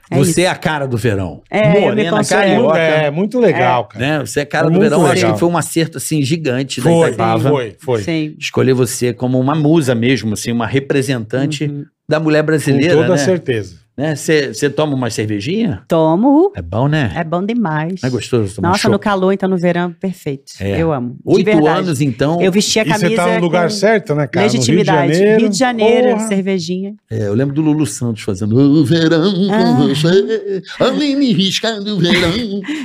S5: É
S3: Você
S5: isso.
S3: é a cara do verão.
S5: É, eu me
S3: Morena,
S5: considero.
S3: carioca.
S4: é, muito legal, cara.
S3: Né? Você é a cara do
S4: Muito
S3: verão. Eu Acho
S4: legal.
S3: que foi um acerto assim gigante da
S4: Foi,
S3: Itaipava.
S4: foi, foi.
S5: Sim.
S3: Escolher você como uma musa mesmo, assim, uma representante
S5: Uhum.
S3: da mulher
S4: Com
S3: brasileira,
S4: toda
S3: né?
S4: certeza.
S3: né? Você você toma uma cervejinha?
S5: Tomo,
S3: É bom, né?
S5: é bom demais.
S3: É, gostoso tomar um
S5: Nossa,
S3: chopp.
S5: no calor, então no verão, perfeito.
S3: É.
S5: Eu amo. De
S3: Oito
S5: verdade.
S3: anos, então.
S5: Eu vesti a
S4: E
S5: camisa. é
S4: você tá no lugar
S5: com
S4: certo, né, cara? No
S5: Legitimidade. Rio de Janeiro,
S4: Porra.
S5: cervejinha.
S3: É, eu lembro do Lulu Santos fazendo.
S8: O verão com
S5: Ah.
S8: você, Aline Riscado, o verão.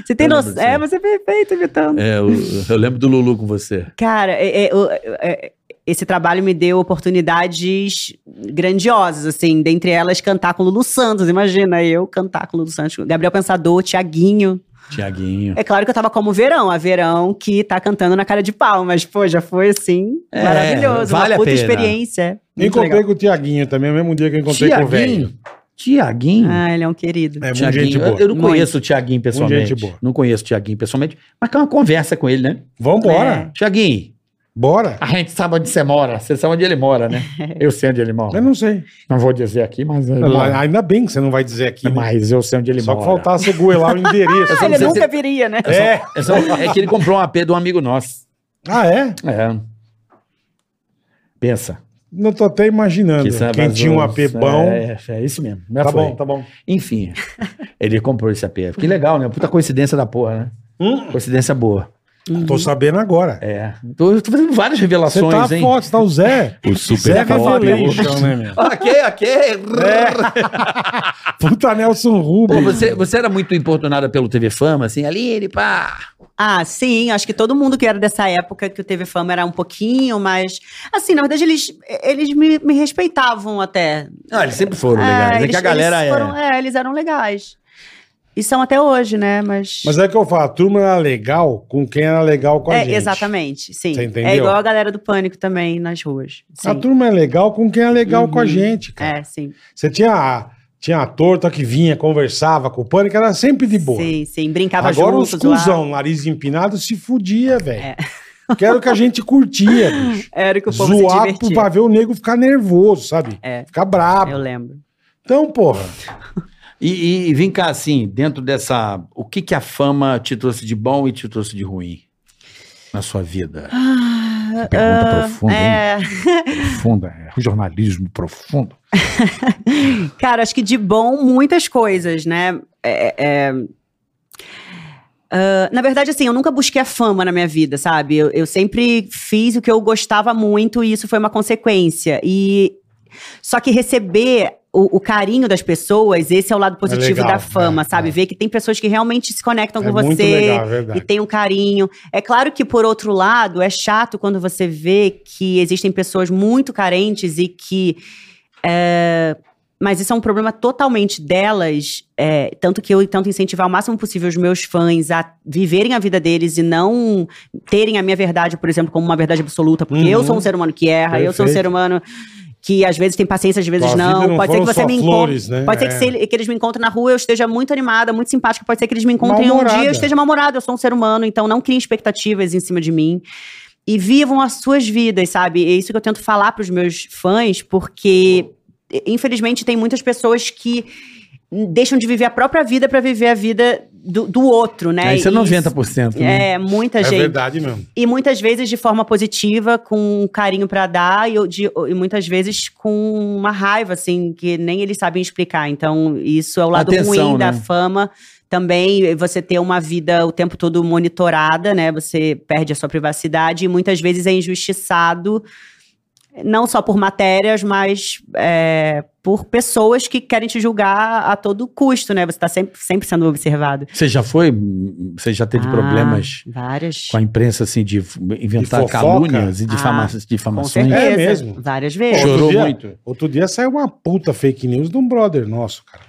S5: Você tem
S3: Eu lembro
S5: noção?
S3: disso.
S5: É, você é perfeito, imitando.
S3: É, eu, eu lembro do Lulu com você.
S5: Cara, é- é- o- é- esse trabalho me deu oportunidades grandiosas, assim, dentre elas cantar com Lulu Santos. Imagina eu cantar com Lulu Santos, Gabriel Pensador, Tiaguinho.
S3: Tiaguinho.
S5: É claro que eu tava como Verão, a Verão que tá cantando na cara de pau, mas pô, já foi assim,
S3: É,
S5: maravilhoso,
S3: vale a
S5: uma puta
S3: pena.
S5: experiência. Muito
S4: Encontrei
S5: legal.
S4: com o Tiaguinho também, o mesmo dia que eu encontrei com o velho.
S3: Tiaguinho? Tiaguinho?
S5: Ah, ele é um querido.
S4: É, muito gente
S3: Tiaguinho, eu,
S4: boa.
S3: eu não
S5: Muito.
S3: conheço o Tiaguinho pessoalmente.
S4: gente boa.
S3: Não conheço o Tiaguinho pessoalmente, mas que é uma conversa com ele, né?
S4: Vambora,
S5: É.
S3: Tiaguinho,
S4: bora.
S1: A gente sabe onde você mora. Você sabe onde ele mora, né? Eu sei onde ele mora.
S4: Eu não sei.
S1: Não vou dizer aqui, mas. ele mora.
S4: Ainda bem que você não vai dizer aqui, né?
S1: Mas eu sei onde ele
S4: Só que
S1: mora.
S4: faltasse goelar o endereço.
S5: Ah, ele
S3: sei
S5: nunca
S3: se-
S5: viria, né?
S4: É.
S3: é, só- é que ele comprou um AP de um amigo nosso.
S4: Ah, é?
S3: É. Pensa.
S4: Não tô até imaginando.
S3: que isso é
S4: Quem tinha um AP
S3: vazio.
S4: bom.
S3: É, é isso mesmo. Já
S4: Tá
S3: foi.
S4: bom, tá bom.
S3: Enfim, ele comprou esse AP. Que legal, né? Puta coincidência da porra, né?
S4: Hum.
S3: Coincidência boa.
S4: Tô sabendo agora.
S3: É. Tô, tô fazendo várias
S4: Você
S3: revelações,
S4: tá
S3: hein?
S4: foda, você tá o Zé.
S3: O
S4: Zé Revelation, né, meu?
S3: Ah, ok, ok.
S4: É. Puta Nelson
S3: Pô,
S4: Rubens.
S3: você, você era muito importunada pelo TV Fama, assim, Aline, pá.
S5: Ah, sim, acho que todo mundo que era dessa época que o TV Fama era um pouquinho, mas assim, na verdade eles, eles me, me respeitavam até.
S3: Ah, eles sempre foram
S5: É,
S3: legais. é que a galera
S5: eles foram-
S3: é.
S5: eles eram legais. E são até hoje, né? Mas,
S4: Mas é que eu falo, a turma era legal com quem era legal com a
S5: é,
S4: gente.
S5: exatamente, sim.
S4: Você entendeu? Ah,
S5: É igual a galera do pânico também nas ruas.
S4: A
S5: Sim.
S4: turma é legal com quem é legal com a
S5: Uhum.
S4: gente, cara.
S5: É, sim.
S4: Você tinha a, Tinha a torta que vinha, conversava com o pânico, era sempre de boa.
S5: Sim, sim. Brincava
S4: Agora
S5: junto,
S4: os
S5: zoava.
S4: cuzão, nariz empinado, se fudia, velho.
S5: É.
S4: Quero Que era o que a gente curtia, bicho.
S5: Era o que o povo se
S4: Zoar pro-
S5: divertia.
S4: pra ver o nego ficar nervoso, sabe?
S5: É.
S4: Ficar brabo.
S5: Eu lembro.
S4: Então, porra,
S3: E, e- e vem cá, assim, dentro dessa. O que, que a fama te trouxe de bom e te trouxe de ruim na sua vida?
S6: Que pergunta profunda, hein?
S5: É,
S6: Profunda. É jornalismo profundo.
S5: cara, acho que de bom muitas coisas, né? É, é, ah, na verdade, assim, eu nunca busquei a fama na minha vida, sabe? Eu, eu sempre fiz o que eu gostava muito e isso foi uma consequência. E só que receber o, o carinho das pessoas, esse é o lado positivo
S4: legal,
S5: da fama,
S4: é,
S5: sabe?
S4: é.
S5: Ver que tem pessoas que realmente se conectam
S4: é
S5: com
S4: muito
S5: você.
S4: legal, é
S5: e
S4: verdade.
S5: tem um carinho. É claro que, por outro lado, é chato quando você vê que existem pessoas muito carentes e que. é, mas isso é um problema totalmente delas. é, tanto que eu tento incentivar o máximo possível os meus fãs a viverem a vida deles e não terem a minha verdade, por exemplo, como uma verdade absoluta. Porque
S4: Uhum.
S5: eu sou um ser humano que erra, eu sou um
S4: Perfeito.
S5: ser humano que às vezes tem paciência, às vezes
S4: Tua vida
S5: não.
S4: não
S5: Pode ser que
S4: foram
S5: você
S4: só
S5: me encontre.
S4: flores, né?
S5: Pode ser que,
S4: É.
S5: se ele- que eles me encontrem na rua, eu esteja muito animada, muito simpática. Pode ser que eles me encontrem um
S4: Mal-humorada.
S5: dia, eu esteja mal-humorada. Eu sou um ser humano, então não criem expectativas em cima de mim. E vivam as suas vidas, sabe? É isso que eu tento falar pros meus fãs, porque infelizmente tem muitas pessoas que deixam de viver a própria vida pra viver a vida do, do outro, né?
S3: Aí isso é
S5: E isso-
S3: 90%. né?
S5: É, muita
S4: É
S5: gente.
S4: verdade mesmo.
S5: E muitas vezes de forma positiva, com um carinho pra dar, e, eu de- e muitas vezes com uma raiva, assim, que nem eles sabem explicar. Então, isso é o lado
S3: Atenção,
S5: ruim da
S3: né?
S5: fama. Também você ter uma vida o tempo todo monitorada, né? Você perde a sua privacidade e muitas vezes é injustiçado, não só por matérias, mas é, por pessoas que querem te julgar a todo custo, né? Você tá sempre, sempre sendo observado.
S3: Você já foi. hum, Você já teve
S5: Ah,
S3: problemas
S5: Várias.
S3: com a imprensa, assim, de f- inventar
S4: De fofoca?
S3: calúnias e difama-
S5: Ah, Com
S3: difamações?
S5: certeza.
S4: É mesmo.
S5: Várias
S4: Pô,
S5: vezes.
S3: Chorou
S4: outro dia-
S3: muito.
S4: Outro dia saiu uma puta fake news de um brother nosso, cara.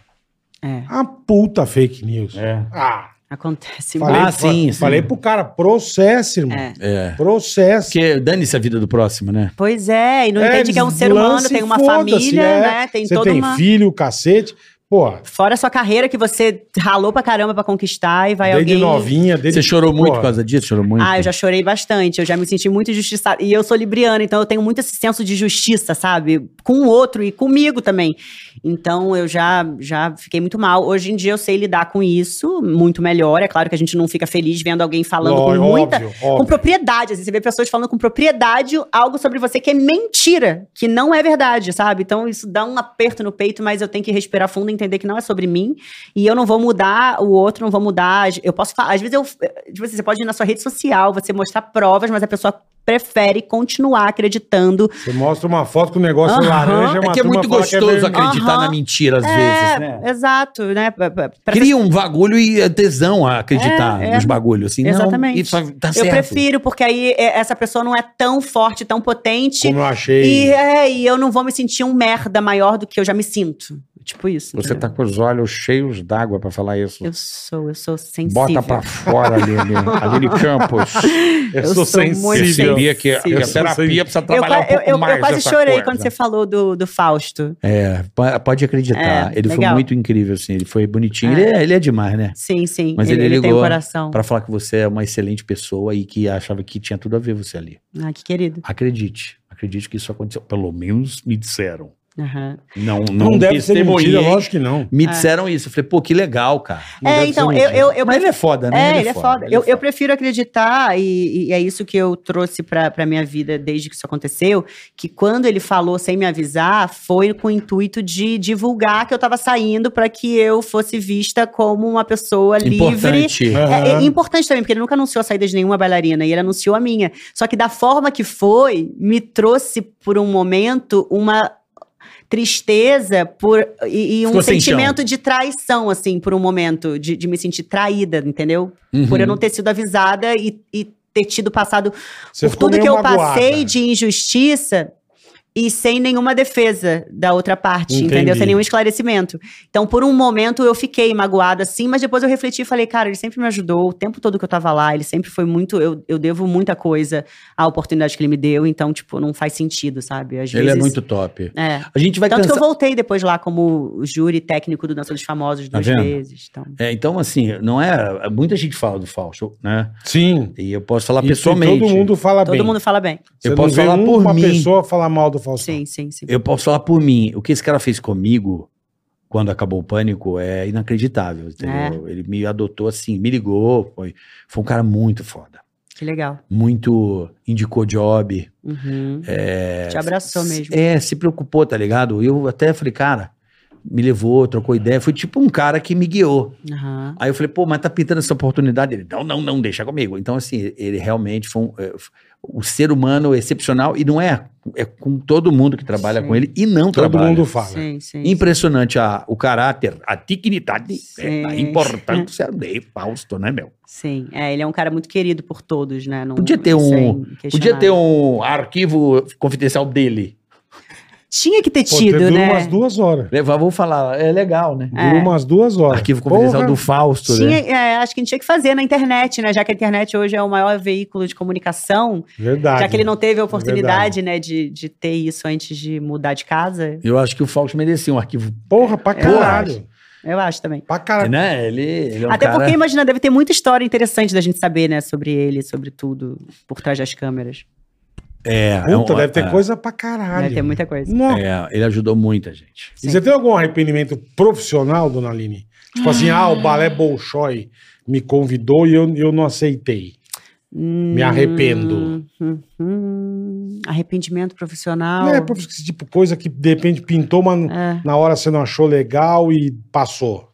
S5: É.
S4: Uma puta fake news.
S1: É.
S4: Ah,
S5: Acontece
S4: falei,
S3: Ah, sim,
S4: fa-
S3: sim.
S4: falei pro cara, processa, irmão.
S5: É.
S3: É.
S4: Processa.
S3: Porque dane-se a vida do próximo, né?
S5: Pois é, e não entende que é um
S4: eles
S5: ser humano,
S4: lançam e
S5: tem uma
S4: foda-se,
S5: família,
S4: é.
S5: né? Tem
S4: Você
S5: toda
S4: tem
S5: uma.
S4: filho, cacete. Pô,
S5: Fora a sua carreira que você ralou pra caramba pra conquistar e vai
S4: desde
S5: alguém.
S4: novinha, desde...
S3: Você chorou muito
S4: Pô,
S3: por causa disso? Chorou muito?
S5: Ah, eu já chorei bastante, eu já me senti muito injustiçada. E eu sou libriana, então eu tenho muito esse senso de justiça, sabe? Com o outro e comigo também. Então eu já, já fiquei muito mal. Hoje em dia eu sei lidar com isso muito melhor. É claro que a gente não fica feliz vendo alguém falando
S4: ó,
S5: com muita
S4: óbvio,
S5: com
S4: óbvio.
S5: propriedade. Às vezes você vê pessoas falando com propriedade algo sobre você que é mentira, que não é verdade, sabe? Então isso dá um aperto no peito, mas eu tenho que respirar fundo e entender que não é sobre mim. E eu não vou mudar o outro, não vou mudar. Eu posso falar. Às vezes eu. Tipo assim, você pode ir na sua rede social, você mostrar provas, mas a pessoa prefere continuar acreditando.
S4: Você mostra uma foto com o negócio
S5: Aham.
S4: laranja,
S3: É
S4: uma
S3: que é
S4: turma
S3: muito
S4: fala que é
S3: gostoso
S4: vermelho.
S3: acreditar
S5: Aham.
S3: na mentira às
S5: é,
S3: vezes, né?
S5: exato, né? Pra- pra- pra-
S3: Cria um bagulho e é tesão a acreditar
S5: É, é.
S3: nos bagulhos, assim. não,
S5: Exatamente.
S3: isso tá
S5: eu
S3: certo.
S5: prefiro, porque aí é, essa pessoa não é tão forte, tão potente.
S4: Como eu achei.
S5: E, é, e eu não vou me sentir um merda maior do que eu já me sinto. Tipo isso.
S1: Você
S5: entendeu?
S1: tá com os olhos cheios d'água pra falar isso.
S5: Eu sou, eu sou sensível.
S1: Bota pra fora, Aline. Aline Campos.
S4: Eu,
S5: eu
S4: sou
S5: sou muito
S4: sensível.
S1: Percebia que, que
S5: sensível.
S1: a terapia precisa
S5: Eu,
S1: trabalhar um
S5: qua- eu-
S1: pouco
S5: eu- eu
S1: mais
S5: quase
S1: essa
S5: chorei
S1: coisa.
S5: quando você falou do, do Fausto.
S3: É, po- pode acreditar.
S5: É,
S3: ele foi
S5: legal.
S3: muito incrível, assim. Ele foi bonitinho.
S5: É.
S3: Ele, é, ele é demais, né?
S5: Sim, sim.
S3: Mas ele
S5: tem
S3: ligou
S5: um coração.
S3: Pra falar que você é uma excelente pessoa e que achava que tinha tudo a ver você ali.
S5: Ah, que querido.
S3: Acredite. Acredite que isso aconteceu. Pelo menos me disseram.
S5: Aham.
S3: Não, não,
S4: Não, deve ser
S3: testemunhei.
S4: mentira, lógico que não.
S3: Me disseram isso. Eu falei, pô, que legal, cara. Não
S5: É,
S3: deve
S5: então,
S3: ser
S5: eu.
S3: mentira.
S5: eu, eu
S3: Mas ele é foda, né?
S5: É, ele é foda.
S3: ele é
S5: Eu, eu prefiro acreditar, e, e é isso que eu trouxe pra, pra minha vida desde que isso aconteceu, que quando ele falou sem me avisar, foi com o intuito de divulgar que eu tava saindo pra que eu fosse vista como uma pessoa livre.
S3: Importante.
S5: É, é
S4: Aham.
S5: importante também, porque ele nunca anunciou a saída de nenhuma bailarina, e ele anunciou a minha. Só que da forma que foi, me trouxe por um momento uma tristeza por, e, e um
S3: Ficou sem chão.
S5: sentimento de traição, assim, por um momento, de, de me sentir traída, entendeu?
S3: Uhum.
S5: Por eu não ter sido avisada e, e ter tido passado
S4: Você
S5: por tudo
S4: meio
S5: que eu
S4: magoada.
S5: passei de injustiça. e sem nenhuma defesa da outra parte, entendeu?
S4: Entendi.
S5: Sem nenhum esclarecimento. Então, por um momento, eu fiquei magoada, assim, mas depois eu refleti e falei, cara, ele sempre me ajudou o tempo todo que eu tava lá, ele sempre foi muito. Eu, eu devo muita coisa à oportunidade que ele me deu, então, tipo, não faz sentido, sabe? Às
S3: Ele é
S5: vezes-
S3: muito Tá top.
S5: É.
S3: A gente vai
S5: Tanto que eu
S3: cansar.
S5: voltei depois lá como júri técnico do Dança dos Famosos
S3: Tá
S5: duas
S3: vendo?
S5: vezes. Então.
S3: É, então, assim, não é. Muita gente fala do Fausto, né?
S4: Sim.
S3: E eu posso falar
S4: E
S3: pessoalmente.
S4: Todo mundo fala
S3: Tá
S5: Todo
S4: bem.
S5: mundo fala bem.
S3: Eu
S4: Você
S3: posso
S4: não vê
S3: falar por
S4: uma
S3: mim.
S4: pessoa falar mal do Faustão.
S5: Sim, sim, sim.
S3: Eu posso falar por mim. O que esse cara fez comigo quando acabou o pânico é inacreditável.
S5: É.
S3: Entendeu? Ele me adotou assim, me ligou. Foi, foi um cara muito foda.
S5: Que legal.
S3: Muito indicou job.
S5: Uhum.
S3: é,
S5: Te abraçou mesmo.
S3: É, se preocupou, tá ligado? Eu até falei, cara, me levou, trocou ideia. Foi tipo um cara que me guiou.
S5: Aham.
S3: Aí eu falei, pô, mas tá pintando essa oportunidade? Ele, não, não, não, deixa comigo. Então, assim, ele realmente foi um, é, f- um ser humano excepcional e não é, é com todo mundo que trabalha
S5: Sim.
S3: com ele e não
S4: Todo
S3: trabalha.
S4: mundo fala.
S5: Sim, sim.
S3: Impressionante a, o caráter, a dignidade,
S5: Sim.
S3: é, a importância de Fausto, né, meu?
S5: Sim. É, ele é um cara muito querido por todos, né? Não-
S3: Podia ter
S5: isso é
S3: um- Podia ter um arquivo confidencial dele.
S5: Tinha que ter
S4: Pô, você
S5: tido,
S4: durou
S5: né?
S4: umas duas horas.
S3: Levar, vou falar, é legal, né?
S5: É.
S4: Durou umas duas horas.
S3: Arquivo confidencial
S4: Porra.
S3: do Fausto,
S5: Tinha,
S3: né?
S5: é, acho que a gente tinha que fazer na internet, né? Já que a internet hoje é o maior veículo de comunicação,
S4: Verdade.
S5: já que ele não
S3: É
S5: teve
S4: Verdade.
S5: a oportunidade, né, de, de ter isso antes de mudar de casa,
S3: Eu acho que o Fausto merecia um arquivo,
S4: Porra, pra caralho.
S5: eu acho também.
S4: Pra caralho.
S3: né? Ele, ele é um
S5: Ah. Até
S3: cara...
S5: porque, imagina, deve ter muita história interessante da gente saber, né, sobre ele, sobre tudo, por trás das câmeras.
S3: É, é um-
S4: Puta, deve ter
S3: é.
S4: coisa pra caralho.
S5: Deve ter muita coisa.
S4: Nossa.
S3: É, ele ajudou muita gente.
S4: E você tem algum arrependimento profissional, dona Aline? Tipo assim, ah, o Balé Bolshoi me convidou e eu, eu não aceitei.
S5: Me
S4: arrependo.
S5: Hum, Arrependimento profissional.
S4: Não é prof- tipo coisa que de repente pintou, mas
S5: É.
S4: na hora você não achou legal e passou.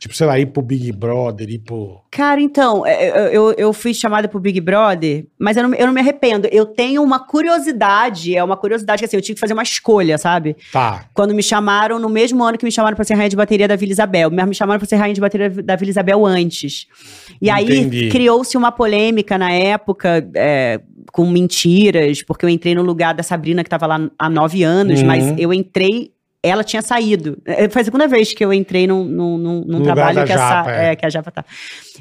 S4: Tipo, sei lá, ir pro Big Brother, ir pro.
S5: Cara, então, é, eu, eu- eu fui chamada pro Big Brother, mas eu não, eu não me arrependo. Eu tenho uma curiosidade, é uma curiosidade que assim, eu tive que fazer uma escolha, sabe?
S4: Tá.
S5: Quando me chamaram, no mesmo ano que me chamaram pra ser rainha de bateria da Vila Isabel, mas me chamaram pra ser rainha de bateria da Vila Isabel antes. E
S4: Entendi.
S5: aí criou-se uma polêmica na época é, com mentiras, porque eu entrei no lugar da Sabrina, que tava lá há nove anos,
S4: Uhum.
S5: mas eu entrei. Ela tinha saído. É, Foi a segunda vez que eu entrei num, num, num- num
S4: No lugar da
S5: trabalho que, essa,
S4: Japa, é.
S5: é, que a Japa tá.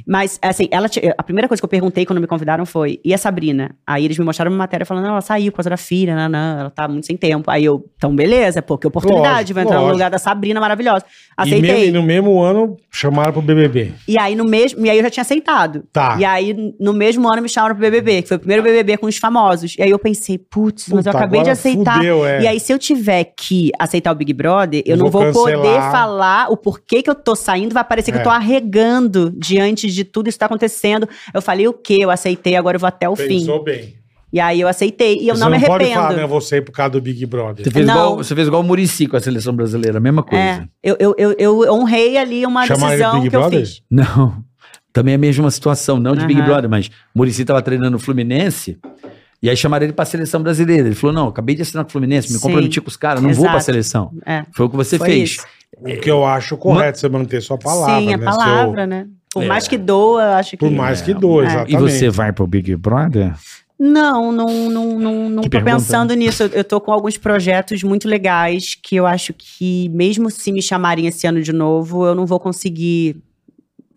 S5: Mas, assim, ela ti- a primeira coisa que eu perguntei quando me convidaram foi: e a Sabrina? Aí eles me mostraram uma matéria falando: não, ela saiu por causa da filha, não, não, ela tá muito sem tempo. Aí eu, então beleza, pô, que oportunidade,
S4: Lógico,
S5: vai entrar no
S4: lógico.
S5: lugar da Sabrina maravilhosa.
S4: E, mesmo-
S5: Aceitei.
S4: e no mesmo ano chamaram pro BBB.
S5: E aí no mesmo, e aí eu já tinha aceitado.
S4: Tá.
S5: E aí no mesmo ano me chamaram pro BBB, que foi o primeiro BBB com os famosos. E aí eu pensei, putz, mas eu
S4: Puta,
S5: acabei de
S4: agora
S5: aceitar.
S4: fudeu, é.
S5: E aí se eu tiver que aceitar o Big Brother, eu
S4: Eu
S5: não
S4: vou
S5: vou poder
S4: cancelar.
S5: falar o porquê que eu tô saindo, vai parecer que
S4: É.
S5: eu tô arregando diante de tudo isso que tá acontecendo. Eu falei o quê? Eu aceitei, agora eu vou até o fim.
S4: Pensou bem.
S5: E aí eu aceitei e eu
S4: Você
S5: não me
S4: pode
S5: arrependo.
S4: falar, né? Eu vou sair por causa do Big Brother.
S3: Você fez,
S5: Não.
S3: igual, você fez igual o Murici com a seleção brasileira, a mesma coisa.
S5: É, eu, eu, eu, eu honrei ali uma
S4: Chamaram ele de
S5: decisão
S4: Big
S5: que eu
S4: Brother?
S5: fiz.
S3: Não. Também é a mesma situação, não de Big
S5: Aham.
S3: Brother, mas o Murici tava treinando no Fluminense e aí chamaram ele pra seleção brasileira. Ele falou: não, acabei de assinar com o Fluminense, me
S5: Sim.
S3: comprometi com os caras, não vou pra
S5: Exato.
S3: seleção.
S5: É.
S3: Foi o que você
S5: Foi
S3: fez.
S5: isso.
S4: O que eu acho correto, você manter sua palavra.
S5: Sim, a
S4: né?
S5: palavra, né? Por
S3: É.
S5: mais que doa, eu acho que.
S4: Seu- por mais que doa,
S5: É.
S4: exatamente.
S6: E você vai pro Big Brother?
S5: Não, não, não, não, não
S6: Que
S5: tô
S6: pergunta, né?
S5: pensando nisso. Eu, eu tô com alguns projetos muito legais que eu acho que, mesmo se me chamarem esse ano de novo, eu não vou conseguir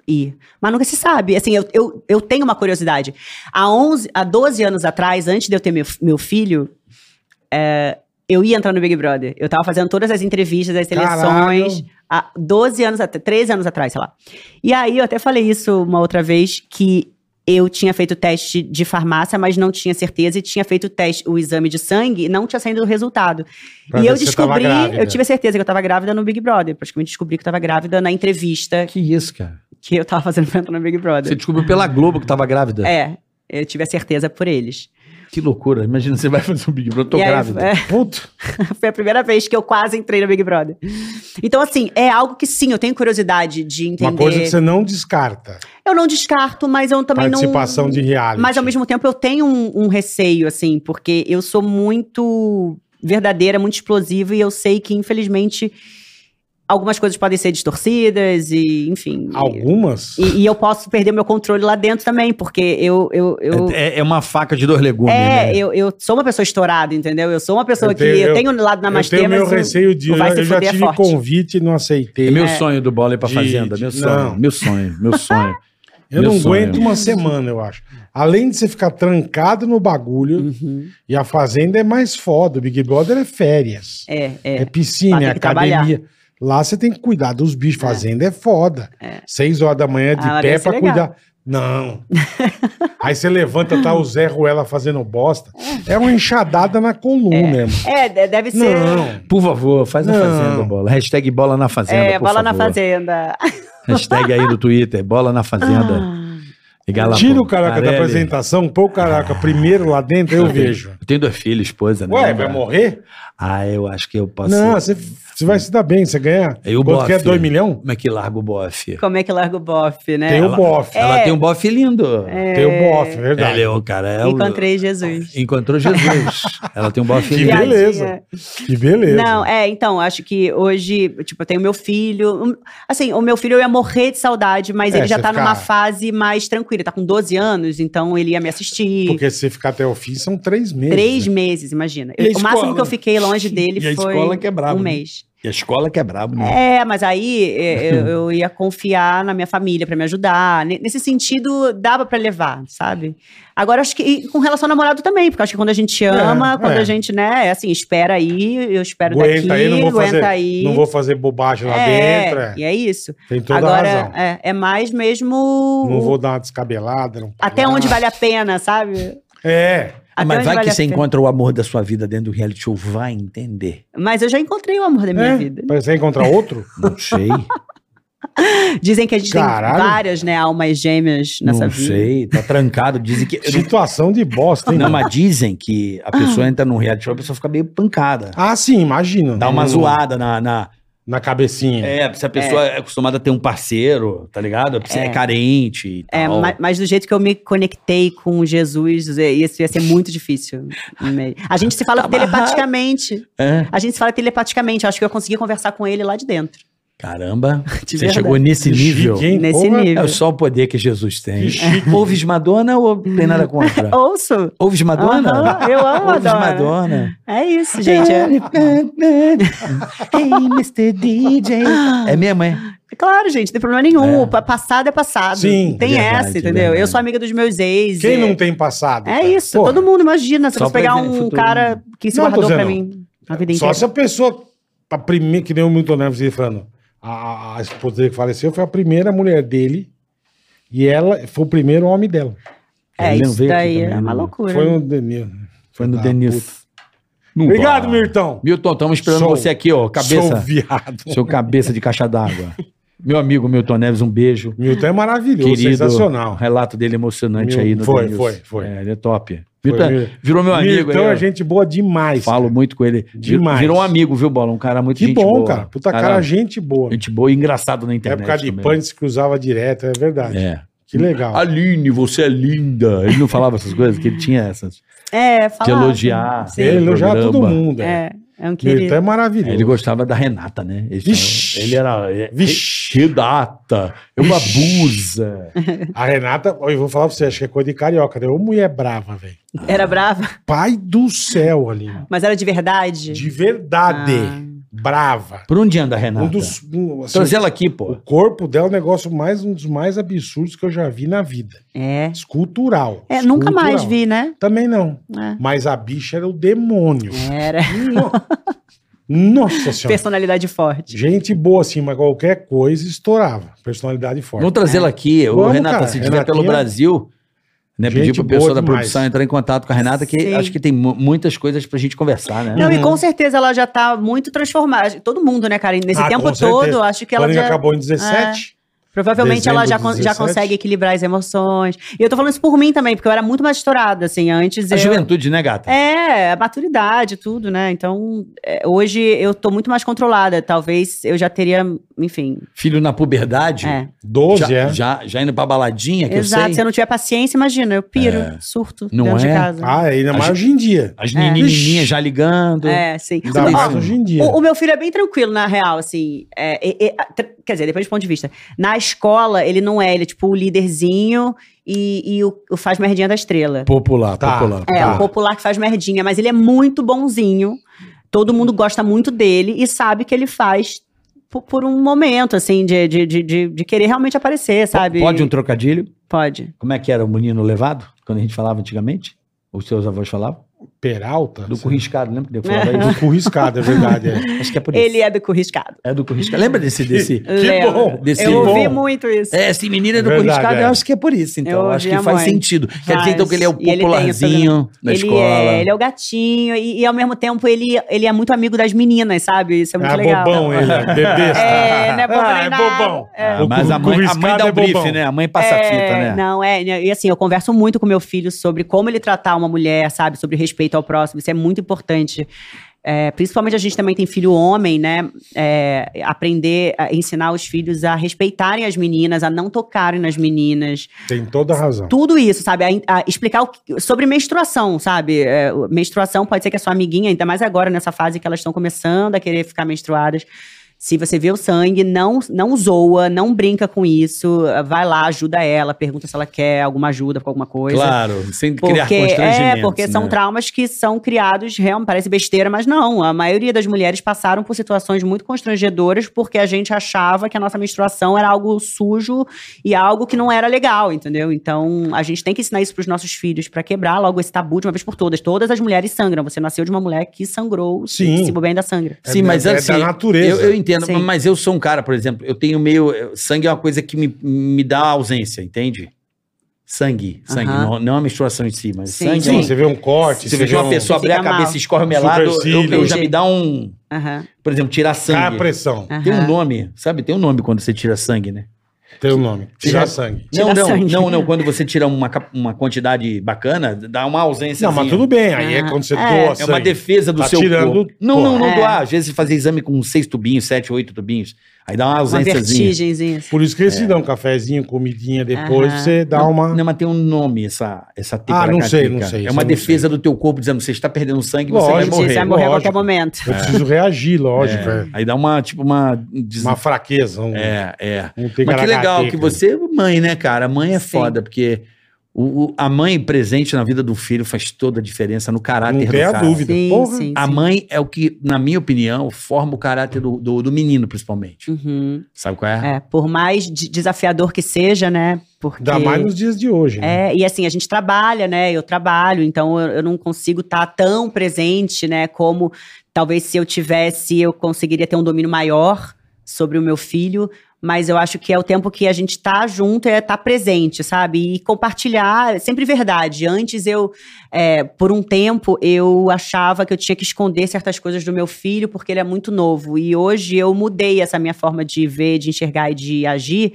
S5: ir. Mas nunca se sabe. Assim, eu, eu, eu tenho uma curiosidade. Há, 11, há 12 anos atrás, antes de eu ter meu, meu filho, é, eu ia entrar no Big Brother. Eu tava fazendo todas as entrevistas, as seleções.
S4: Caralho.
S5: Há 12 anos, até 13 anos atrás, sei lá. E aí, eu até falei isso uma outra vez, que eu tinha feito teste de farmácia, mas não tinha certeza, e tinha feito o teste, o exame de sangue, e não tinha saído o resultado.
S4: Pra
S5: e
S4: ver
S5: eu
S4: se você tava
S5: descobri,
S4: grávida.
S5: eu tive a certeza que eu tava grávida no Big Brother, praticamente descobri que eu tava grávida na entrevista
S3: É Que isso, cara.
S5: que eu tava fazendo pra entrar no Big
S3: Você
S5: Brother.
S3: descobriu pela Globo que tava grávida.
S5: É, eu tive a certeza por eles.
S3: Que loucura. Imagina, você vai fazer um Big Brother, eu tô
S5: E aí,
S3: grávida.
S5: é,
S4: Puta,
S5: Foi a primeira vez que eu quase entrei no Big Brother. Então, assim, é algo que sim, eu tenho curiosidade de entender.
S4: uma coisa que você não descarta.
S5: Eu não descarto, mas eu também não.
S4: participação de reality.
S5: Mas ao mesmo tempo eu tenho um, um receio, assim, porque eu sou muito verdadeira, muito explosiva, e eu sei que, infelizmente, algumas coisas podem ser distorcidas e, enfim. e-
S4: Algumas?
S5: E, e eu posso perder meu controle lá dentro também, porque eu. eu, eu
S3: É, é uma faca de dois legumes,
S5: é,
S3: né?
S5: eu, eu sou uma pessoa estourada, entendeu? Eu sou uma pessoa
S4: Eu tenho-
S5: que. Eu,
S4: eu-
S5: tenho um lado na
S4: Eu
S5: mas
S4: tenho meu
S5: o-
S4: receio de.
S5: o vai
S4: Eu,
S5: se
S4: já
S5: fuder é
S4: tive
S5: forte.
S4: convite e não aceitei.
S3: É meu
S5: É.
S3: sonho do bola ir pra
S4: De-
S3: fazenda. Meu
S4: de-
S3: sonho,
S4: não.
S3: meu sonho, meu sonho.
S4: Eu
S3: Meu
S4: não
S3: sonho.
S4: aguento uma semana, eu acho. Além de você ficar trancado no bagulho,
S5: Uhum.
S4: e a fazenda é mais foda. O Big Brother é férias.
S5: É, é.
S4: É, piscina,
S5: Lá
S4: é
S5: tem que
S4: academia. Lá você tem que cuidar dos bichos. Fazenda é, foda. Seis horas da manhã de
S5: Ah, mas
S4: pé
S5: deve ser
S4: pra
S5: legal.
S4: cuidar. Não. Aí você levanta, tá o Zé Ruela fazendo bosta. É uma enxadada na coluna, irmão.
S5: É, de- deve ser.
S4: Não.
S3: Por favor, faz a
S4: Não.
S3: fazenda, bola. Hashtag bola na fazenda.
S5: é,
S3: por
S5: bola na
S3: favor.
S5: fazenda.
S3: Hashtag aí do Twitter, bola na
S5: Ah.
S3: fazenda. Liga lá
S4: Tira
S3: pro
S4: o caraca da
S3: Carelli.
S4: apresentação, põe o caraca primeiro lá dentro, eu vejo.
S3: Eu tenho dois filhos, esposa, né?
S4: Ué, vai morrer?
S3: Ah, eu acho que eu posso.
S4: Não, você você vai se dar bem, você ganha.
S3: E o
S4: quanto
S3: bofe?
S4: que é 2 milhões?
S3: Como é que larga o bofe?
S5: Como é que larga o bofe, né?
S4: Tem o
S3: Ela-
S4: bofe.
S3: Ela tem um bofe lindo.
S4: Tem o bofe, é
S3: Ela
S4: verdade.
S3: é o cara. é o-
S5: Encontrei Jesus.
S3: Encontrou Jesus. Ela tem um bofe
S4: Que
S3: lindo.
S5: Viadinha.
S4: beleza. Que beleza.
S5: Não, é, então, acho que hoje, tipo, eu tenho meu filho. um, Assim, o meu filho eu ia morrer de saudade, mas
S4: É,
S5: ele já
S4: você
S5: tá
S4: fica-
S5: numa fase mais tranquila. Ele Tá com 12 anos, então ele ia me assistir.
S4: Porque se você ficar até o fim, são três meses.
S5: Três
S4: né?
S5: meses, imagina.
S3: E a
S5: o máximo
S3: escola?
S5: que eu fiquei longe dele
S3: E a
S5: foi
S3: escola que é brabo,
S5: um
S3: né?
S5: mês.
S3: E a escola que é brabo,
S4: Hum.
S3: né?
S5: É, mas aí é, eu, eu ia confiar na minha família pra me ajudar. Ne- Nesse sentido, dava pra levar, sabe? Agora, acho que e com relação ao namorado também, porque acho que quando a gente ama,
S4: É,
S5: quando
S4: é.
S5: a gente, né, é assim, espera aí, eu espero
S4: Aguenta
S5: daqui,
S4: aí, não vou
S5: aguenta
S4: fazer,
S5: aí.
S4: Não vou fazer bobagem lá
S5: é,
S4: dentro. é.
S5: E é isso.
S4: Tem toda
S5: Agora,
S4: a razão.
S5: É, é mais mesmo.
S4: Não vou Ah. dar uma descabelada. não
S5: Até
S4: pagar.
S5: onde vale a pena, sabe?
S4: É.
S5: Até
S3: Ah, Mas
S5: onde
S3: vai
S5: vale
S3: que
S5: a
S3: você
S5: pena.
S3: encontra o amor da sua vida dentro do reality show, vai entender.
S5: Mas eu já encontrei o amor da minha
S4: é.
S5: vida.
S4: Mas Você encontrar outro?
S3: Não sei.
S5: Dizem que a gente
S4: Caralho.
S5: tem várias, né, almas gêmeas nessa
S3: não
S5: vida.
S3: sei. Tá trancado. Dizem que.
S4: Situação de bosta, hein?
S3: Não, mas dizem que a pessoa entra num reality show, a pessoa fica meio pancada.
S4: Ah, sim, imagina.
S3: Dá uma
S4: No-
S3: zoada na. na-
S4: Na cabecinha.
S3: É, se a pessoa é acostumada a ter um parceiro, tá ligado? Se é,
S5: É.
S3: carente e
S5: É,
S3: tal.
S5: ma- mas do jeito que eu me conectei com Jesus, é, isso ia ser muito difícil. Me- A gente se fala
S3: Tá amarrado.
S5: telepaticamente.
S3: É.
S5: A gente se fala telepaticamente. Eu acho que eu consegui conversar com ele lá de dentro.
S3: Caramba,
S5: De
S3: você
S5: verdade.
S3: chegou nesse
S4: Que
S3: nível.
S4: chique, hein?
S5: nesse
S4: Porra.
S3: É
S5: nível.
S3: só o poder que Jesus tem.
S4: Que chique.
S3: Ouves Madonna ou tem nada contra?
S5: Ouço.
S3: Ouves Madonna?
S5: Aham, eu amo
S3: Ouves
S5: Madonna.
S3: Madonna.
S5: É isso, gente. É-
S3: hey, Mr. DJ. É mesmo, é?
S5: Claro, gente, não tem problema nenhum.
S3: É.
S5: O pa- Passado é passado.
S4: Sim,
S5: Tem
S3: é verdade,
S5: essa,
S3: é
S5: entendeu?
S3: verdade.
S5: eu sou amiga dos meus ex.
S4: Quem
S5: é-
S4: não tá? tem passado?
S5: É
S4: cara?
S5: isso.
S4: Porra.
S5: Todo mundo, imagina. Se
S3: Só
S5: você pegar
S3: pra ver
S5: um
S3: futuro.
S5: cara que se
S4: Não, tô
S5: guardou pra
S4: dizendo.
S5: mim a vida
S4: Só
S5: inteira.
S4: se a pessoa, a primeira, que nem o Milton Neves ia falando, a, a esposa dele que faleceu foi a primeira mulher dele e ela foi o primeiro homem dela.
S5: É,
S3: Ele não
S5: isso
S3: veio aqui
S5: daí
S3: também,
S5: é uma
S3: né?
S5: loucura.
S4: Foi um no Denil.
S3: Foi no
S4: Ah,
S3: Denilson. Não
S4: Obrigado,
S3: dá.
S4: Milton.
S3: Milton, estamos esperando
S4: Sou-
S3: você aqui, ó.
S4: Sou
S3: Cabeça.
S4: viado.
S3: Seu cabeça de caixa d'água. Meu amigo Milton Neves, um beijo.
S4: Milton é maravilhoso,
S3: Querido. É, O
S4: sensacional.
S3: relato dele emocionante
S4: Mil-
S3: aí no
S4: foi,
S3: Denilson.
S4: foi, foi.
S3: É, ele é top.
S4: Foi,
S3: Milton,
S4: Mil-
S3: virou meu amigo.
S4: Milton
S3: aí,
S4: é
S3: ó.
S4: gente boa demais.
S3: Falo
S4: cara.
S3: muito com ele. Vir-
S4: Demais.
S3: Virou um amigo, viu, Bola? Um cara muito
S4: Que
S3: gente
S4: bom,
S3: boa.
S4: cara. Puta cara, gente boa.
S3: Gente boa e engraçado na internet.
S4: Época de
S3: também.
S4: pânico cruzava direto, é verdade.
S3: É.
S4: Que legal.
S3: Aline, você é linda. Ele não falava essas coisas, que ele tinha essas.
S5: É, falar.
S3: De elogiar.
S5: Sim.
S4: Ele elogiava todo
S3: Programa.
S4: mundo. É.
S5: É, é um
S4: Milton
S5: querido.
S4: é
S3: É,
S4: maravilhoso.
S3: Ele gostava da Renata, né? Ele,
S4: Vixe.
S3: ele era. é-
S4: Vixe.
S3: Renata, é uma abusa.
S4: A Renata, eu vou falar pra você, acho que é coisa de carioca, né? Ô mulher brava, velho.
S5: Era brava,
S4: Pai do céu ali.
S5: mas era de verdade?
S4: De verdade.
S5: Ah.
S4: Brava.
S3: Por onde anda a Renata?
S4: Um dos. um, assim,
S3: Traz ela aqui,
S4: o
S3: pô.
S4: corpo dela é um negócio mais um dos mais absurdos que eu já vi na vida.
S5: É.
S4: Escultural.
S5: É, nunca
S4: Escultural.
S5: mais vi, né?
S4: Também não.
S5: É.
S4: Mas a bicha era o demônio.
S5: Era.
S4: No- Nossa senhora.
S5: Personalidade forte.
S4: Gente boa, assim, mas qualquer coisa estourava. Personalidade forte.
S3: Vamos trazer ela
S5: É.
S3: aqui. O
S4: Vamos,
S3: Renata
S4: cara.
S3: se tiver pelo
S4: Renatinha-
S3: Brasil, né?
S4: Gente
S3: Pedir pro pessoal
S4: boa
S3: da
S4: demais.
S3: produção entrar em contato com a Renata, que
S5: Sim.
S3: acho que tem mu- muitas coisas pra gente conversar, né?
S5: Não, e com certeza ela já tá muito transformada. Todo mundo, né, cara? Nesse
S4: Ah,
S5: tempo
S4: com certeza.
S5: todo, acho que
S4: O
S5: ela
S4: Pânico
S5: já.
S4: acabou em 17.
S5: Provavelmente ela já,
S4: Dezembro
S5: con- já
S4: 17.
S5: consegue equilibrar as emoções. E eu tô falando isso por mim também, porque eu era muito mais estourada, assim, antes.
S3: A
S5: eu-
S3: juventude, né, gata?
S5: É, a maturidade, tudo, né? Então, é, hoje eu tô muito mais controlada. Talvez eu já teria, enfim.
S3: Filho na puberdade.
S5: É.
S4: 12,
S3: já,
S4: é.
S3: já, já indo pra baladinha, É que eu
S5: Exato.
S3: sei.
S5: Se eu não tiver paciência, imagina, eu piro, surto
S3: Não
S5: dentro
S3: é?
S5: de casa.
S4: Ah, ainda mais hoje em dia.
S3: As
S5: É.
S3: menininhas já ligando.
S5: é, sim.
S4: Ainda
S5: Ó,
S4: mais hoje em dia.
S5: O, o meu filho é bem tranquilo, na real, assim. É, e- e- a- tr- quer dizer, depois do ponto de vista. Na escola, ele não é, ele é tipo o líderzinho e, e o, o faz merdinha da estrela.
S3: Popular,
S4: Tá.
S3: popular.
S5: É,
S3: popular.
S5: o popular que faz merdinha, mas ele é muito bonzinho. Todo mundo gosta muito dele e sabe que ele faz po- por, um momento, assim, de, de, de, de- de querer realmente aparecer, sabe?
S3: Pode um trocadilho?
S5: Pode.
S3: Como é que era o menino levado? Quando a gente falava antigamente? Os seus avós falavam?
S4: Peralta?
S3: Do curriscado, lembra que eu falava isso?
S4: Do curriscado, é verdade. É.
S3: Acho que é por isso.
S5: Ele é do curriscado.
S3: É do curriscado. Lembra desse? desse?
S5: Lembra?
S4: bom,
S3: desse
S5: Eu ouvi
S4: bom.
S5: muito isso.
S3: É, esse menino é do
S4: Verdade,
S3: curriscado,
S4: é.
S3: eu acho que é por isso, então.
S5: Eu
S3: Eu acho
S5: ouvi
S3: que
S5: a
S3: faz
S5: mãe.
S3: sentido. Quer dizer, então, que ele é o
S5: E ele tem o
S3: popularzinho da
S5: ele
S3: escola.
S5: é, ele é o gatinho e, e, ao mesmo tempo ele, ele é muito amigo das meninas, sabe? Isso é muito
S4: Ah,
S5: legal.
S4: bobão ele, Ah, é besta.
S5: É, não é bobo nem nada. É.
S3: Ah, mas a mãe, a
S4: é
S3: mãe dá o brief, né? A mãe passa a fita, né?
S5: Não, é. né, E assim, eu converso muito com meu filho sobre como ele tratar uma mulher, sabe? Sobre respeito ao próximo. Isso é muito importante. É, principalmente a gente também tem filho homem, né? É, aprender, a ensinar os filhos a respeitarem as meninas, a não tocarem nas meninas.
S4: Tem toda a razão.
S5: Tudo isso, sabe? A- a explicar o que- sobre menstruação, sabe? É, o- menstruação pode ser que a sua amiguinha, ainda mais agora nessa fase que elas estão começando a querer ficar menstruadas. Se você vê o sangue, não, não zoa, não brinca com isso. Vai lá, ajuda ela, pergunta se ela quer alguma ajuda com alguma coisa.
S3: Claro, sem criar
S5: é. Porque,
S3: constrangimento.
S5: é, porque são
S3: né?
S5: traumas que são criados, realmente, parece besteira, mas não. A maioria das mulheres passaram por situações muito constrangedoras porque a gente achava que a nossa menstruação era algo sujo e algo que não era legal, entendeu? Então, a gente tem que ensinar isso pros nossos filhos pra quebrar logo esse tabu de uma vez por todas. Todas as mulheres sangram. Você nasceu de uma mulher que sangrou,
S4: Sim.
S5: se se bobear ainda sangra.
S4: É
S3: Sim,
S4: da-
S3: mas
S4: é da
S3: assim.
S4: natureza.
S3: Eu, eu entendo,
S5: Sim.
S3: mas eu sou um cara, por exemplo, eu tenho meio. eu- Sangue é uma coisa que me, me dá ausência, entende? Sangue. Sangue.
S5: Aham.
S3: Não, não a menstruação em si, mas
S5: Sim,
S3: sangue.
S5: sim.
S3: é uma-
S4: Então, Você vê um corte,
S3: Se você vê uma
S4: um-
S3: pessoa abrir a
S5: Fica
S3: cabeça
S5: mal.
S3: e escormelado, eu, eu já
S5: Supercílio.
S3: me dá um.
S5: Aham.
S3: Por exemplo, tirar
S4: Cai a
S3: sangue.
S4: pressão.
S3: Tem um
S5: aham.
S3: nome, sabe? Tem um nome quando você tira sangue, né?
S4: Tem o nome. Tirar
S3: Já-
S4: sangue.
S3: Não,
S5: Tirar
S3: não,
S5: sangue.
S3: não, não. Quando você tira uma, cap- uma quantidade bacana, dá uma ausência. assim,
S4: Não, mas tudo bem. Aí é quando você doa
S5: Ah, é.
S3: É
S4: sangue.
S3: uma defesa do
S4: Tá
S3: seu
S4: tirando,
S3: corpo. Não, não, não
S5: É.
S3: doar. Às vezes você fazia exame com seis tubinhos, sete, oito tubinhos. Aí dá uma
S5: Uma
S3: ausênciazinha.
S5: vertigenzinha. assim.
S4: Por isso que eles te dão um cafezinho, comidinha depois,
S5: Aham.
S4: você dá uma...
S3: É. Não, mas tem um nome essa, essa
S4: Ah, não sei, não
S3: ticaracatica.
S4: sei,
S3: É
S4: isso
S3: uma
S4: eu não
S3: defesa do teu corpo dizendo você está perdendo sangue, você vai
S4: Lógico,
S5: Você vai
S3: morrer.
S5: morrer a
S4: lógico.
S5: qualquer momento.
S4: Eu preciso reagir, lógico. é.
S3: Aí dá uma, tipo, uma... des-
S4: Uma fraqueza. Um,
S3: É, é.
S4: um ticaracateca.
S3: Mas que legal que você é mãe, né, cara? Mãe é
S5: Sim.
S3: foda, porque o- o- a mãe presente na vida do filho faz toda a diferença no caráter
S4: Não
S3: do
S4: tem a
S3: cara.
S4: dúvida.
S5: Sim,
S4: Porra.
S5: sim,
S3: A
S5: sim.
S3: mãe é o que, na minha opinião, forma o caráter do, do, do menino, principalmente.
S5: Uhum.
S3: Sabe qual é?
S5: É, por mais de- desafiador que seja, né? Porque.
S4: Ainda mais nos dias de hoje. né?
S5: É, e assim, a gente trabalha, né? Eu trabalho, então eu, eu não consigo estar tão presente, né? Como talvez se eu tivesse, eu conseguiria ter um domínio maior sobre o meu filho. Mas eu acho que é o tempo que a gente tá junto, é estar presente, sabe? E compartilhar, é sempre verdade. Antes eu, é, por um tempo, eu achava que eu tinha que esconder certas coisas do meu filho porque ele é muito novo. E hoje eu mudei essa minha forma de ver, de enxergar e de agir.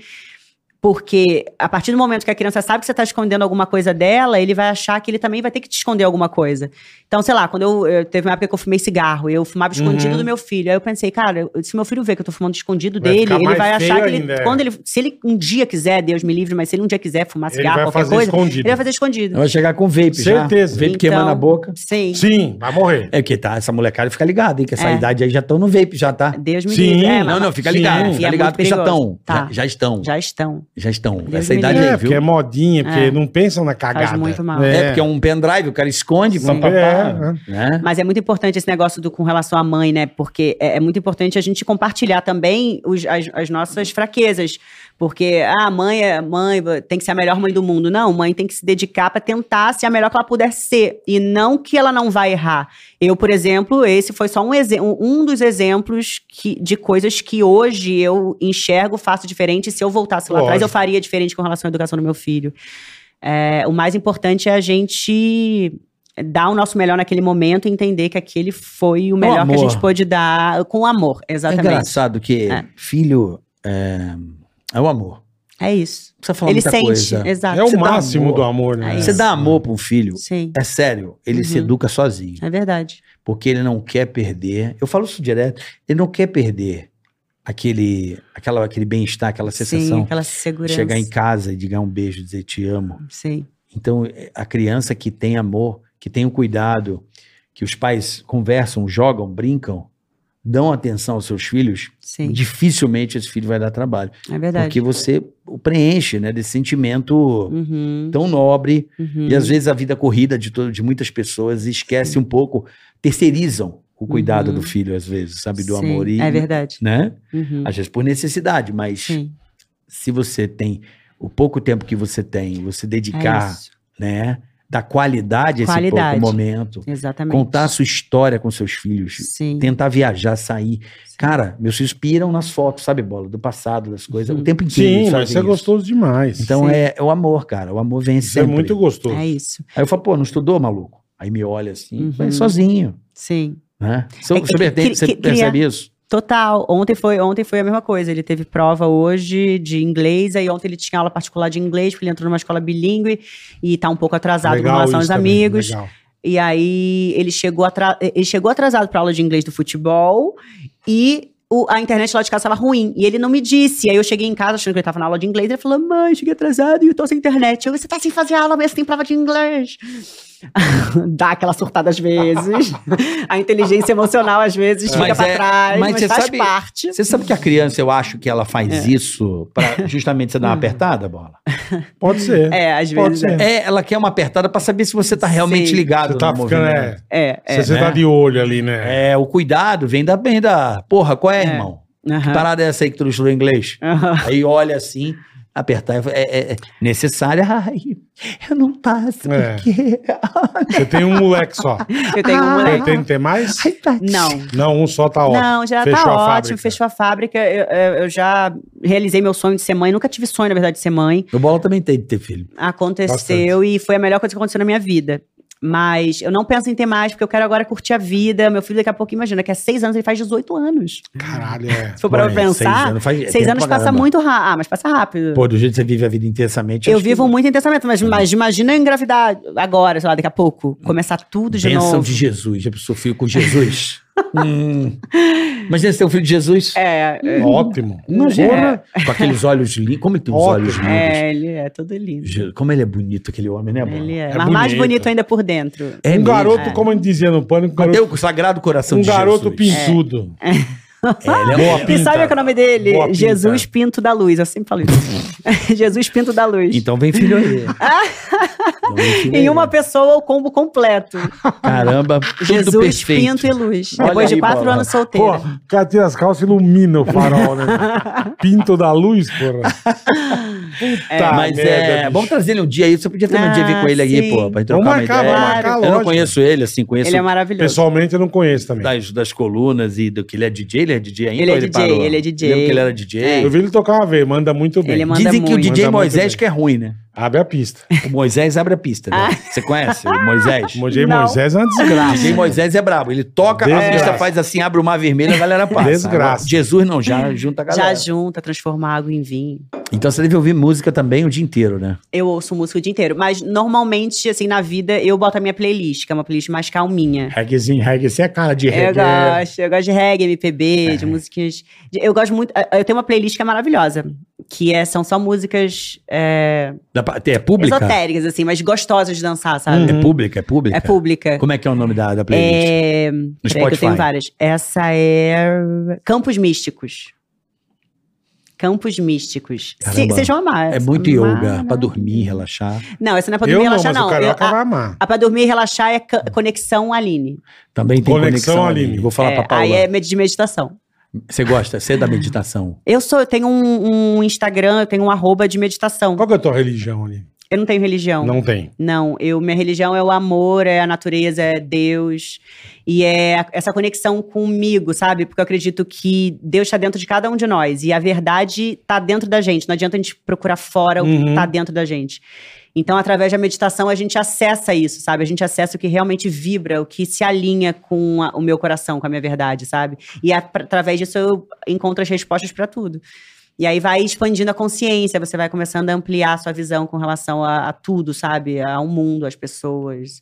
S5: Porque a partir do momento que a criança sabe que você está escondendo alguma coisa dela, ele vai achar que ele também vai ter que te esconder alguma coisa. Então, sei lá, quando eu, eu- teve uma época que eu fumei cigarro, eu fumava escondido
S4: Uhum.
S5: do meu filho. Aí eu pensei, cara, eu- se meu filho ver que eu tô fumando escondido
S4: Vai
S5: dele,
S4: ficar
S5: ele
S4: mais
S5: vai
S4: feio
S5: achar que ele,
S4: ainda, é.
S5: quando ele, se ele um dia quiser, Deus me livre, mas se ele um dia quiser fumar
S4: Ele
S5: cigarro,
S4: vai
S5: qualquer
S4: fazer
S5: coisa,
S4: escondido.
S5: ele vai fazer escondido.
S3: Vai chegar com vape
S4: Certeza.
S3: já. Vape
S5: Então-
S3: queimando a boca.
S5: Sim.
S4: Sim, vai morrer.
S3: É que tá, essa molecada fica ligada, hein? Que essa
S5: É.
S3: idade aí já estão no vape, já tá.
S5: Deus me
S4: Sim.
S5: livre. É, mas-
S3: Não, não, fica
S4: Sim.
S3: ligado,
S5: E
S3: fica
S5: é
S3: ligado
S5: muito
S3: que já
S5: perigoso.
S3: estão.
S5: Tá.
S3: Já, já estão. Já,
S5: Já estão.
S3: estão.
S5: Deus
S3: Essa
S5: me
S3: idade
S5: livre.
S3: aí,
S4: É,
S3: viu?
S4: porque é modinha, porque
S5: É.
S4: não pensam na cagada.
S5: muito mal.
S3: É, porque é um pendrive, o cara esconde,
S5: Sim.
S3: papapá,
S4: É, é.
S3: né?
S5: Mas é muito importante esse negócio do, com relação à mãe, né? Porque é, é muito importante a gente compartilhar também os- as, as nossas fraquezas. Porque ah, a mãe é mãe, tem que ser a melhor mãe do mundo. Não, mãe tem que se dedicar para tentar ser a melhor que ela puder ser. E não que ela não vai errar. Eu, por exemplo, esse foi só um, exe- um- um dos exemplos que, de coisas que hoje eu enxergo, faço diferente. Se eu voltasse lá atrás, eu
S4: Lógico.
S5: faria diferente com relação à educação do meu filho. É, o mais importante é a gente dar o nosso melhor naquele momento e entender que aquele foi o melhor que a
S3: amor.
S5: gente pôde dar com amor,
S3: É
S5: exatamente.
S3: engraçado que
S5: É.
S3: filho é, é o amor.
S5: É isso.
S3: Não precisa falar
S5: ele
S3: muita
S5: sente,
S3: coisa.
S5: exato.
S4: É o
S3: Você dá
S4: máximo
S3: amor.
S4: do amor, né?
S5: Aí
S3: Você dá amor para um filho,
S5: Sim,
S3: é sério, ele se
S5: Uhum.
S3: educa sozinho.
S5: é verdade.
S3: Porque ele não quer perder. Eu falo isso direto, ele não quer perder aquele, aquela, aquele bem-estar, aquela
S5: Sim,
S3: sensação
S5: aquela
S3: de
S5: segurança.
S3: chegar em casa e digar um beijo, dizer te amo.
S5: Sim,
S3: Então, é, a criança que tem amor, que tem o cuidado, que os pais conversam, jogam, brincam, dão atenção aos seus filhos,
S5: sim,
S3: dificilmente esse filho vai dar trabalho.
S5: é verdade.
S3: Porque você o preenche, né, desse sentimento
S5: Uhum,
S3: tão nobre.
S5: uhum.
S3: Então, E às vezes a vida corrida de, todo, de muitas pessoas esquece um pouco, terceirizam o cuidado
S5: Uhum.
S3: do filho, às vezes, sabe, do
S5: Sim,
S3: amor. E,
S5: É verdade.
S3: Né?
S5: Uhum,
S3: Às vezes por necessidade, mas
S5: Sim,
S3: se você tem o pouco tempo que você tem, você
S5: é
S3: dedicar
S5: isso.
S3: né? Da qualidade a esse pouco
S5: Qualidade.
S3: momento.
S5: Exatamente.
S3: Contar a sua história com seus filhos.
S5: Sim.
S3: Tentar viajar, sair. Cara, meus filhos piram nas fotos, sabe, bola? Do passado, das coisas, o tempo inteiro.
S4: Sim,
S3: eles
S4: mas
S3: fazem
S4: isso é gostoso demais.
S3: Então
S5: Sim.
S3: é, é o amor, cara. O amor vence
S4: isso
S3: sempre.
S4: é muito gostoso.
S5: É isso.
S3: Aí eu falo, pô, não estudou, maluco? Aí me olha assim,
S5: Uhum.
S3: vai sozinho.
S5: Sim.
S3: Né? So-
S5: É que-
S3: você pertence-
S5: que-
S3: você
S5: que-
S3: percebe isso?
S5: Total. Ontem foi, ontem foi a mesma coisa. Ele teve prova hoje de inglês, aí ontem ele tinha aula particular de inglês, porque ele entrou numa escola bilíngue e tá um pouco atrasado com relação aos
S4: isso também,
S5: amigos.
S4: legal.
S5: E aí ele chegou, atra- ele chegou atrasado para aula de inglês do futebol e o- a internet lá de casa estava ruim. E ele não me disse. Aí eu cheguei em casa achando que ele estava na aula de inglês. Ele falou: Mãe, cheguei atrasado e eu tô sem internet. Eu, você tá sem fazer aula, mas você tem prova de inglês. Dá aquela surtada às vezes. a inteligência emocional às vezes
S3: Mas
S5: fica pra
S3: é-
S5: trás,
S3: mas
S5: mas,
S3: você
S5: faz
S3: sabe-
S5: parte.
S3: Você sabe que a criança, eu acho que ela faz isso pra justamente você dar uma apertada, bola?
S4: Pode ser.
S5: É, às
S4: Pode
S5: vezes.
S4: ser.
S3: É, ela quer uma apertada pra saber se você tá realmente
S5: Sim.
S3: ligado
S4: Você tá
S3: no
S4: ficando,
S3: movimento.
S4: é,
S5: É, é.
S4: se você
S3: né?
S4: tá de olho ali, né?
S3: É, o cuidado vem da bem da. Porra, qual é,
S5: É.
S3: irmão? Que
S5: Aham.
S3: parada é essa aí que tu não estudou inglês?
S5: Aham.
S3: Aí olha assim, apertar. É, é, é necessária. Ai, eu não passo,
S4: É.
S3: porque.
S4: Você tem um moleque só.
S5: Eu tenho um
S4: Tem,
S3: Ah.
S5: moleque.
S4: tem, tem mais?
S3: Ai, tá.
S5: Não.
S4: Não, um só tá ótimo.
S5: Não, já
S4: Fechou
S5: tá
S4: a
S5: ótimo,
S4: fábrica.
S5: fechou a fábrica. Eu, eu- eu já realizei meu sonho de ser mãe, nunca tive sonho, na verdade, de ser mãe.
S3: O bola também tem de ter filho.
S5: Aconteceu e foi a melhor coisa que aconteceu na minha vida. Mas eu não penso em ter mais, porque eu quero agora curtir a vida. Meu filho, daqui a pouco, imagina, que há seis anos, ele faz 18 anos.
S4: Caralho, é.
S5: Se for pra
S3: Pô, é,
S5: pensar,
S3: seis anos, faz- é
S5: seis
S3: tempo
S5: anos
S3: pra
S5: passa
S3: caramba.
S5: muito rápido. Ah, mas passa rápido.
S3: Pô, do jeito que você vive a vida intensamente.
S5: eu
S3: acho que Uhum.
S5: vivo muito intensamente, mas, mas imagina eu engravidar agora, sei lá, daqui a pouco. Começar tudo de
S3: Bênção
S5: novo.
S3: de Jesus. Já pensou filho com Jesus? hum. Imagina se tem um filho de Jesus.
S5: É, é,
S4: Ótimo.
S3: Imagina. Com aqueles olhos lindos. Como ele tem os
S4: Ótimo.
S3: olhos lindos?
S5: é, ele é todo lindo.
S3: Je- Como ele é bonito, aquele homem, né, bola?
S5: Ele é.
S4: É
S5: mas mais
S4: bonito.
S5: bonito ainda por dentro.
S3: É
S4: um
S3: mesmo.
S4: garoto,
S5: É.
S4: como a gente dizia no pânico, um
S3: Cadê
S4: garoto,
S3: o sagrado coração
S4: um
S3: de
S4: garoto
S3: Jesus?
S4: pintudo.
S3: É, ele é boa
S5: E
S4: Pinta.
S5: sabe qual é o nome dele?
S4: Boa pinta.
S5: Jesus Pinto da Luz. Eu sempre falo isso. Jesus Pinto da Luz.
S3: Então vem filho aí. Então vem filho aí.
S5: em uma pessoa, o combo completo.
S3: Caramba, tudo
S5: Jesus,
S3: perfeito.
S5: Pinto e Luz.
S3: Olha
S5: Depois
S3: aí,
S5: de quatro
S3: Bola.
S5: anos
S4: Pô,
S5: solteira.
S4: o cara tira as calças e ilumina o farol, né? Pinto da luz, porra. Puta
S3: Mas é,
S4: merda, Ah, bicho.
S3: vamos trazer ele um dia aí. Você podia ter um
S5: Ah,
S3: dia vir com ele aí,
S5: sim.
S3: pô, pra gente trocar
S4: Vamos
S3: uma
S4: marcar,
S3: ideia.
S5: vamos marcar,
S3: eu não
S4: lógico.
S3: conheço ele, assim, conheço
S5: ele é maravilhoso.
S4: Pessoalmente eu não conheço também.
S3: das, das colunas e do que ele é DJ. Ele é DJ ainda?
S5: Ele é
S3: ou
S5: DJ,
S3: parou?
S5: ele é DJ.
S3: Lembro que ele era DJ.
S4: Eu vi ele tocar uma vez, manda muito bem.
S5: Ele manda
S3: Dizem que o
S5: muito.
S3: DJ
S4: Manda muito
S3: Moisés
S4: bem.
S3: que é ruim, né?
S4: Abre a pista.
S3: O Moisés abre a pista,
S5: Ah.
S3: né? Você conhece o Moisés?
S4: O DJ
S5: Não.
S4: Moisés é uma desgraça.
S3: DJ Moisés é brabo. Ele toca, a
S4: Desgraça.
S3: pista faz assim, abre o mar vermelho, a galera passa.
S4: Desgraça.
S3: Agora, Jesus não, já junta a
S5: Já
S3: galera.
S5: junta, transforma água em vinho.
S3: Então você deve ouvir música também o dia inteiro, né?
S5: Eu ouço música o dia inteiro. Mas normalmente, assim, na vida, eu boto a minha playlist, que é uma playlist mais calminha.
S3: Reggaezinho, reggae, É. você é cara de
S5: Eu gosto, eu gosto de reggae, MPB, de musiquinhas. de- eu gosto muito. Eu tenho uma playlist que é maravilhosa, que é, são só músicas é,
S3: Da pa- É pública?
S5: esotéricas, assim, mas gostosas de dançar, sabe?
S3: É pública, é pública?
S5: É pública.
S3: Como é que é o nome da, da playlist?
S5: É,
S3: No
S5: peraí, que eu
S3: Spotify.
S5: tenho várias. Essa é Campos Místicos. Campos Místicos. Se-
S3: Caramba.
S5: Vocês vão amar.
S3: É muito yoga, pra
S5: Mara-
S3: dormir, relaxar.
S5: Não, essa não é pra
S4: Eu
S5: dormir
S4: não,
S5: e relaxar,
S4: mas
S5: não.
S4: o
S5: Eu-
S4: carioca vai
S5: a,
S4: amar.
S5: a pra dormir e relaxar é ca- Conexão Aline.
S3: Também tem
S4: Conexão
S3: conexão, ali.
S4: Aline.
S3: Vou falar
S5: É,
S3: pra Paula.
S5: aí é med- de meditação.
S3: Você gosta? Você é da meditação?
S5: Eu sou, eu tenho um, um Instagram, eu tenho um arroba de meditação.
S4: Qual que é a tua religião ali?
S5: Eu não tenho religião. Não.
S4: Não tem.
S5: eu, minha religião é o amor, é a natureza, é Deus. E é a- essa conexão comigo, sabe? Porque eu acredito que Deus está dentro de cada um de nós. E a verdade está dentro da gente. Não adianta a gente procurar fora o que
S4: Uhum.
S5: está dentro da gente. Então, através da meditação, a gente acessa isso, sabe? A gente acessa o que realmente vibra, o que se alinha com a- o meu coração, com a minha verdade, sabe? E a- pra- através disso eu encontro as respostas para tudo. E aí vai expandindo a consciência, você vai começando a ampliar a sua visão com relação a, a tudo, sabe? Ao mundo, às pessoas.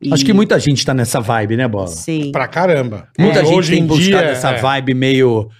S5: E-
S3: Acho que muita gente tá nessa vibe, né, Bola?
S5: Sim.
S4: Pra caramba.
S3: Muita
S4: É,
S3: gente
S4: hoje
S3: tem
S4: em
S3: buscado
S4: dia,
S3: essa
S4: é.
S3: vibe meio.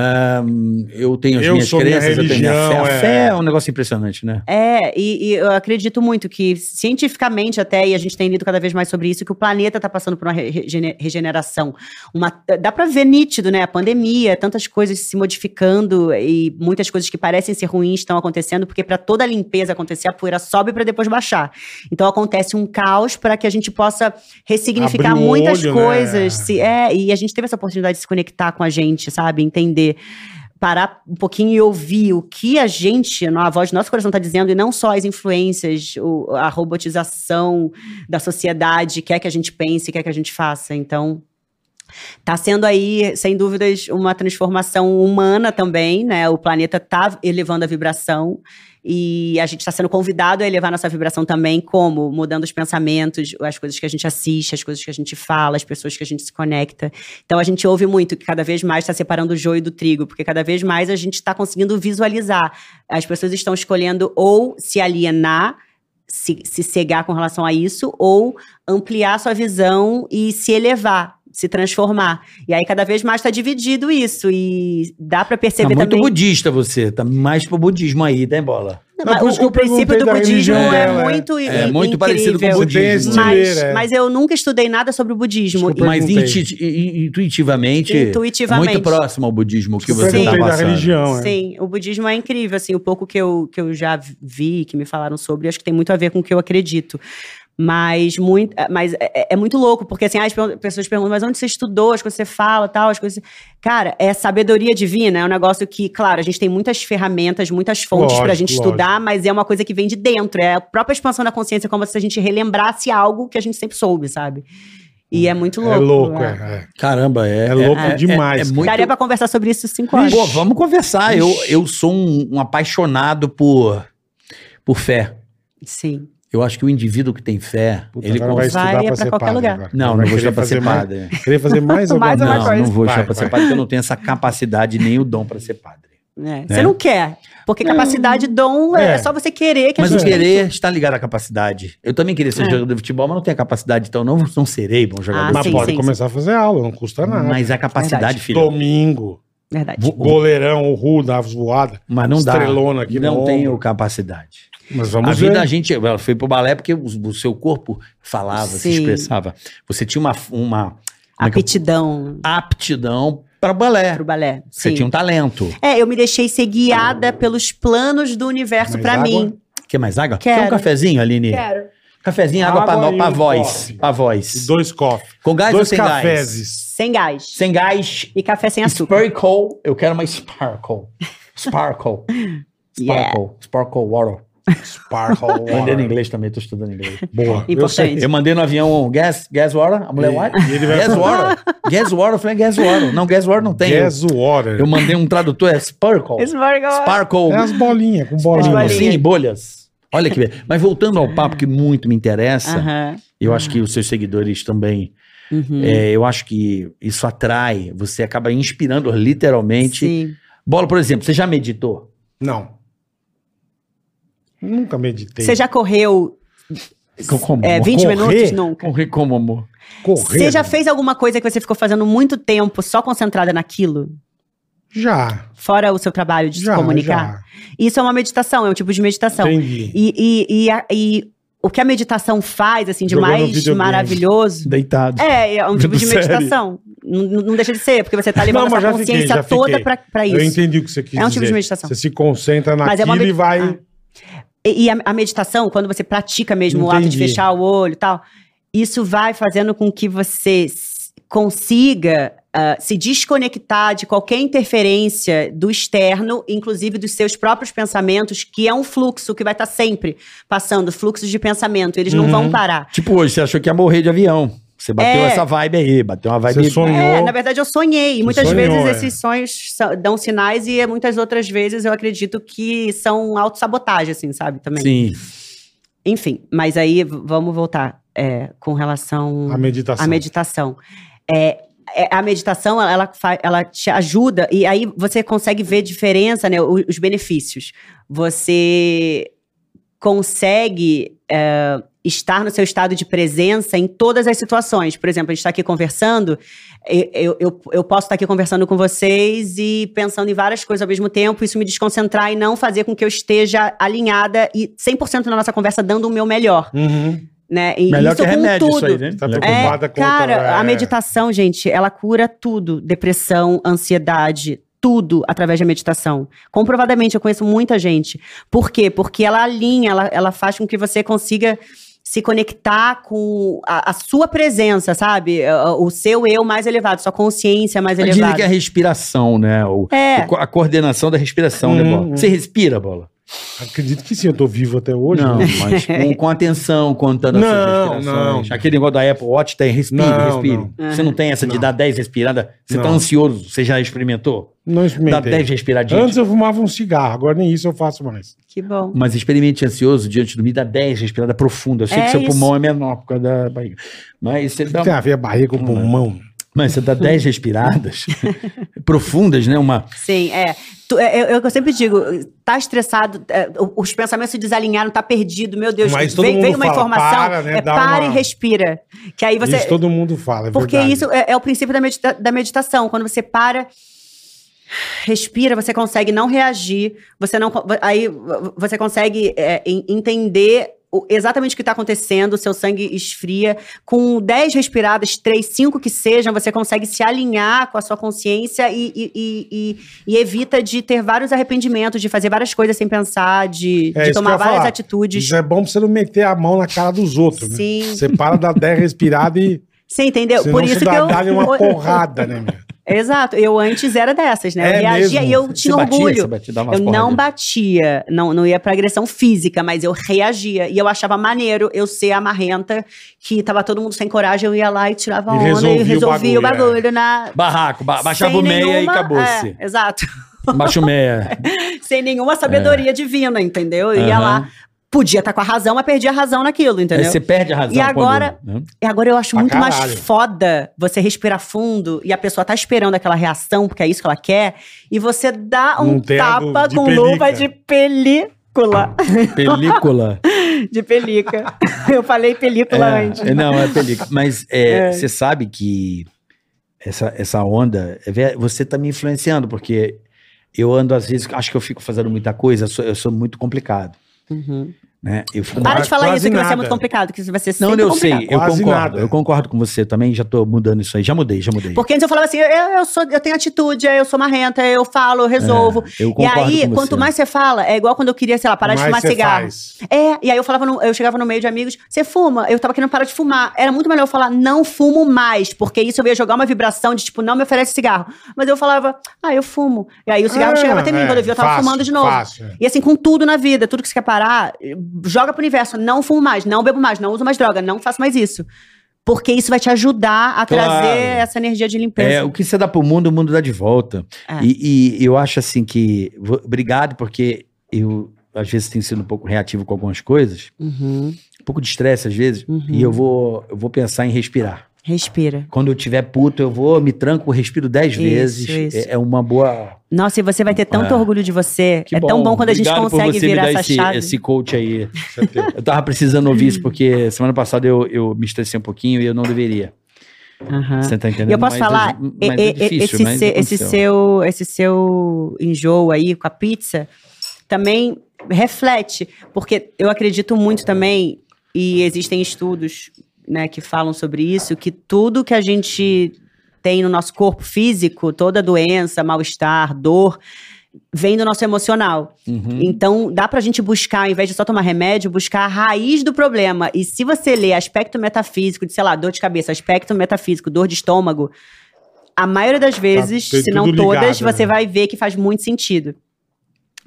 S3: ahn, eu tenho as
S4: Eu
S3: minhas
S4: sou minha
S3: crenças, eu tenho minha fé.
S4: religião,
S3: A
S4: é.
S3: fé é um negócio impressionante, né?
S5: É, e, e eu acredito muito que, cientificamente até, e a gente tem lido cada vez mais sobre isso, que o planeta está passando por uma re- regene- regeneração. Uma, dá para ver nítido, né? A pandemia, tantas coisas se modificando e muitas coisas que parecem ser ruins estão acontecendo, porque para toda a limpeza acontecer, a poeira sobe para depois baixar. Então acontece um caos para que a gente possa ressignificar
S4: Abrir o
S5: muitas
S4: olho, né?
S5: coisas. se- é, e a gente teve essa oportunidade de se conectar com a gente, sabe? Entender parar um pouquinho e ouvir o que a gente, a voz do nosso coração está dizendo, e não só as influências, o- a robotização da sociedade quer que a gente pense, quer que a gente faça. Então, está Tá sendo aí, sem dúvidas, uma transformação humana também, né? O planeta está elevando a vibração e a gente está sendo convidado a elevar nossa vibração também, como mudando os pensamentos, as coisas que a gente assiste, as coisas que a gente fala, as pessoas que a gente se conecta. Então a gente ouve muito que cada vez mais está separando o joio do trigo, porque cada vez mais a gente está conseguindo visualizar. As pessoas estão escolhendo ou se alienar. Se, se cegar com relação a isso, ou ampliar sua visão e se elevar, se transformar. E aí, cada vez mais está dividido isso, e dá para
S3: Tá
S5: perceber
S3: muito
S5: também.
S3: budista você, tá mais pro budismo aí, né, Bola?
S4: Não, por isso
S5: Mas o,
S4: que
S5: o
S4: eu perguntei
S5: princípio do
S4: da
S5: budismo
S4: religião
S5: é,
S4: dela, é.
S5: muito i-
S3: É muito
S5: incrível.
S3: parecido com o budismo.
S4: Tem
S5: Mas,
S4: estileira, é.
S5: mas eu nunca estudei nada sobre o budismo.
S4: Desculpa, Eu
S3: Mas
S4: perguntei.
S3: inti- i- intuitivamente, é
S5: Intuitivamente.
S3: muito próximo ao budismo que
S4: Eu
S3: você tá
S4: perguntei da
S3: passando.
S4: religião, é.
S5: Sim, o budismo é incrível, assim, o pouco que eu, que eu já vi, que me falaram sobre, acho que tem muito a ver com o que eu acredito. Mas, muito, mas é, é muito louco, porque assim, as pe- pessoas perguntam, mas onde você estudou, as coisas que você fala, tal, as coisas... Cara, é sabedoria divina, é um negócio que, claro, a gente tem muitas ferramentas, muitas fontes pra
S4: Lógico,
S5: gente
S4: lógico.
S5: estudar, mas é uma coisa que vem de dentro, é a própria expansão da consciência, como se a gente relembrasse algo que a gente sempre soube, sabe? E é muito louco. né?
S4: É louco, é.
S3: Caramba, é.
S4: É louco demais,
S3: É,
S4: cara.
S3: muito...
S5: Daria pra conversar sobre isso cinco horas.
S3: Pô, vamos conversar. Eu, eu sou um, um apaixonado por, por fé.
S5: Sim.
S3: Eu acho que o indivíduo que tem fé,
S4: Puta,
S3: ele
S4: agora
S3: consegue.
S4: vai
S5: cons-
S4: estudar
S5: Vai
S4: pra
S5: pra
S4: ser
S5: qualquer
S4: padre.
S5: lugar.
S4: agora.
S3: Não, não
S4: Vai
S3: vou
S4: querer
S3: estudar pra ser
S4: fazer mais-
S3: padre.
S4: Querer fazer mais alguma
S5: Mais uma
S3: Não,
S5: coisa.
S3: não vou
S4: Vai,
S3: estudar pra ser
S4: vai.
S3: padre, porque eu não tenho essa capacidade nem o dom pra ser padre.
S5: né? Você não quer. Porque capacidade, dom,
S4: É.
S5: é,
S4: É.
S5: só você querer que a
S3: Mas o
S5: gente.
S3: querer está ligado à capacidade. Eu também queria ser jogador de futebol, mas não tenho a capacidade, então não, não serei bom jogador.
S4: Mas
S5: sim,
S4: pode
S5: sim,
S4: começar a fazer aula, não custa nada.
S3: mas a capacidade,
S5: Verdade.
S3: filho.
S4: Domingo,
S5: Verdade.
S4: vo- goleirão, o Ru, da voada.
S3: Mas não dá.
S4: Estrelona aqui no
S3: não
S4: ombro.
S3: tenho capacidade.
S4: Mas vamos
S3: a
S4: ver.
S3: vida é a gente ela foi pro balé porque o, o seu corpo falava, se
S5: Sim.
S3: expressava. Você tinha uma, uma como é que eu-
S5: Aptidão
S3: aptidão para balé.
S5: pro balé.
S3: Você
S5: Sim.
S3: tinha um talento.
S5: É, eu me deixei ser guiada pelos planos do universo
S4: Mais
S5: pra
S4: água?
S5: mim.
S3: Quer mais água? Quer um
S5: Quero.
S3: cafezinho, Aline? Quero. Cafezinho, água,
S4: Água
S3: para
S4: e
S3: pra
S4: um
S3: voz.
S4: coffee.
S3: Pra voz.
S4: Dois cofres.
S3: Com gás ou
S4: Dois
S3: sem gás?
S4: cafés.
S5: Sem gás.
S3: Sem gás.
S5: E café sem açúcar.
S3: Sparkle. Eu quero uma sparkle. Sparkle. Sparkle.
S5: Yeah.
S3: Sparkle water.
S4: Sparkle.
S3: Tô aprendendo inglês também, tô estudando inglês.
S4: Boa. Eu sei.
S5: Importante.
S3: Eu mandei no avião um gas, gas water. A mulher,
S4: E-
S3: what?
S4: e ele vai
S3: gas
S4: falar-
S3: water. gas water. Eu falei, gas water. Não, gas water não tem.
S4: Gas water.
S3: Eu mandei um tradutor, é Sparkle. Sparkle.
S4: É as bolinhas, com bolinha.
S5: bolinhas.
S3: Sim, bolhas. Olha que be- Mas voltando ao papo que muito me interessa,
S5: Aham.
S3: eu acho que os seus seguidores também,
S5: Uhum.
S3: é, eu acho que isso atrai, você acaba inspirando literalmente.
S5: Sim.
S3: Bola, por exemplo, você já meditou?
S4: Não. Nunca meditei.
S5: Você já correu
S3: Como?
S5: é, 20
S4: correr?
S5: minutos? Nunca.
S3: Correr como, amor?
S4: correu?
S5: Você já fez alguma coisa que você ficou fazendo muito tempo só concentrada naquilo?
S4: Já.
S5: Fora o seu trabalho de
S4: já,
S5: se comunicar? Isso é uma meditação, é um tipo de
S4: já.
S5: meditação.
S4: Entendi.
S5: E, e- e a- e o que a meditação faz, assim, de
S4: Jogando
S5: mais
S4: videogame.
S5: maravilhoso.
S3: Deitado.
S5: É, é um tipo de
S3: Vendo série.
S5: meditação. Não, não deixa de ser, porque você tá
S4: Não,
S5: levando
S4: mas
S5: essa
S4: já fiquei,
S5: consciência
S4: já fiquei.
S5: toda pra, pra
S4: Eu
S5: isso.
S4: entendi o que você quis dizer.
S5: É um tipo de meditação.
S4: Você se concentra
S5: Mas
S4: naquilo
S5: é uma
S4: e
S5: medi-
S4: vai...
S5: Ah. E, e a, a meditação, quando você pratica mesmo o ato de
S4: Entendi.
S5: fechar o olho e tal, isso vai fazendo com que você s- consiga ah, se desconectar de qualquer interferência do externo, inclusive dos seus próprios pensamentos, que é um fluxo que vai estar sempre passando, fluxos de pensamento, eles não
S4: Uhum.
S5: vão parar.
S3: Tipo hoje, você achou que ia morrer de avião. Você bateu
S5: É.
S3: essa vibe aí, bateu uma vibe...
S4: Você sonhou.
S5: É, na verdade eu sonhei. E muitas
S4: sonhou,
S5: vezes
S4: é.
S5: esses sonhos são- dão sinais e muitas outras vezes eu acredito que são autossabotagem, assim, sabe? Também.
S3: Sim.
S5: Enfim, mas aí v- vamos voltar é, com relação
S4: A meditação.
S5: à meditação. É, é, a meditação, ela, ela, fa- ela te ajuda e aí você consegue ver diferença, né? o- Os, benefícios. Você consegue é, estar no seu estado de presença em todas as situações. Por exemplo, a gente está aqui conversando, e- eu, eu, eu posso estar aqui conversando com vocês e pensando em várias coisas ao mesmo tempo, isso me desconcentrar e não fazer com que eu esteja alinhada e 100% na nossa conversa dando o meu melhor.
S3: Uhum.
S5: Né? E
S9: Melhor
S5: isso
S9: que
S5: com
S9: remédio
S5: tudo.
S9: isso aí, né?
S4: Tá
S9: Melhor que-
S4: preocupado.
S5: É,
S4: Tomada contra-
S5: cara,
S4: é.
S5: a meditação, gente, ela cura tudo. Depressão, ansiedade, tudo através da meditação. Comprovadamente, eu conheço muita gente. Por quê? Porque ela alinha, ela, ela faz com que você consiga se conectar com a, a sua presença, sabe? O o seu eu mais elevado, sua consciência mais
S3: Mas Dizem que é a
S5: elevada.
S3: respiração, né? O-
S5: É.
S3: o- A coordenação da respiração, né,
S4: Hum,
S3: Bola?
S4: hum.
S3: Você respira, Bola?
S4: Acredito que sim, eu tô vivo até hoje.
S3: Não,
S4: né?
S3: mas com, com atenção, contando as
S4: Não,
S3: suas respirações.
S4: não.
S3: Aquele negócio da Apple Watch tem, respire,
S4: Não,
S3: respire.
S5: não.
S3: Você não tem essa de
S4: Não.
S3: dar 10 respiradas? Você tá
S4: Não.
S3: ansioso, você já experimentou?
S4: Não
S3: Dá
S4: experimentei.
S3: 10 respiradinhas.
S4: Antes eu fumava um cigarro, agora nem isso eu faço mais.
S5: Que bom.
S3: Mas experimente ansioso diante de dormir, dá 10 respiradas profundas. Eu sei
S5: É
S3: que seu
S5: isso.
S3: pulmão é menor por causa da barriga. Mas você dá, um Hum.
S4: Tem a ver a barriga com o pulmão.
S3: mas você dá 10 respiradas profundas, né? Uma,
S5: Sim, é. Tu- é, é, é o que eu sempre digo, tá estressado, é, o- os pensamentos se desalinharam, tá perdido, meu Deus.
S4: Mas todo
S5: vem, vem
S4: mundo
S5: uma
S4: fala,
S5: informação,
S4: para, né,
S5: é
S4: dá
S5: para
S4: uma-
S5: e respira. Que aí você...
S4: Isso todo mundo fala, é
S5: Porque
S4: verdade.
S5: isso é, é o princípio da, medita- da meditação. Quando você para, respira, você consegue não reagir, você não. co- Aí vo- você consegue é, en- entender. o- exatamente o que está acontecendo, o seu sangue esfria. Com 10 respiradas, 3, 5 que sejam, você consegue se alinhar com a sua consciência e, e- e- e- e evita de ter vários arrependimentos, de fazer várias coisas sem pensar,
S4: É
S5: de, de
S4: isso que eu
S5: tomar
S4: ia
S5: várias
S4: falar.
S5: atitudes.
S4: Isso é bom pra você não meter a mão na cara dos outros, né?
S5: Sim.
S4: Você para, dá 10 respiradas e
S5: Você entendeu?
S4: senão
S5: Por
S4: você
S5: isso
S4: dá,
S5: que eu.
S4: dá-lhe uma
S5: eu-
S4: porrada, né, meu?
S5: Exato, eu antes era dessas, né?
S4: É
S5: eu reagia
S4: mesmo?
S5: e eu tinha
S3: batia,
S5: orgulho.
S3: você batia, dava umas
S5: eu não
S3: porradinhas.
S5: batia, não, não ia pra agressão física, mas eu reagia. E eu achava maneiro eu ser a marrenta, que tava todo mundo sem coragem, eu ia lá e tirava
S4: E
S5: onda
S4: resolvia
S5: e
S4: o
S5: resolvia o
S4: bagulho,
S5: bagulho, na.
S3: barraco, é. ba baixava
S5: sem
S3: o meia e
S5: nenhuma-
S3: acabou-se.
S5: é, exato.
S3: Baixa o meia.
S5: Sem nenhuma sabedoria divina, entendeu? Eu ia
S3: É. Aham.
S5: lá. Podia estar com a razão, mas perdia a razão naquilo,
S3: Aí
S5: entendeu?
S3: É, você perde a razão.
S5: E agora-
S3: quando, né?
S5: E agora eu acho
S4: Pra
S5: muito mais
S4: caralho.
S5: foda você respirar fundo e a pessoa tá esperando aquela reação, porque é isso que ela quer, e você dá
S4: Não
S5: um
S4: tem a do-
S5: tapa
S4: de
S5: com
S4: pelica.
S5: luva de película.
S3: Película.
S5: De pelica. eu falei película antes.
S3: É, não, é película. Mas é, você sabe que essa, essa onda, é ver- você tá me influenciando, porque eu ando às vezes, acho que eu fico fazendo muita coisa, eu sou, eu sou muito complicado. Né? Eu fico
S5: Para de falar
S4: Quase
S5: isso, que você
S4: nada.
S5: é muito complicado, que você vai ser
S3: Não,
S5: sempre
S3: eu
S5: complicado.
S3: sei, eu
S4: Quase
S3: concordo.
S4: nada.
S3: Eu concordo com você também, já tô mudando isso aí. Já mudei, já mudei.
S5: Porque antes eu falava assim, eu, eu sou, eu tenho atitude, eu sou marrenta, eu falo, eu
S4: É.
S5: resolvo.
S3: É, eu
S5: é e
S3: concordo
S5: aí,
S3: com você.
S5: quanto mais você fala, é igual quando eu queria, sei lá, parar de
S4: Mais
S5: fumar
S4: você
S5: cigarro.
S4: faz.
S5: É, e aí eu falava, no- eu chegava no meio de amigos, você fuma? Eu tava querendo parar de fumar. Era muito melhor eu falar, não fumo mais, porque isso eu ia jogar uma vibração de tipo, não me oferece cigarro. Mas eu falava, ah, eu fumo. E aí o cigarro
S4: Ah,
S5: chegava até mim,
S4: é,
S5: quando eu vi, eu tava
S4: fácil,
S5: fumando de novo.
S4: fácil, é.
S5: E assim, com tudo na vida, tudo que você quer parar, eh, joga pro universo, não fumo mais, não bebo mais, não uso mais droga, não faço mais isso. Porque isso vai te ajudar a
S3: Claro.
S5: trazer essa energia de limpeza.
S3: É, o que você dá pro mundo, o mundo dá de volta.
S5: É.
S3: E, e eu acho assim que. vo- Obrigado, porque eu às vezes tenho sido um pouco reativo com algumas coisas,
S5: Uhum.
S3: um pouco de estresse às vezes,
S5: Uhum.
S3: e eu vou, eu vou pensar em respirar.
S5: Respira.
S3: Quando eu tiver puto, eu vou, me tranco, respiro dez
S5: Isso,
S3: vezes.
S5: isso.
S3: É, é uma boa.
S5: Nossa, e você vai ter tanto
S3: É.
S5: orgulho de você. é tão bom quando a gente
S3: Obrigado por
S5: consegue
S3: você me
S5: virar
S3: dar
S5: essa
S3: esse,
S5: chave.
S3: Esse coach aí. Eu tava precisando ouvir isso, porque semana passada eu, eu me estressei um pouquinho e eu não deveria.
S5: Aham.
S3: Você tá entendendo?
S5: Ah. E eu posso
S3: Mas-
S5: falar,
S3: mas
S5: e-
S3: é
S5: e-
S3: difícil,
S5: esse,
S3: mas
S5: se- esse
S3: aconteceu.
S5: seu, esse seu enjoo aí com a pizza também reflete, porque eu acredito muito também, e existem estudos né, que falam sobre isso, que tudo que a gente tem no nosso corpo físico, toda doença, mal-estar, dor, vem do nosso emocional.
S3: Uhum.
S5: Então, dá pra gente buscar, ao invés de só tomar remédio, buscar a raiz do problema. E se você ler aspecto metafísico, de, sei lá, dor de cabeça, aspecto metafísico, dor de estômago, a maioria
S3: Tá
S5: das vezes,
S4: tem
S5: se não
S4: tudo
S5: todas,
S4: ligado,
S5: você
S4: né?
S5: vai ver que faz muito sentido.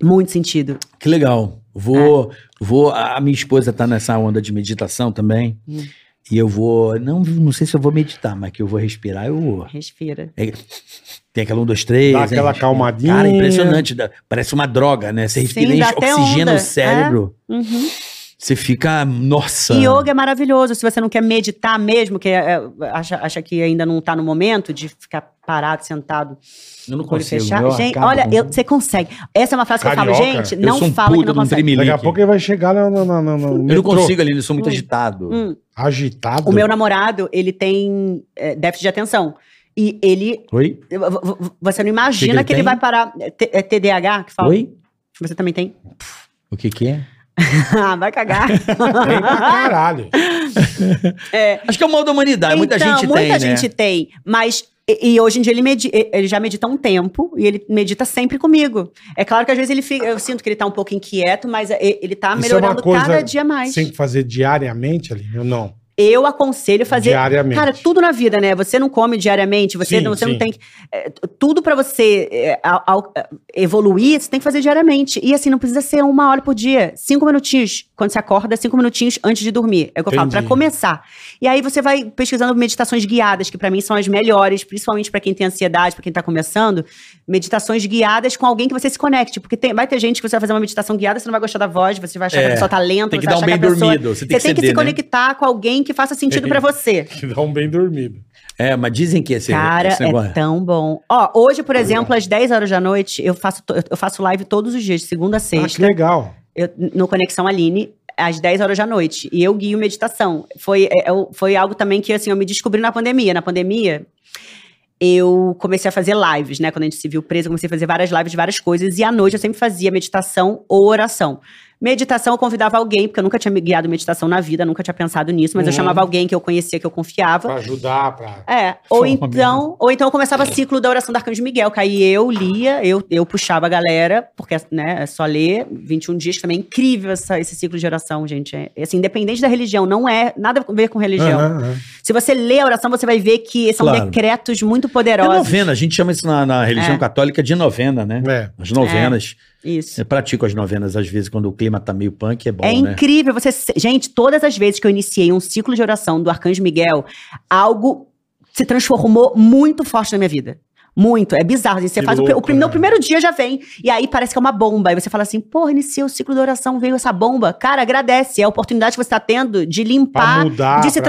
S5: Muito sentido.
S3: Que legal. Vou,
S5: É.
S3: vou. A minha esposa tá nessa onda de meditação também.
S5: Hum.
S3: E eu vou. Não, não sei se eu vou meditar, mas que eu vou respirar, eu vou.
S5: Respira.
S3: É- tem aquela um, dois, três.
S4: Dá
S3: né?
S4: aquela calmadinha.
S3: Cara, impressionante. dá- Parece uma droga, né? Você respira,
S5: Sim, dá
S3: enche
S5: até
S3: oxigênio
S5: onda. é.
S3: no cérebro.
S5: Uhum.
S3: Você fica, nossa.
S5: Yoga é maravilhoso. Se você não quer meditar mesmo, que é, é, acha, acha que ainda não tá no momento de ficar parado, sentado,
S3: Eu não
S5: com o olho
S3: consigo.
S5: fechado.
S3: eu
S5: Gente,
S3: acabo
S5: olha,
S3: com-
S5: eu- você consegue. Essa é uma frase que eu falo,
S4: Carioca?
S5: gente,
S3: eu sou
S5: não
S3: um
S5: fala que
S3: puta
S5: não
S3: de um
S5: consegue.
S3: tremelique.
S4: Daqui a pouco ele vai chegar na, na, na, na, no
S3: Eu não
S4: metrô,
S3: consigo ali, eu sou muito
S5: Hum.
S3: agitado.
S5: Hum.
S4: Agitado.
S5: O meu namorado, ele tem é, déficit de atenção. E ele.
S3: Oi?
S5: v- v- Você não imagina
S3: Que que ele
S5: que ele,
S3: tem?
S5: vai parar. é T- É TDAH que fala?
S3: Oi?
S5: Você também tem?
S3: O que que é?
S5: Ah, vai cagar.
S4: Tem pra caralho.
S3: Acho que é o mal da humanidade. muita
S5: Então,
S3: gente tem,
S5: muita
S3: né?
S5: gente tem, mas e, e hoje em dia ele, medi- ele já medita há um tempo e ele medita sempre comigo. É claro que às vezes ele fica, eu sinto que ele tá um pouco inquieto, mas é- ele
S4: Isso é
S5: tá
S4: uma
S5: melhorando
S4: coisa
S5: cada dia mais.
S4: Tem que fazer diariamente ali? Eu não.
S5: Eu aconselho fazer
S4: Diariamente.
S5: Cara, tudo na vida, né? Você não come diariamente, você,
S4: Sim,
S5: não, você
S4: sim.
S5: não tem. que- é, t- tudo pra você é, ao- ao- é, evoluir, você tem que fazer diariamente. E assim, não precisa ser uma hora por dia. Cinco minutinhos. Quando você acorda, cinco minutinhos antes de dormir. É o que eu falo, pra
S4: Entendi.
S5: começar. E aí você vai pesquisando meditações guiadas, que pra mim são as melhores, principalmente pra quem tem ansiedade, pra quem tá começando. Meditações guiadas com alguém que você se conecte. Porque tem- vai ter gente que você vai fazer uma meditação guiada, você não vai gostar da voz, você vai achar que
S3: É,
S5: a pessoa tá lenta,
S3: Tem que
S5: você
S3: dar
S5: vai
S3: um
S5: achar
S3: bem
S5: que a pessoa
S3: dormido. Você tem que, ceder,
S5: se
S3: né?
S5: conectar com alguém que faça sentido pra você.
S4: Que dá um bem dormido.
S3: É, mas dizem que esse,
S5: Cara,
S3: esse
S5: é
S3: negócio.
S5: tão bom. Ó, hoje,
S4: É
S5: por exemplo, às 10 horas da noite, eu faço, to- eu faço live todos os dias, de segunda a
S4: Ah, que
S5: sexta,
S4: legal.
S5: eu- no Conexão Aline, às 10 horas da noite. E eu guio meditação. Foi, é, eu- foi algo também que, assim, eu me descobri na pandemia. Na pandemia, eu comecei a fazer lives, né? Quando a gente se viu preso, eu comecei a fazer várias lives de várias coisas. E à noite eu sempre fazia meditação ou oração. Meditação eu convidava alguém, porque eu nunca tinha me guiado meditação na vida, nunca tinha pensado nisso, mas eu
S4: Uhum.
S5: chamava alguém que eu conhecia, que eu confiava.
S4: Pra ajudar, pra...
S5: É, ou
S1: Forma
S5: então, ou então eu começava ciclo da oração do Arcanjo Miguel, que aí eu lia, eu, eu puxava a galera, porque né, é só ler, 21 dias, que também é incrível essa- esse ciclo de oração, gente. É, assim, independente da religião, não é nada a ver com religião.
S4: Aham, aham.
S5: Se você lê a oração, você vai ver que são
S3: Claro.
S5: decretos muito
S3: É
S5: poderosos.
S3: novena, a gente chama isso na, na religião
S5: É.
S3: católica de novena, né?
S4: É.
S3: As novenas.
S5: Isso.
S3: Eu pratico as novenas às vezes quando o clima tá meio punk, é bom,
S5: É
S3: né?
S5: incrível. Você, se- gente, todas as vezes que eu iniciei um ciclo de oração do Arcanjo Miguel, algo se transformou muito forte na minha vida. Muito, é bizarro. assim, Você
S4: Que
S5: faz o, pri- o
S4: louco,
S5: prim- no
S4: né?
S5: primeiro dia já vem, e aí parece que é uma bomba. E você fala assim: porra, iniciei o ciclo de oração, veio essa bomba. Cara, agradece. É a oportunidade que você está tendo de
S4: Pra
S5: limpar,
S4: mudar.
S5: de se
S4: pra-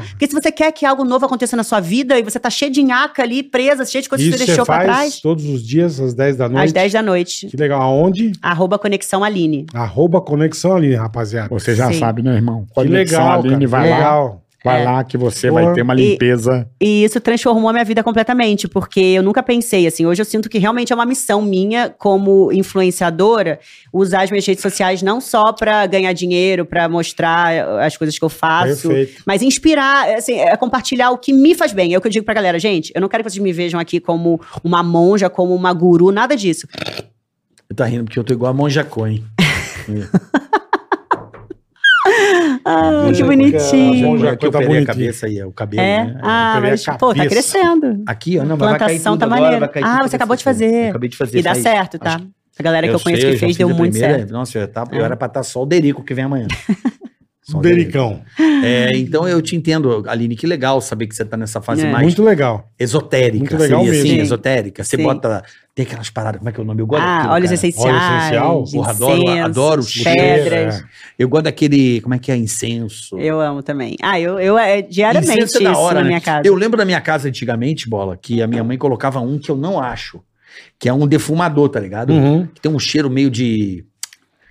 S4: é, é.
S5: Porque se você quer que algo novo aconteça na sua vida e você tá cheio de nhaca ali, presa, cheio de coisas que
S4: Isso
S5: você
S4: você
S5: deixou pra
S4: faz
S5: trás,
S4: todos os dias, às 10 da noite.
S5: às 10 da noite.
S4: Que legal. Aonde?
S5: Arroba Conexão Aline.
S4: Arroba Conexão Aline, rapaziada.
S1: Você já
S5: Sim.
S1: sabe, né, irmão?
S4: Que legal,
S1: Aline,
S4: cara.
S1: vai
S4: Que
S1: lá.
S4: legal.
S1: Vai lá que você
S4: Boa.
S1: vai ter uma
S5: E-
S1: limpeza.
S5: E isso transformou a minha vida completamente, porque eu nunca pensei assim. Hoje eu sinto que realmente é uma missão minha, como influenciadora, usar as minhas redes sociais não só pra ganhar dinheiro, pra mostrar eh, as coisas que eu faço,
S4: Perfeito.
S5: mas inspirar, assim, é compartilhar o que me faz bem. É o que eu digo pra galera, gente. Eu não quero que vocês me vejam aqui como uma monja, como uma guru, nada disso.
S3: Eu Tá rindo porque eu tô igual a Monja Coin.
S5: Ah, que
S4: Monja-
S5: bonitinho.
S4: Monja
S3: Aqui eu
S4: tá
S3: operei a
S4: bonitinho.
S3: cabeça aí, é o cabelo,
S5: É?
S3: né?
S5: Ah,
S4: Peguei a
S5: mas, pô, tá
S4: cabeça.
S5: crescendo.
S3: Aqui, ó, não, mas vai cair
S5: Plantação
S3: tudo
S5: tá
S3: agora,
S5: maneira.
S3: vai cair tudo
S5: Ah,
S3: dessa
S5: você acabou de
S3: forma.
S5: fazer.
S3: Eu Acabei de fazer.
S5: E dá
S3: faz-
S5: certo, tá?
S3: acho-
S5: A galera que eu conheço
S3: sei,
S5: que
S3: já
S5: fez
S3: fiz
S5: deu
S3: a
S5: muito
S3: primeira.
S5: certo.
S3: Nossa, eu, tava, eu
S5: É.
S3: era pra estar só o Derico que vem amanhã. Só o Derico.
S4: Dericão.
S3: É, então eu te entendo, Aline, que legal saber que você tá nessa fase
S5: É.
S3: mais
S4: Muito legal.
S3: esotérica.
S4: Muito legal
S3: seria assim,
S5: mesmo.
S3: esotérica. Você
S5: Sim.
S3: bota. Tem aquelas paradas, como é que é o nome? Eu gosto
S5: Ah,
S3: daquilo,
S5: óleos
S3: cara.
S5: essenciais.
S4: Óleo essencial?
S3: Porra, adoro-
S5: incensos,
S3: adoro os
S5: pedras.
S4: Cheiro,
S3: Eu gosto daquele. Como é que é? Incenso.
S5: Eu amo também. Ah, eu, eu é diariamente
S3: Incenso
S5: isso
S3: é da hora,
S5: na
S3: né?
S5: minha casa.
S3: Eu lembro da minha casa antigamente, bola, que a minha mãe colocava um que eu não acho. Que é um defumador, tá ligado?
S4: é. Uhum.
S3: Que tem um cheiro meio de.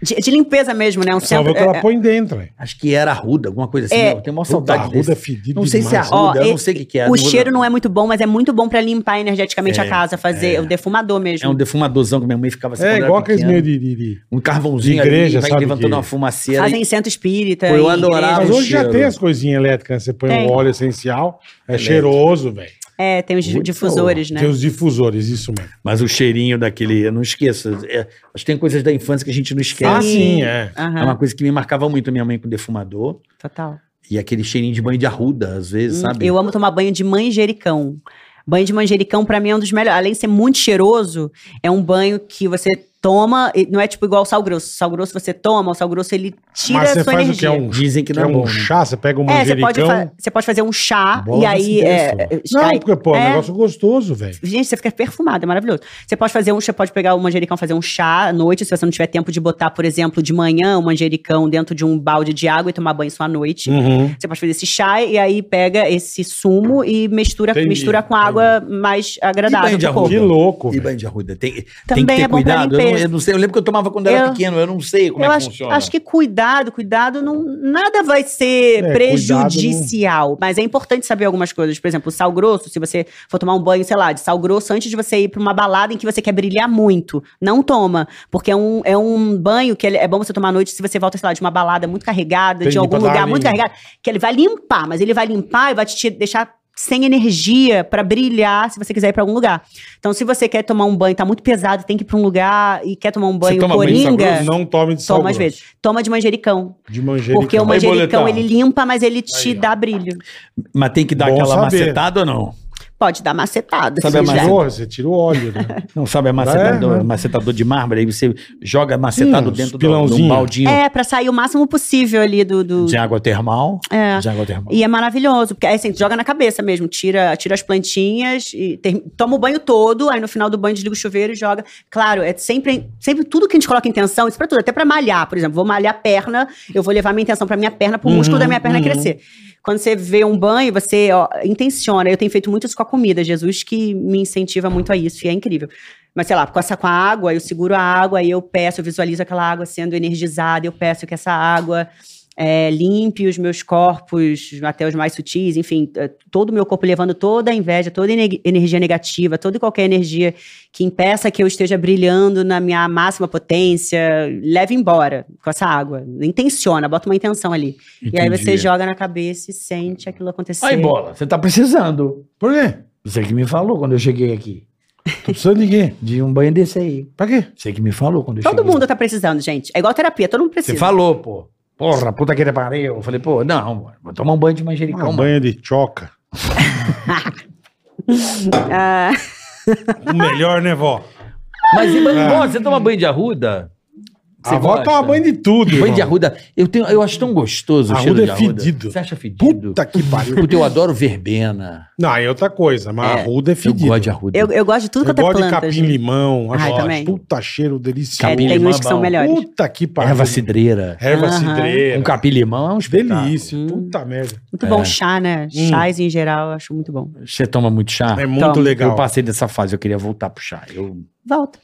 S5: De, de limpeza mesmo, né? Um
S4: Salve
S5: centro.
S4: o que
S5: é,
S4: ela põe dentro, velho.
S3: Acho que era arruda, alguma coisa assim.
S5: É.
S3: Eu tenho uma
S4: Puta,
S3: saudade
S4: arruda é
S3: desse.
S4: fedido
S3: Não sei se é
S4: demais.
S5: Ó,
S3: arruda, eu
S5: e-
S3: não sei o que, que é.
S5: o
S3: Não vou-
S5: cheiro não é muito bom, mas é muito bom pra limpar energeticamente a casa, fazer o defumador
S3: É
S5: mesmo.
S3: um defumadorzão que minha mãe ficava assim.
S4: É
S3: quando eu era
S4: igual aqueles
S3: pequeno.
S4: meio de... de- de-
S3: Um carvãozinho
S4: de igreja,
S3: ali, vai
S4: sabe
S3: levantando
S4: que-
S3: uma fumaceira.
S5: Fazem centro espírita.
S3: Pô, eu
S5: em
S3: adorava.
S5: igreja.
S4: Mas
S3: o
S4: hoje já
S3: cheiro.
S4: tem as coisinhas elétricas, né? Você põe
S5: Tem.
S4: um óleo essencial, é cheiroso, velho.
S5: É, tem os
S3: Muito
S5: difusores, né?
S4: Tem os difusores, isso mesmo.
S3: Mas o cheirinho daquele, eu não esqueço. É, acho que tem coisas da infância que a gente não
S4: Ah,
S3: esquece.
S4: sim, é.
S3: É
S5: Aham,
S3: uma coisa que me marcava muito, minha mãe com defumador.
S5: total.
S3: E aquele cheirinho de banho de arruda, às vezes,
S5: Hum,
S3: sabe?
S5: Eu amo tomar banho de manjericão. Banho de manjericão, pra mim, é um dos melhores. Além de ser muito cheiroso, é um banho que você toma, e não é tipo igual o sal grosso. Sal grosso você toma, o sal grosso ele tira
S4: Mas
S5: a
S4: você
S5: sua
S4: faz o que?
S5: energia.
S4: É um,
S3: Dizem que
S4: que
S3: não
S4: é
S3: é
S4: um
S3: bom. né?
S4: chá? Você pega um
S5: É, você pode,
S4: manjericão...
S5: fa- você pode fazer um chá
S4: Bola
S5: e
S4: se
S5: aí. É,
S4: interessou.
S5: é,
S4: Não,
S5: aí-
S4: porque, pô, é um
S5: é.
S4: negócio gostoso, velho.
S5: Gente, você fica perfumado, é maravilhoso. Você pode fazer um, você pode pegar o manjericão, fazer um chá à noite, se você não tiver tempo de botar, por exemplo, de manhã o manjericão dentro de um balde de água e tomar banho só à noite.
S4: Uhum.
S5: Você pode fazer esse chá e aí pega esse sumo e mistura,
S4: Entendi,
S5: mistura com água mais
S3: E
S5: agradável
S3: banho de
S5: pro corpo.
S3: Pô,
S4: Que louco,
S3: E
S4: velho.
S3: banho de arruda. Tem, tem
S5: Também
S3: que ter
S5: é bom pra
S3: cuidado. Eu não,
S5: limpeza.
S3: eu não sei. Eu lembro que eu tomava quando era
S5: Eu-
S3: pequeno. Eu não sei como
S5: eu
S3: é que
S5: acho,
S3: funciona.
S5: acho que cuidado, cuidado, não, nada vai
S4: É,
S5: ser
S4: cuidado
S5: prejudicial. Mas é importante saber algumas coisas. Por exemplo, o sal grosso, se você for tomar um banho, sei lá, de sal grosso antes de você ir pra uma balada em que você quer brilhar muito, não toma. Porque é um, é um banho que ele- é bom você tomar à noite se você volta, sei lá, de uma balada muito carregada,
S4: Entendi,
S5: de algum
S4: pra dar
S5: lugar
S4: ali.
S5: muito carregado, que ele vai limpar, mas ele vai limpar e vai te tira- deixar sem energia pra brilhar se você quiser ir pra algum lugar. Então, se você quer tomar um banho, tá muito pesado, tem que ir pra um lugar e quer tomar um banho
S4: toma banho de sal
S5: coringa,
S4: grosso? Não tome de sal
S5: Toma às
S4: grosso.
S5: vezes. Toma de manjericão.
S4: De manjericão.
S5: Porque o
S4: Aí,
S5: manjericão,
S4: boletar.
S5: ele limpa, mas ele te dá brilho.
S3: Mas tem que dar
S4: Bom
S3: aquela
S4: saber.
S3: macetada ou não?
S5: Pode dar macetada.
S3: Sabe
S5: se
S3: a
S5: quiser.
S3: maceta?
S4: Tirou, você tirou óleo, né?
S3: Não sabe, é
S4: macetador-
S3: macetador, de mármore. Aí você joga macetado
S4: macetado
S3: dentro
S4: dentro do- de um
S3: de um baldinho
S5: É, pra sair o máximo possível ali do... do-
S3: de água termal.
S5: É.
S3: De água termal.
S5: E é maravilhoso, porque aí assim, tu joga na cabeça mesmo, tira, tira as plantinhas, e ter- toma o banho todo, aí no final do banho desliga o chuveiro e joga. Claro, é sempre, sempre tudo que a gente coloca intenção, isso pra tudo, até pra malhar, por exemplo, vou malhar a perna, eu vou levar minha intenção pra minha perna, pro músculo da minha perna crescer. Quando você vê um banho, você ó, intenciona. Eu tenho feito muito isso com a comida, Jesus que me incentiva muito a isso, e é incrível. Mas sei lá, com, essa, com a água, eu seguro a água, aí eu peço, eu visualizo aquela água sendo energizada, eu peço que essa água é, limpe os meus corpos, até os mais sutis, enfim, é, todo o meu corpo levando toda a inveja, toda a ener- energia negativa, toda e qualquer energia que impeça que eu esteja brilhando na minha máxima potência, leve embora com essa água. Intenciona, bota uma intenção ali. E aí você joga assim. na cabeça e sente aquilo acontecer.
S1: Aí, bola, você tá precisando.
S4: Por quê?
S1: Você que me falou quando eu cheguei aqui.
S4: Tô precisando de quê?
S1: De um banho desse aí.
S4: Pra quê?
S1: Você que me falou quando eu
S5: Todo
S1: cheguei.
S5: mundo tá precisando, gente. É igual terapia, todo mundo
S1: Você
S5: precisa.
S1: falou, pô. Porra, puta que pariu. Eu falei, pô, não, mano, vou tomar um banho de manjericão.
S4: Uma
S1: mano.
S4: banha Ah, de choca.
S5: Ah,
S4: O melhor, né, vó?
S3: Mas e banho,
S4: É.
S3: bom, você toma banho de arruda?
S4: a vó toma banho de tudo,
S3: Banho de
S4: irmão.
S3: arruda. Eu, tenho, eu acho tão gostoso o
S4: Arruda
S3: cheiro
S4: é
S3: de arruda.
S4: fedido.
S3: Você acha fedido?
S4: Puta que pariu.
S3: Puta, eu adoro verbena.
S4: Não, é outra coisa, mas
S5: É,
S4: arruda é fedido.
S3: Eu gosto de arruda.
S5: eu, eu gosto de tudo
S4: Eu
S5: quanto é
S4: gosto de
S5: planta. gente.
S4: capim-limão.
S5: Ai,
S4: acho
S5: também.
S4: Puta cheiro
S5: É,
S4: delicioso.
S5: tem
S3: capim-limão
S5: uns
S3: é
S5: que são
S3: bom.
S5: melhores.
S4: Puta que pariu.
S3: Erva cidreira.
S4: Erva
S5: Aham.
S4: cidreira.
S3: Um capim-limão é um espetáculo.
S4: Delícia.
S5: Hum.
S4: Puta merda.
S5: Muito bom
S3: É.
S5: chá, né? Chás em geral, eu acho muito bom.
S3: Você toma muito chá?
S4: É muito
S5: Então,
S4: legal.
S3: Eu passei dessa fase, eu queria voltar pro chá. Eu...
S5: Volta.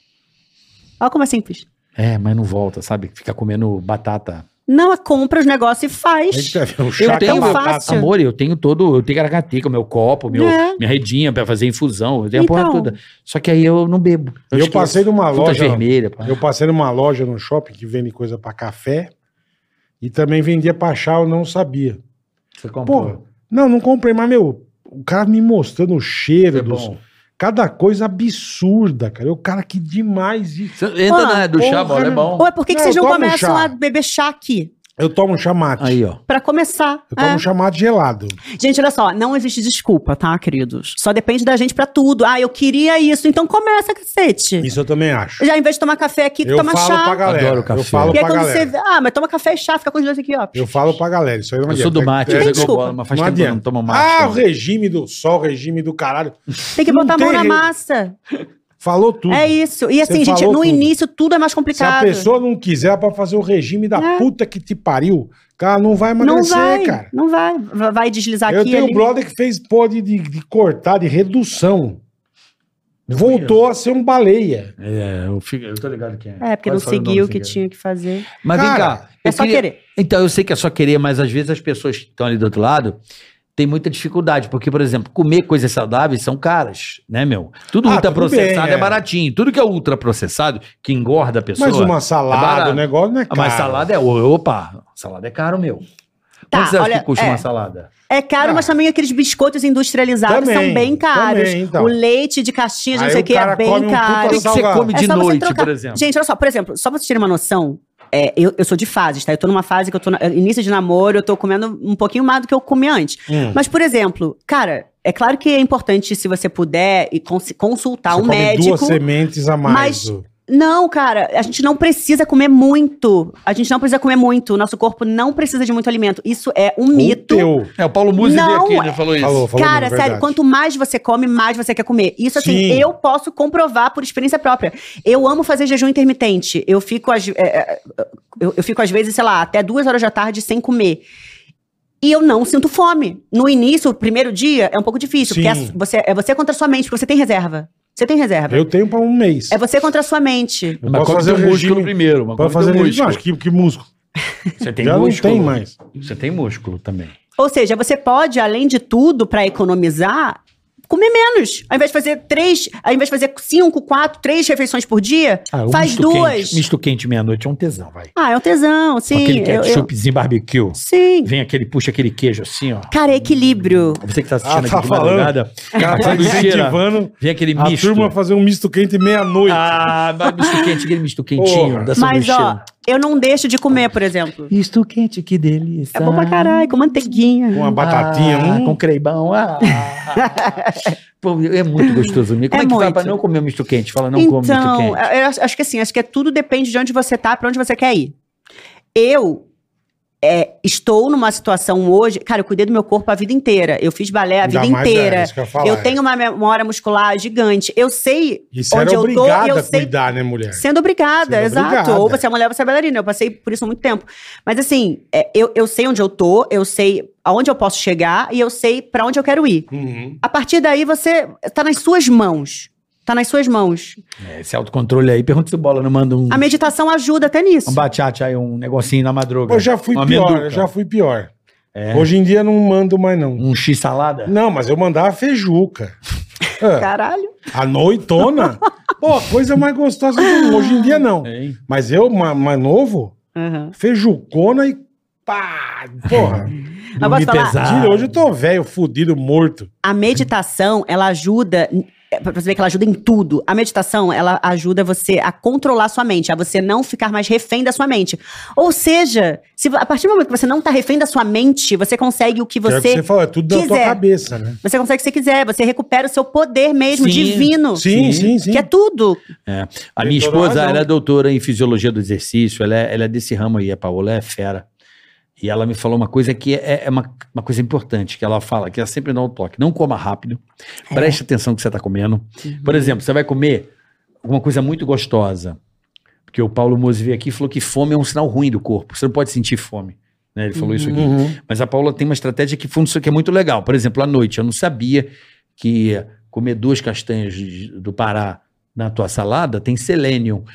S5: Olha como é simples.
S3: É, mas não volta, sabe? Fica comendo batata.
S5: Não, ela compra os negócios e
S4: A gente
S5: faz.
S4: vai ver um chá
S5: tenho
S4: com batata.
S5: fácil.
S3: Amor, eu tenho todo, eu tenho caracateca, meu copo, meu,
S5: É.
S3: minha redinha pra fazer infusão, eu tenho a porra
S5: Então.
S3: toda. Só que aí eu não bebo.
S4: Eu
S3: esqueço.
S4: passei numa
S3: Fruta
S4: loja-
S3: vermelha, pá.
S4: Eu passei numa loja no shopping que vende coisa pra café e também vendia pra chá, eu não sabia.
S3: Você
S4: Pô, não, não comprei, mas, meu, o cara me mostrando o cheiro
S3: É
S4: dos...
S3: bom.
S4: Cada coisa absurda, cara. Eu, cara, que demais isso.
S3: Você entra
S5: Ah,
S3: na área do chá,
S4: porra,
S3: bola, é bom.
S5: Ou é por que que
S4: Não,
S5: vocês
S4: eu
S5: não
S4: tomo
S5: começam
S4: chá.
S5: a beber chá aqui?
S4: Eu tomo chá mate.
S3: Aí, ó.
S5: Pra começar.
S4: Eu tomo
S5: é.
S4: chá mate gelado.
S5: Gente, olha só, não existe desculpa, tá, queridos? Só depende da gente pra tudo. Ah, eu queria isso, então começa, cacete.
S4: Isso eu também acho.
S5: Já em vez de tomar café aqui,
S4: Eu
S5: toma
S4: falo
S5: chá.
S4: pra galera.
S3: Adoro café.
S4: Eu falo
S5: E aí
S4: pra
S5: quando você
S4: galera.
S5: vê, ah, mas toma café e chá, fica com os dois aqui, ó.
S4: Eu falo pra galera. Isso aí não
S3: Eu sou
S4: adianta.
S3: do mate,
S4: É-
S3: eu sou
S5: Tem
S4: é-
S3: que eu
S5: desculpa.
S3: bola, mas faz
S4: não
S3: tempo que eu não
S4: adianta.
S3: tomo mate.
S4: Ah, o
S3: cara.
S4: regime do sol, regime do caralho.
S5: Tem que
S4: Não
S5: botar a mão
S4: tem
S5: na
S4: re-
S5: massa.
S4: Falou tudo.
S5: É isso. E assim,
S4: Você
S5: gente,
S4: falou
S5: no
S4: tudo.
S5: início tudo é mais
S4: Se a
S5: complicado.
S4: pessoa não quiser, ela pode fazer o regime da puta que te pariu, cara, não vai
S5: É. não
S4: emagrecer,
S5: vai,
S4: cara.
S5: não vai. V- Vai deslizar
S4: Eu
S5: aqui.
S4: tenho um
S5: ali.
S4: brother que fez pó de, de- de cortar, de redução. Voltou a ser um baleia.
S3: É, eu, fico, eu tô ligado quem
S5: É, porque
S3: Quase
S5: não
S3: falei o nome
S5: seguiu o
S3: sem
S5: que
S3: querer.
S5: tinha que fazer.
S3: Mas vem
S4: Cara,
S3: cá.
S5: É
S3: eu
S5: só
S3: queria-
S5: querer.
S3: Então, eu sei que é só querer, mas às vezes as pessoas que estão ali do outro lado têm muita dificuldade. Porque, por exemplo, comer coisas saudáveis são caras, né, meu? Tudo
S4: Ah,
S3: ultra
S4: tudo bem,
S3: processado é.
S4: é.
S3: baratinho. Tudo que é ultra processado, que engorda a pessoa.
S4: Mas uma
S3: é
S4: salada,
S3: barato.
S4: o negócio não é
S3: Ah,
S4: caro.
S3: Mas salada é. Opa, salada é caro, meu.
S5: Tá,
S3: Quanto você acha
S5: olha,
S3: que custa
S5: é.
S3: uma salada?
S5: É caro,
S4: Ah.
S5: mas também aqueles biscoitos industrializados
S4: Também,
S5: são bem caros.
S4: também, então.
S5: O leite de caixinha, de não
S4: Aí
S5: sei
S4: o
S5: o que,
S4: cara
S5: é bem
S4: come um puta
S3: O
S5: caro.
S3: que, que você
S4: salgado.
S3: come
S5: É
S3: de
S5: só você
S3: noite,
S5: trocar.
S3: por exemplo?
S5: Gente, olha só, por exemplo, só pra vocês terem uma noção, é, eu, eu sou de fases, tá? Eu tô numa fase que eu tô no início de namoro, eu tô comendo um pouquinho mais do que eu comi antes.
S4: Hum.
S5: Mas, por exemplo, cara, é claro que é importante, se você puder, e cons- consultar
S4: Você
S5: um
S4: come
S5: médico.
S4: duas sementes a mais.
S5: mas- Não, cara, a gente não precisa comer muito. A gente não precisa comer muito. Nosso corpo não precisa de muito alimento. Isso é um mito.
S4: Teu.
S3: É, o Paulo Musi veio
S5: Não,
S3: aqui,
S5: é-
S3: né? Falou isso.
S4: Falou, falou.
S5: Cara,
S4: mesmo,
S5: sério,
S4: verdade.
S5: quanto mais você come, mais você quer comer. Isso, assim,
S4: Sim.
S5: eu posso comprovar por experiência própria. Eu amo fazer jejum intermitente. Eu fico, às- é, é, eu, eu fico às vezes, sei lá, até duas horas da tarde sem comer. E eu não sinto fome. No início, o primeiro dia, é um pouco difícil. Porque
S4: Sim.
S5: é você, é você contra a sua mente, porque você tem reserva. Você tem reserva.
S4: Eu tenho pra um mês.
S5: É você contra a sua mente.
S4: Eu
S3: Mas
S4: posso
S3: come
S4: fazer
S3: teu
S4: um
S3: músculo
S4: regime.
S3: primeiro. Mas
S4: Pode
S3: come
S4: fazer
S3: teu
S4: músculo.
S3: músculo.
S4: Acho que, que músculo.
S3: Você tem
S4: Já
S3: músculo.
S4: não tem mais.
S3: Você tem músculo também.
S5: Ou seja, você pode, além de tudo, pra economizar, comer menos. Ao invés de fazer três, ao invés de fazer cinco, quatro, três refeições por dia,
S3: Ah, o
S5: faz
S3: misto
S5: duas.
S3: Quente, misto quente meia-noite é um tesão, vai.
S5: Ah, é um tesão,
S3: Com
S5: sim.
S3: aquele
S5: eu- eu-
S3: ketchupzinho barbecue.
S5: Sim.
S3: Vem aquele, puxa aquele queijo assim, ó.
S5: Cara, é equilíbrio.
S3: Você que tá assistindo
S4: Ah, tá
S3: aqui de
S4: falando.
S3: madrugada.
S4: Cara, tá
S3: Quando cheira,
S4: incentivando
S3: vem aquele
S4: a
S3: misto.
S4: turma a fazer um misto quente meia-noite.
S3: Ah, mas misto quente, aquele misto quentinho
S4: Porra.
S3: da
S5: Mas, ó,
S3: sanduicheira.
S5: eu não deixo de comer, por exemplo.
S3: Misto quente, que delícia.
S5: É bom pra caralho, com manteiguinha.
S4: Com uma batatinha.
S3: Ah,
S4: hum.
S3: Com creibão. Ah. Pô, é muito gostoso. Como é,
S5: É
S3: que fala
S5: muito.
S3: pra não comer misto quente? Fala, não come misto
S5: Então,
S3: quente.
S5: eu acho acho que assim, acho que é tudo depende de onde você tá, pra onde você quer ir. Eu é, estou numa situação hoje, cara, eu cuidei do meu corpo a vida inteira. Eu fiz balé a
S4: Ainda
S5: vida
S4: mais, é,
S5: inteira.
S4: isso que eu ia falar,
S5: eu
S4: é.
S5: tenho uma memória muscular gigante. Eu sei
S4: E você
S5: onde
S4: era
S5: eu tô,
S4: obrigada
S5: eu
S4: a
S5: sei
S4: cuidar, né, mulher?
S5: Sendo obrigada,
S4: Sendo
S5: exato.
S4: obrigada.
S5: Ou você é mulher, ou você é bailarina. Eu passei por isso há muito tempo. Mas assim, é, eu, eu sei onde eu tô, eu sei aonde eu posso chegar e eu sei pra onde eu quero ir.
S4: Uhum.
S5: A partir daí, você tá nas suas mãos. Tá nas suas mãos.
S3: É, esse autocontrole aí, pergunta se o bola não manda um,
S5: A meditação ajuda até nisso.
S3: um bachate aí, um negocinho na madruga.
S4: Eu já fui
S3: Uma
S4: pior,
S3: Um amendoca.
S4: eu já fui pior.
S3: É.
S4: Hoje em dia não mando mais, não.
S3: Um X salada?
S4: Não, mas eu mandava feijuca. É,
S5: Caralho.
S4: a noitona. Pô, a coisa mais gostosa que tem. Hoje em dia não.
S3: Hein?
S4: Mas eu, ma- mais novo,
S5: Uhum.
S4: feijucona e pá! Porra,
S5: Eu posso
S3: Dormir
S5: falar?
S3: pesado.
S4: tira, hoje eu tô velho, fudido, morto.
S5: A meditação, ela ajuda. é, Pra você ver que ela ajuda em tudo. A meditação, ela ajuda você a controlar sua mente, a você não ficar mais refém da sua mente. Ou seja, se, a partir do momento que você não tá refém da sua mente, você consegue o que
S4: Que é o que
S5: você.
S4: você falou, é tudo da tua
S5: quiser.
S4: cabeça, né?
S5: Você consegue o que você quiser, você recupera o seu poder mesmo,
S3: Sim.
S5: divino.
S4: Sim, sim, sim.
S5: Que é tudo.
S3: A minha
S4: Doutora
S3: esposa,
S4: Adão.
S3: ela é doutora em fisiologia do exercício, ela é, ela é desse ramo aí, a Paola é fera. E ela me falou uma coisa que é, é uma, uma coisa importante, que ela fala, que ela sempre dá um toque. Não coma rápido, preste atenção no que você está comendo. Por exemplo, você vai comer alguma coisa muito gostosa, porque o Paulo Mose veio aqui e falou que fome é um sinal ruim do corpo, você não pode sentir fome. né? Ele falou isso aqui.
S4: Uhum.
S3: Mas a Paula tem uma estratégia que funciona, que é muito legal. Por exemplo, à noite, eu não sabia que comer duas castanhas de- do Pará na tua salada tem selênio.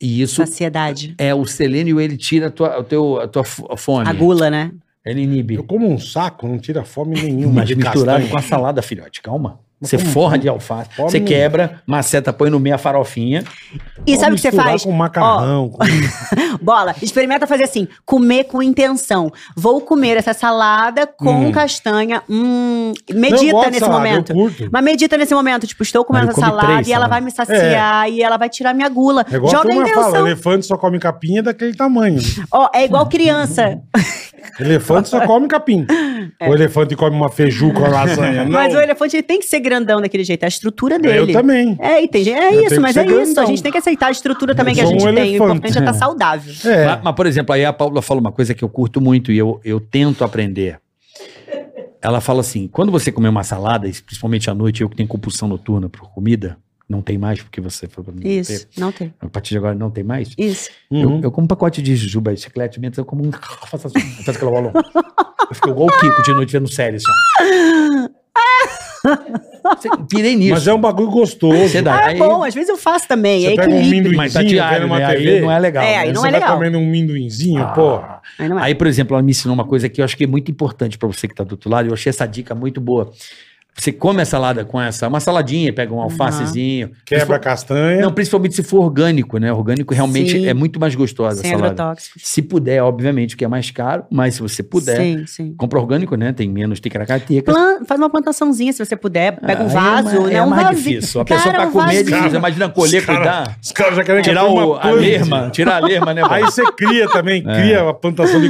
S3: E
S5: Tá
S3: isso
S5: Saciedade.
S3: é o selênio, ele tira a tua, o teu, a tua f- a fome.
S5: A gula, né?
S3: Ele inibe.
S4: Eu como um saco, não tira fome nenhuma
S3: Mas
S4: de
S3: misturado
S4: castanha.
S3: com a salada, filhote, calma.
S4: Mas
S3: Você
S4: como- assim?
S3: forra de alface,
S4: Come- um-
S3: você quebra, maceta, põe no meio a farofinha.
S5: E
S4: Pode
S5: sabe o que você
S4: misturar
S5: faz?
S4: com macarrão. com-
S5: Bola, experimenta fazer assim: comer com intenção. Vou comer essa salada com
S4: Hum.
S5: castanha.
S4: Não,
S5: Hum,
S4: eu
S5: medita
S4: gosto de
S5: nesse
S4: salada,
S5: momento.
S4: Eu curto. É
S5: Mas medita nesse momento, tipo, estou comendo
S3: Mas eu
S5: essa
S3: como
S5: salada
S3: três
S5: e ela
S3: salada.
S5: vai me saciar e ela vai tirar minha gula.
S4: É igual a
S5: Joga a
S4: turma fala,
S5: intenção.
S4: elefante só come capinha daquele tamanho. né?
S5: Ó, é igual criança.
S4: elefante só come capim. O elefante come uma feijuca, uma lasanha. Não,
S5: É. Mas o elefante ele tem que ser grandão daquele jeito, é a estrutura dele.
S4: eu também.
S5: É, e tem gente-
S4: Eu
S5: é
S4: tenho
S5: isso,
S4: que
S5: mas
S4: ser
S5: é isso.
S4: grandão.
S5: A gente tem que aceitar a estrutura também
S4: Eu
S5: que a
S4: sou um
S5: gente tem. O
S4: elefante.
S5: importante é estar saudável.
S4: É.
S3: Mas, mas, por exemplo, aí a Paula fala uma coisa que eu curto muito e eu, eu tento aprender. Ela fala assim: quando você comer uma salada, e principalmente à noite, eu que tenho compulsão noturna por comida, não tem mais, porque você falou
S4: É.
S3: pra mim, não
S5: Isso,
S3: tem.
S5: não tem.
S3: A partir de agora não tem mais.
S5: Isso.
S4: Uhum.
S3: Eu, eu como um pacote de jujuba e chiclete, mentos, eu como um. Faço assim, faço aquela bola. Eu fico igual o Kiko de noite vendo série só. Você- Pirei nisso.
S4: Mas é um bagulho gostoso.
S3: Você dá.
S5: Ah, é
S3: aí-
S5: bom, às vezes eu faço também. É
S4: Você pega um
S5: equilíbrio.
S4: amendoim
S3: Mas tá
S4: vendo
S3: diário,
S4: uma
S3: né? Aí
S4: TV.
S3: não é legal.
S5: É, aí
S3: né?
S5: não
S4: você
S5: é
S4: vai
S5: legal.
S4: comendo um minduinzinho,
S3: Ah.
S4: porra.
S5: Aí não é.
S3: Aí, por exemplo, ela me ensinou uma coisa que eu acho que é muito importante pra você que tá do outro lado. Eu achei essa dica muito boa. Você come a salada com essa, uma saladinha, pega um alfacezinho.
S4: Quebra a
S3: Principal-
S4: castanha.
S3: Não, principalmente se for orgânico, né? Orgânico realmente
S5: Sim.
S3: é muito mais gostosa
S5: Sem
S3: a salada.
S5: agrotóxicos.
S3: Se puder, obviamente, que é mais caro, mas se você puder,
S5: Sim, sim.
S3: compra orgânico, né? Tem menos ticaracateca.
S5: Plan- faz uma plantaçãozinha se você puder. Pega um
S3: Aí
S5: vaso,
S3: é, mais-
S5: né?
S3: é
S5: um
S3: mais
S5: vasinho.
S3: difícil. A
S5: Cara,
S4: tá
S3: pessoa pra
S5: um
S3: comer é
S5: vasinho.
S3: difícil. Imagina colher,
S4: Os cara-
S3: cuidar.
S4: Os caras já querem que
S3: Tirar
S4: eu coma
S3: o, a
S4: planta.
S3: lerma, tirar a lerma, né?
S4: Aí
S3: Paulo?
S4: você cria também, cria a plantação de.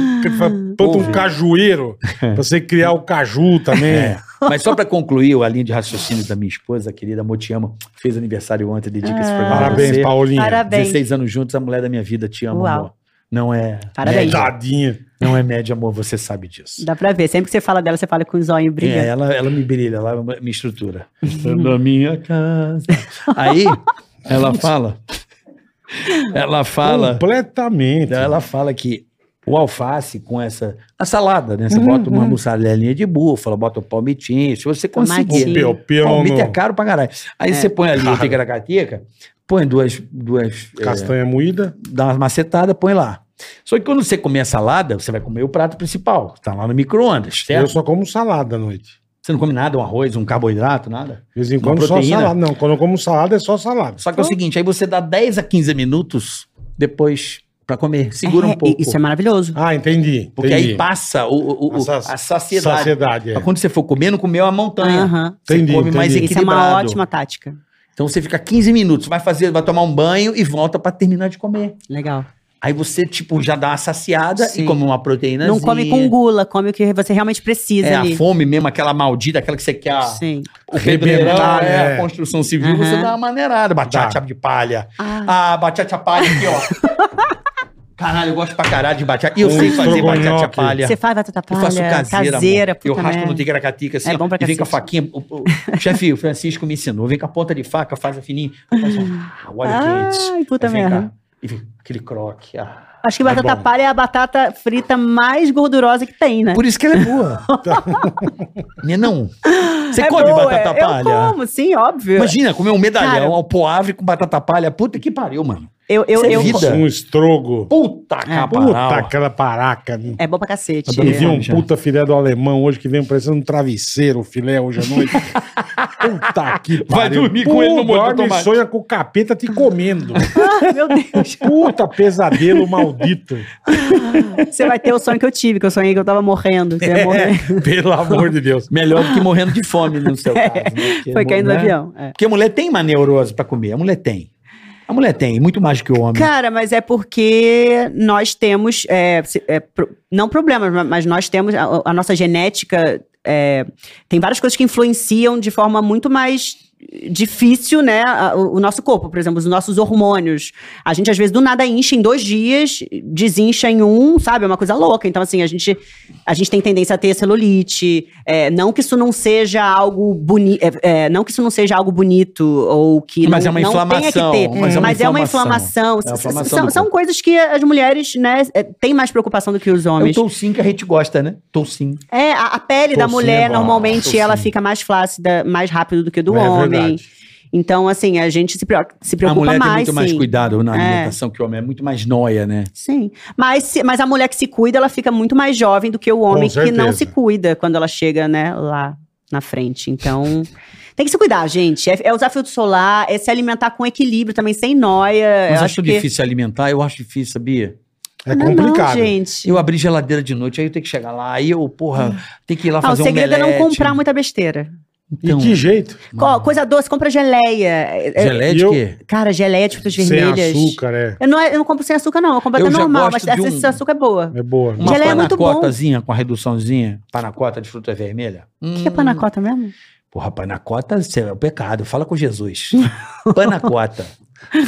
S4: Planta um
S3: Ouve.
S4: cajueiro, pra você criar o caju também.
S3: Mas só pra concluir a linha de raciocínio da minha esposa, querida, amor, te amo. Fez aniversário ontem, dedica esse programa pra
S4: Parabéns,
S3: você.
S4: Paulinha.
S5: Parabéns.
S3: 16 anos juntos, a mulher da minha vida te ama,
S5: Uau.
S3: amor. Não é.
S5: Parabéns.
S3: Média,
S4: Tadinha.
S3: não é média, amor, você sabe disso.
S5: Dá pra ver. Sempre que você fala dela, você fala com o zóio
S3: É,
S5: brilhando.
S3: ela, ela me brilha, ela me estrutura. Na minha casa. Aí, ela fala. Ela fala.
S4: Completamente.
S3: Então ela fala que o alface com essa. A salada, né? Você bota
S5: Uhum,
S3: uma mussarelinha de búfala, bota um palmitinho. Se você
S5: Tomatinho.
S3: conseguir.
S4: Peu, peu,
S3: Palmito é
S4: no-
S3: caro pra caralho.
S5: É.
S3: Aí você põe ali o ticaracateca, põe duas. duas é,
S4: Castanha moída.
S3: dá uma macetada, põe lá. Só que quando você comer a salada, você vai comer o prato principal. que Tá lá no micro-ondas,
S4: Eu
S3: certo?
S4: só como salada à noite.
S3: Você não come nada, um arroz, um carboidrato, nada.
S4: De vez em
S3: Uma
S4: quando só
S3: proteína.
S4: salada. Não, quando eu como salada é só salada.
S3: Só que
S5: Hum.
S3: é o seguinte, aí você dá 10 a 15 minutos depois pra comer. Segura
S5: É,
S3: um
S5: e-
S3: pouco.
S5: Isso é maravilhoso.
S4: Ah, entendi.
S3: Porque
S4: entendi.
S3: aí passa o, o- o-
S4: A sa-
S3: a saciedade.
S4: Saciedade, é.
S3: Mas Quando você for comer, não comeu a montanha.
S5: Aham.
S3: Você
S4: Entendi,
S3: come mais
S4: entendi.
S5: Isso é uma
S3: equilibrado.
S5: ótima tática.
S3: Então você fica 15 minutos, vai fazer, vai tomar um banho e volta pra terminar de comer.
S5: Legal.
S3: Aí você, tipo, já dá uma saciada
S5: Sim.
S3: e come uma proteína.
S5: Não come com gula, come o que você realmente precisa
S3: É a
S5: ali.
S3: fome mesmo, aquela maldita, aquela que você quer. a-
S5: Sim.
S3: O pedreirão,
S4: Arrebentar,
S3: é,
S4: é.
S3: a construção civil, você
S5: Aham.
S3: dá uma maneirada. Batata de palha. Ah, batata palha aqui, ó. Caralho, eu gosto pra caralho de batata. E eu
S4: Um
S3: sei fazer
S4: estrogonofe.
S3: batata palha.
S5: Você faz batata
S3: Eu
S5: palha,
S3: faço caseira,
S5: caseira
S3: amor. Eu
S5: puta
S3: raspo no
S5: merda.
S3: ticaracatica assim,
S5: É
S3: ó,
S5: bom pra
S3: e vem com a
S5: cacete.
S3: faquinha. O, o- chefe, o Francisco me ensinou. Vem com a ponta de faca, faz a fininha. faz um- ah, Olha quente.
S5: Ai, puta
S3: Aí vem
S5: merda.
S3: cá, E vem aquele croque. ah.
S5: Acho que batata
S4: bom.
S5: palha é a batata frita mais gordurosa que tem, né?
S3: Por isso que ela é boa. Né, Não. Você
S5: É
S3: come
S5: boa,
S3: batata
S5: é.
S3: palha?
S5: Eu como, sim, óbvio.
S3: Imagina comer um
S5: Cara.
S3: medalhão ao poavre com batata palha. Puta que pariu, mano.
S5: eu, eu,
S3: isso é
S5: eu,
S3: vida.
S4: Um estrogo.
S3: Puta que
S4: Puta,
S3: pariu.
S4: aquela paraca. né?
S5: É bom pra cacete.
S3: Tá
S4: Eu vi um
S3: Já.
S4: puta filé do alemão hoje que vem parecendo um travesseiro, o filé hoje à noite. puta que pariu.
S3: Vai dormir com ele no
S4: Pô,
S3: molho de
S4: dorme e
S3: tomate.
S4: sonha com o capeta te comendo.
S5: Ah, Meu Deus.
S4: puta pesadelo maldito.
S5: Você vai ter o sonho que eu tive, que eu sonhei que eu tava morrendo. Que eu
S3: É,
S5: ia morrer.
S4: Pelo amor de Deus.
S3: Melhor do que morrendo de fome, no seu caso. né? Porque,
S5: É. Foi caindo do
S3: né?
S5: avião. é.
S3: Porque a mulher tem uma neurose pra comer. A mulher tem. A mulher tem, muito mais que o homem.
S5: Cara, mas é porque nós temos, é, se- é, pro- não problemas, ma- mas nós temos, a, a nossa genética, é, tem várias coisas que influenciam de forma muito mais difícil, né, a- o, o nosso corpo, por exemplo, os nossos hormônios. A gente, às vezes, do nada incha em dois dias, desincha em um, sabe? É uma coisa louca. Então, assim, a gente, a gente tem tendência a ter celulite. É, não que isso não seja algo bonito, não que isso não seja algo bonito ou que
S3: Mas
S5: não,
S3: é uma
S5: não tenha
S3: inflamação,
S5: que ter.
S3: mas é uma
S5: inflamação.
S3: É uma
S5: S-
S3: inflamação
S5: são,
S3: do
S5: são
S3: corpo.
S5: coisas que as mulheres, né, é, têm mais preocupação do que os
S3: É o
S5: homens.
S3: toucinho que a gente gosta, né? Toucinho.
S5: É, a, a pele
S4: Tocinho
S5: da
S4: é
S5: mulher
S4: bom,
S5: normalmente
S4: tocinho.
S5: ela fica mais flácida, mais rápido do que do
S4: É
S5: homem.
S4: verdade.
S5: Então, assim, a gente se, preo- se
S3: a
S5: preocupa
S3: mulher
S5: mais.
S3: tem muito mais
S5: sim.
S3: cuidado na
S5: É.
S3: alimentação que o homem. É muito mais noia, né?
S5: Sim. Mas, se- mas a mulher que se cuida, ela fica muito mais jovem do que o homem que
S4: certeza.
S5: não se cuida quando ela chega, né, lá na frente. Então, tem que se cuidar, gente. É, é usar filtro solar, é se alimentar com equilíbrio também, sem noia.
S3: Mas
S5: É, eu
S3: acho
S5: acho que...
S3: difícil alimentar, eu acho difícil, sabia?
S4: É
S5: Não,
S4: complicado.
S5: Não, gente.
S3: Eu abri geladeira de noite, aí eu tenho que chegar lá, aí eu, porra, tenho que ir lá
S5: Ah, o
S3: fazer um
S5: segredo
S3: omelete.
S5: é não comprar muita besteira.
S3: Então,
S4: e que jeito?
S3: Mano.
S5: Co- Coisa doce, compra geleia. É- é-
S3: Geleia de
S4: Eu-
S3: quê?
S5: Cara, geleia de frutas vermelhas.
S4: Sem açúcar, é.
S5: Eu não, eu não compro sem açúcar, não. Eu compro
S3: Eu
S5: até
S3: já
S5: normal,
S3: gosto
S5: mas
S3: de
S5: essa
S3: um-
S5: sem açúcar é boa.
S4: É boa. né?
S3: Uma
S5: Geleia é muito bom.
S3: panacotazinha com a reduçãozinha. Panacota de fruta vermelha. Hum.
S5: O que é panacota mesmo?
S3: Porra, panacota isso é o pecado. Fala com Jesus. Panacota.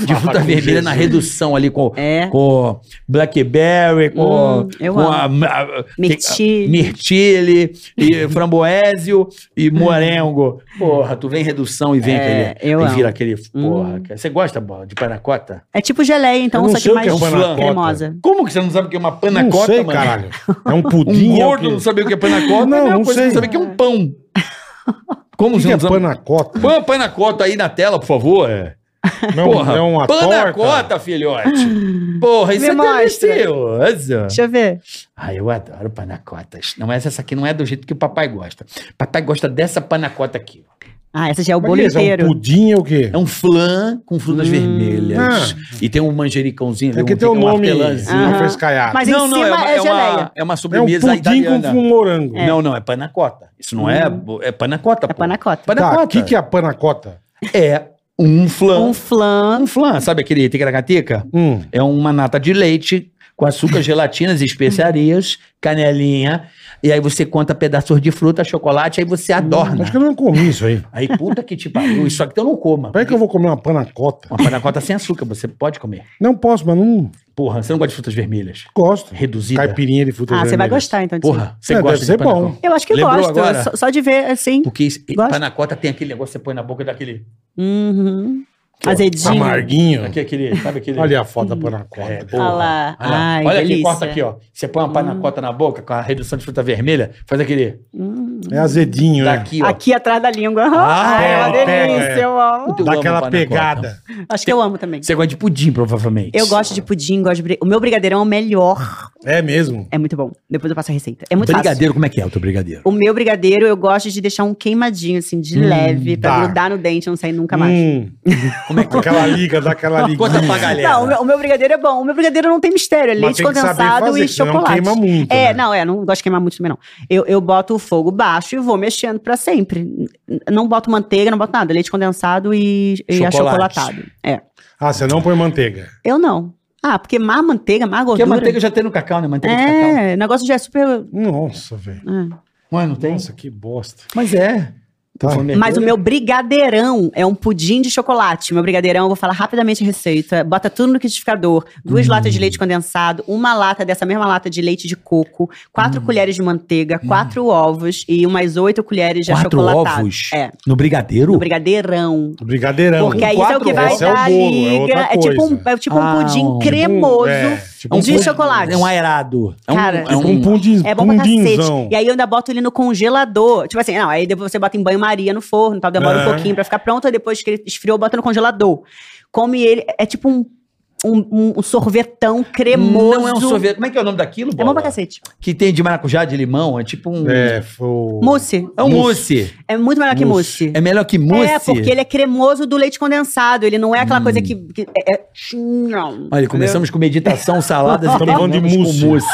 S3: De fruta
S4: com
S3: vermelha
S4: Jesus.
S3: na redução ali com,
S5: É.
S3: com blackberry, com,
S5: Hum, eu
S3: com a,
S5: amo.
S3: a- a-
S5: Mirtille.
S3: mirtile, e framboésio e morango. Porra, tu vem em redução e vem
S5: É,
S3: aquele.
S5: eu
S3: e
S5: amo. Hum.
S3: vira aquele. Porra, cara. você gosta bola, de panacota?
S5: É tipo geleia, então,
S4: Eu não
S5: só
S4: sei
S5: que
S4: o
S5: mais
S4: que é panacota.
S5: cremosa.
S3: Como que você não sabe o que é uma
S4: Não
S3: panacota,
S4: sei,
S3: mano?
S4: caralho. É um
S3: Um
S4: pudim. é o
S3: gordo não
S4: quê?
S3: sabia o que é panacota,
S4: Não,
S3: é a mesma
S4: não
S3: coisa
S4: sei.
S3: que não sabe o que é um pão. Como
S4: O que
S3: você
S4: que é
S3: não sabe?
S4: panacota?
S3: Põe a panacota aí na tela, por favor. É.
S4: Não,
S3: Porra,
S4: é uma
S3: panacota,
S4: torta.
S3: filhote. Porra, isso
S5: Me
S3: é
S5: mostra.
S3: delicioso.
S5: Deixa eu ver.
S3: Ai, eu adoro panacotas. Não, mas essa aqui não é do jeito que o papai gosta. Papai gosta dessa panacota aqui. ó.
S5: Ah, essa já é o
S4: Mas
S5: bolo
S4: beleza, É um
S5: inteiro.
S4: pudim é o quê?
S3: É um flan com frutas
S5: Hum.
S3: vermelhas. E tem um manjericãozinho ali.
S4: Tem Ah. que
S3: um-
S4: ter um nome
S3: hortelãzinho.
S5: Aham.
S4: uma frescaiada.
S5: Mas em
S3: Não, não, é
S5: cima
S3: uma,
S5: é
S3: é uma,
S5: geleia.
S3: é uma
S4: É um
S3: sobremesa
S4: pudim com
S3: italiana.
S4: um morango.
S3: Não, não, é panacota. Isso não é... bo- É panacota,
S5: É
S3: pô.
S5: panacota.
S3: Panacota.
S4: Tá, o que, que é a panacota?
S3: É um flan.
S5: Um flan.
S3: Um flan, sabe aquele ticaracateca?
S4: Hum.
S3: É uma nata de leite com açúcar, gelatinas, especiarias, canelinha, e aí você conta pedaços de fruta, chocolate, aí você adorna.
S4: Acho que eu não comi isso aí.
S3: Aí puta que te pariu, isso aqui eu não coma.
S4: Como é que eu vou comer uma panacota?
S3: Uma panacota sem açúcar, você pode comer.
S4: Não posso, mas não
S3: Porra, você não gosta de frutas vermelhas?
S4: gosto.
S3: Reduzida?
S4: Caipirinha de frutas
S5: Ah, você vai
S4: vermelhas.
S5: gostar então disso.
S3: Porra, você
S4: É,
S3: gosta
S4: deve ser
S3: panacota?
S4: bom.
S5: Eu acho que eu
S3: Lembrou
S5: gosto.
S3: agora?
S5: Só, só de ver assim.
S3: Porque esse-
S5: Gosto.
S3: panacota tem aquele negócio que você põe na boca daquele...
S5: Uhum.
S3: tá
S5: Azedinho.
S4: Tá Amarguinho.
S3: Aqui, aquele sabe aquele...
S4: Olha a foto da panacota.
S3: É,
S5: Olha lá.
S3: Olha, lá.
S5: Ai,
S3: Olha aqui,
S5: delícia.
S3: corta aqui, ó. Você põe uma panacota na boca com a redução de fruta vermelha, faz aquele...
S5: Hum.
S4: É azedinho,
S3: Tá
S4: né?
S3: aqui, ó.
S5: Aqui atrás da língua.
S3: Ah,
S5: Ai, é uma
S4: pega, pega,
S5: delícia, eu amo.
S3: Puta, eu
S4: Dá
S3: amo
S4: aquela
S3: panacota.
S4: pegada.
S5: Acho que eu amo também.
S3: Você gosta de pudim, provavelmente.
S5: Eu gosto de pudim, gosto de bri- O meu brigadeirão é o melhor.
S4: É mesmo.
S5: É muito bom. Depois eu passo a receita. É muito fácil.
S3: Brigadeiro, como é que é o teu brigadeiro?
S5: O meu brigadeiro, eu gosto de deixar um queimadinho, assim, de leve, pra
S4: tá.
S5: grudar no dente e não sair nunca mais.
S4: Hum.
S3: é
S4: Aquela liga, dá aquela liguinha.
S3: Conta pra galera.
S5: Não, o meu, o meu brigadeiro é bom. O meu brigadeiro não tem mistério. É
S4: Mas
S5: leite
S4: tem que saber
S5: condensado
S4: fazer,
S5: e
S4: senão
S5: chocolate.
S4: queima muito,
S5: É,
S4: né?
S5: não, é. Não gosto de queimar muito também, não. Eu, eu boto o fogo baixo e vou mexendo pra sempre. N- Não boto manteiga, não boto nada. Leite condensado e, e
S3: Chocolate.
S5: achocolatado. É.
S4: Ah, você não põe manteiga.
S5: Eu não. Ah, porque má manteiga, má
S3: Porque
S5: gordura.
S3: a manteiga já tem no cacau, né? Manteiga de cacau.
S5: É, o negócio já é super.
S4: Nossa, velho.
S5: é.
S3: Ué, não tem?
S4: Nossa, que bosta.
S3: Mas é.
S4: Tá.
S5: Mas o meu brigadeirão é um pudim de chocolate. Meu brigadeirão, eu vou falar rapidamente a receita. Bota tudo no liquidificador, duas latas de leite condensado, uma lata dessa mesma lata de leite de coco, quatro colheres de manteiga, quatro ovos e umas oito colheres de
S3: Quatro
S5: achocolatado.
S3: ovos?
S5: É,
S3: No brigadeiro?
S5: no brigadeirão.
S4: Brigadeirão.
S5: Porque aí isso é o
S3: quatro
S5: que vai
S4: ovos é o
S5: dar
S4: bolo, é
S5: liga.
S4: outra
S5: É, tipo um,
S4: coisa.
S5: é tipo um
S3: Ah,
S5: pudim
S3: um-
S5: cremoso
S4: É, tipo
S3: É um
S5: de
S3: pudim-
S5: chocolate.
S3: É um aerado. É um,
S5: Cara,
S3: é
S4: Um
S3: um,
S4: pundi,
S5: É bom pra cacete.
S4: pundinzão.
S5: E aí eu ainda boto ele no congelador. Tipo assim, não, aí depois você bota em banho-maria no forno, tal, demora um
S3: É.
S4: Aham.
S5: pouquinho pra ficar pronto, aí depois que ele esfriou, bota no congelador. Come ele, é tipo um, um, um sorvetão cremoso.
S3: Não é um sorvete. Como é que é o nome daquilo,
S5: É bom pra
S3: Bola?
S5: cacete.
S3: Que tem de maracujá, de limão. É tipo um...
S4: É, foi o-
S5: Mousse.
S3: É um mousse.
S5: É muito melhor que mousse.
S3: É melhor que mousse. Hum.
S5: É, porque ele é cremoso do leite condensado. Ele não é aquela coisa que. que é, é- Não.
S3: Olha, começamos com meditação, saladas e
S4: Estamos falando de
S3: terminamos com
S4: mousse.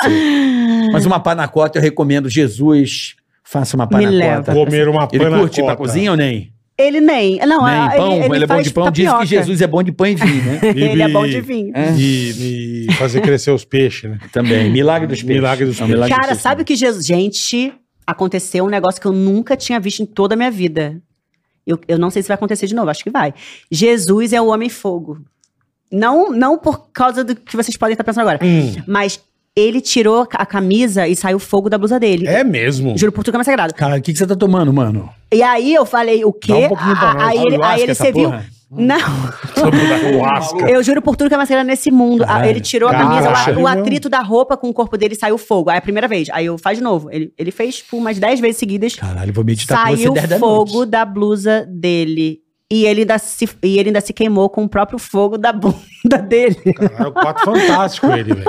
S3: Mas uma panacota eu recomendo. Jesus, faça uma
S5: leva.
S3: panacota.
S4: Comer uma
S3: Ele
S4: panacota.
S3: curte ir pra cozinha ou nem?
S5: Ele nem. Não,
S3: nem
S5: é-
S3: pão,
S5: ele,
S3: ele, é bom
S5: faz
S3: de pão. Diz
S5: tapioca.
S3: que Jesus é bom de pão e vinho, né?
S4: E-
S5: Ele é bom de
S4: e-
S5: vinho.
S4: E, e fazer crescer os peixes, né?
S3: Também. Milagre dos peixes.
S4: Milagre dos
S3: É um milagre
S5: Cara,
S3: dos peixes.
S5: sabe o que Jesus. Gente, aconteceu um negócio que eu nunca tinha visto em toda a minha vida. Eu, eu não sei se vai acontecer de novo, acho que vai. Jesus é o Homem-Fogo. Não, não por causa do que vocês podem estar pensando agora, mas ele tirou a camisa e saiu fogo da blusa dele.
S4: É mesmo.
S5: Juro por tudo que é mais sagrado.
S3: Cara, o que, que você tá tomando, mano?
S5: E aí eu falei, o quê?
S3: Dá um pouquinho pra
S5: Ah,
S3: nós.
S5: aí
S3: Olha o
S5: ele, aí
S3: lasca
S5: ele
S3: essa
S5: serviu.
S3: porra.
S5: Não.
S4: Asca.
S5: Eu juro por tudo que é mais sagrado nesse mundo. Ah,
S3: Caralho.
S5: ele tirou a
S4: Caralho.
S5: camisa, o- o,
S4: Caralho.
S5: atrito da roupa com o corpo dele saiu fogo. Aí é a primeira vez. Aí eu faz de novo. Ele, ele fez por umas 10 vezes seguidas.
S3: Caralho, vou meditar com você
S5: saiu
S3: 10 da
S5: fogo
S3: noite.
S5: da blusa dele. E ele, ainda se, e ele ainda se queimou com o próprio fogo da bunda dele.
S4: Caralho, é o quatro fantástico ele, velho.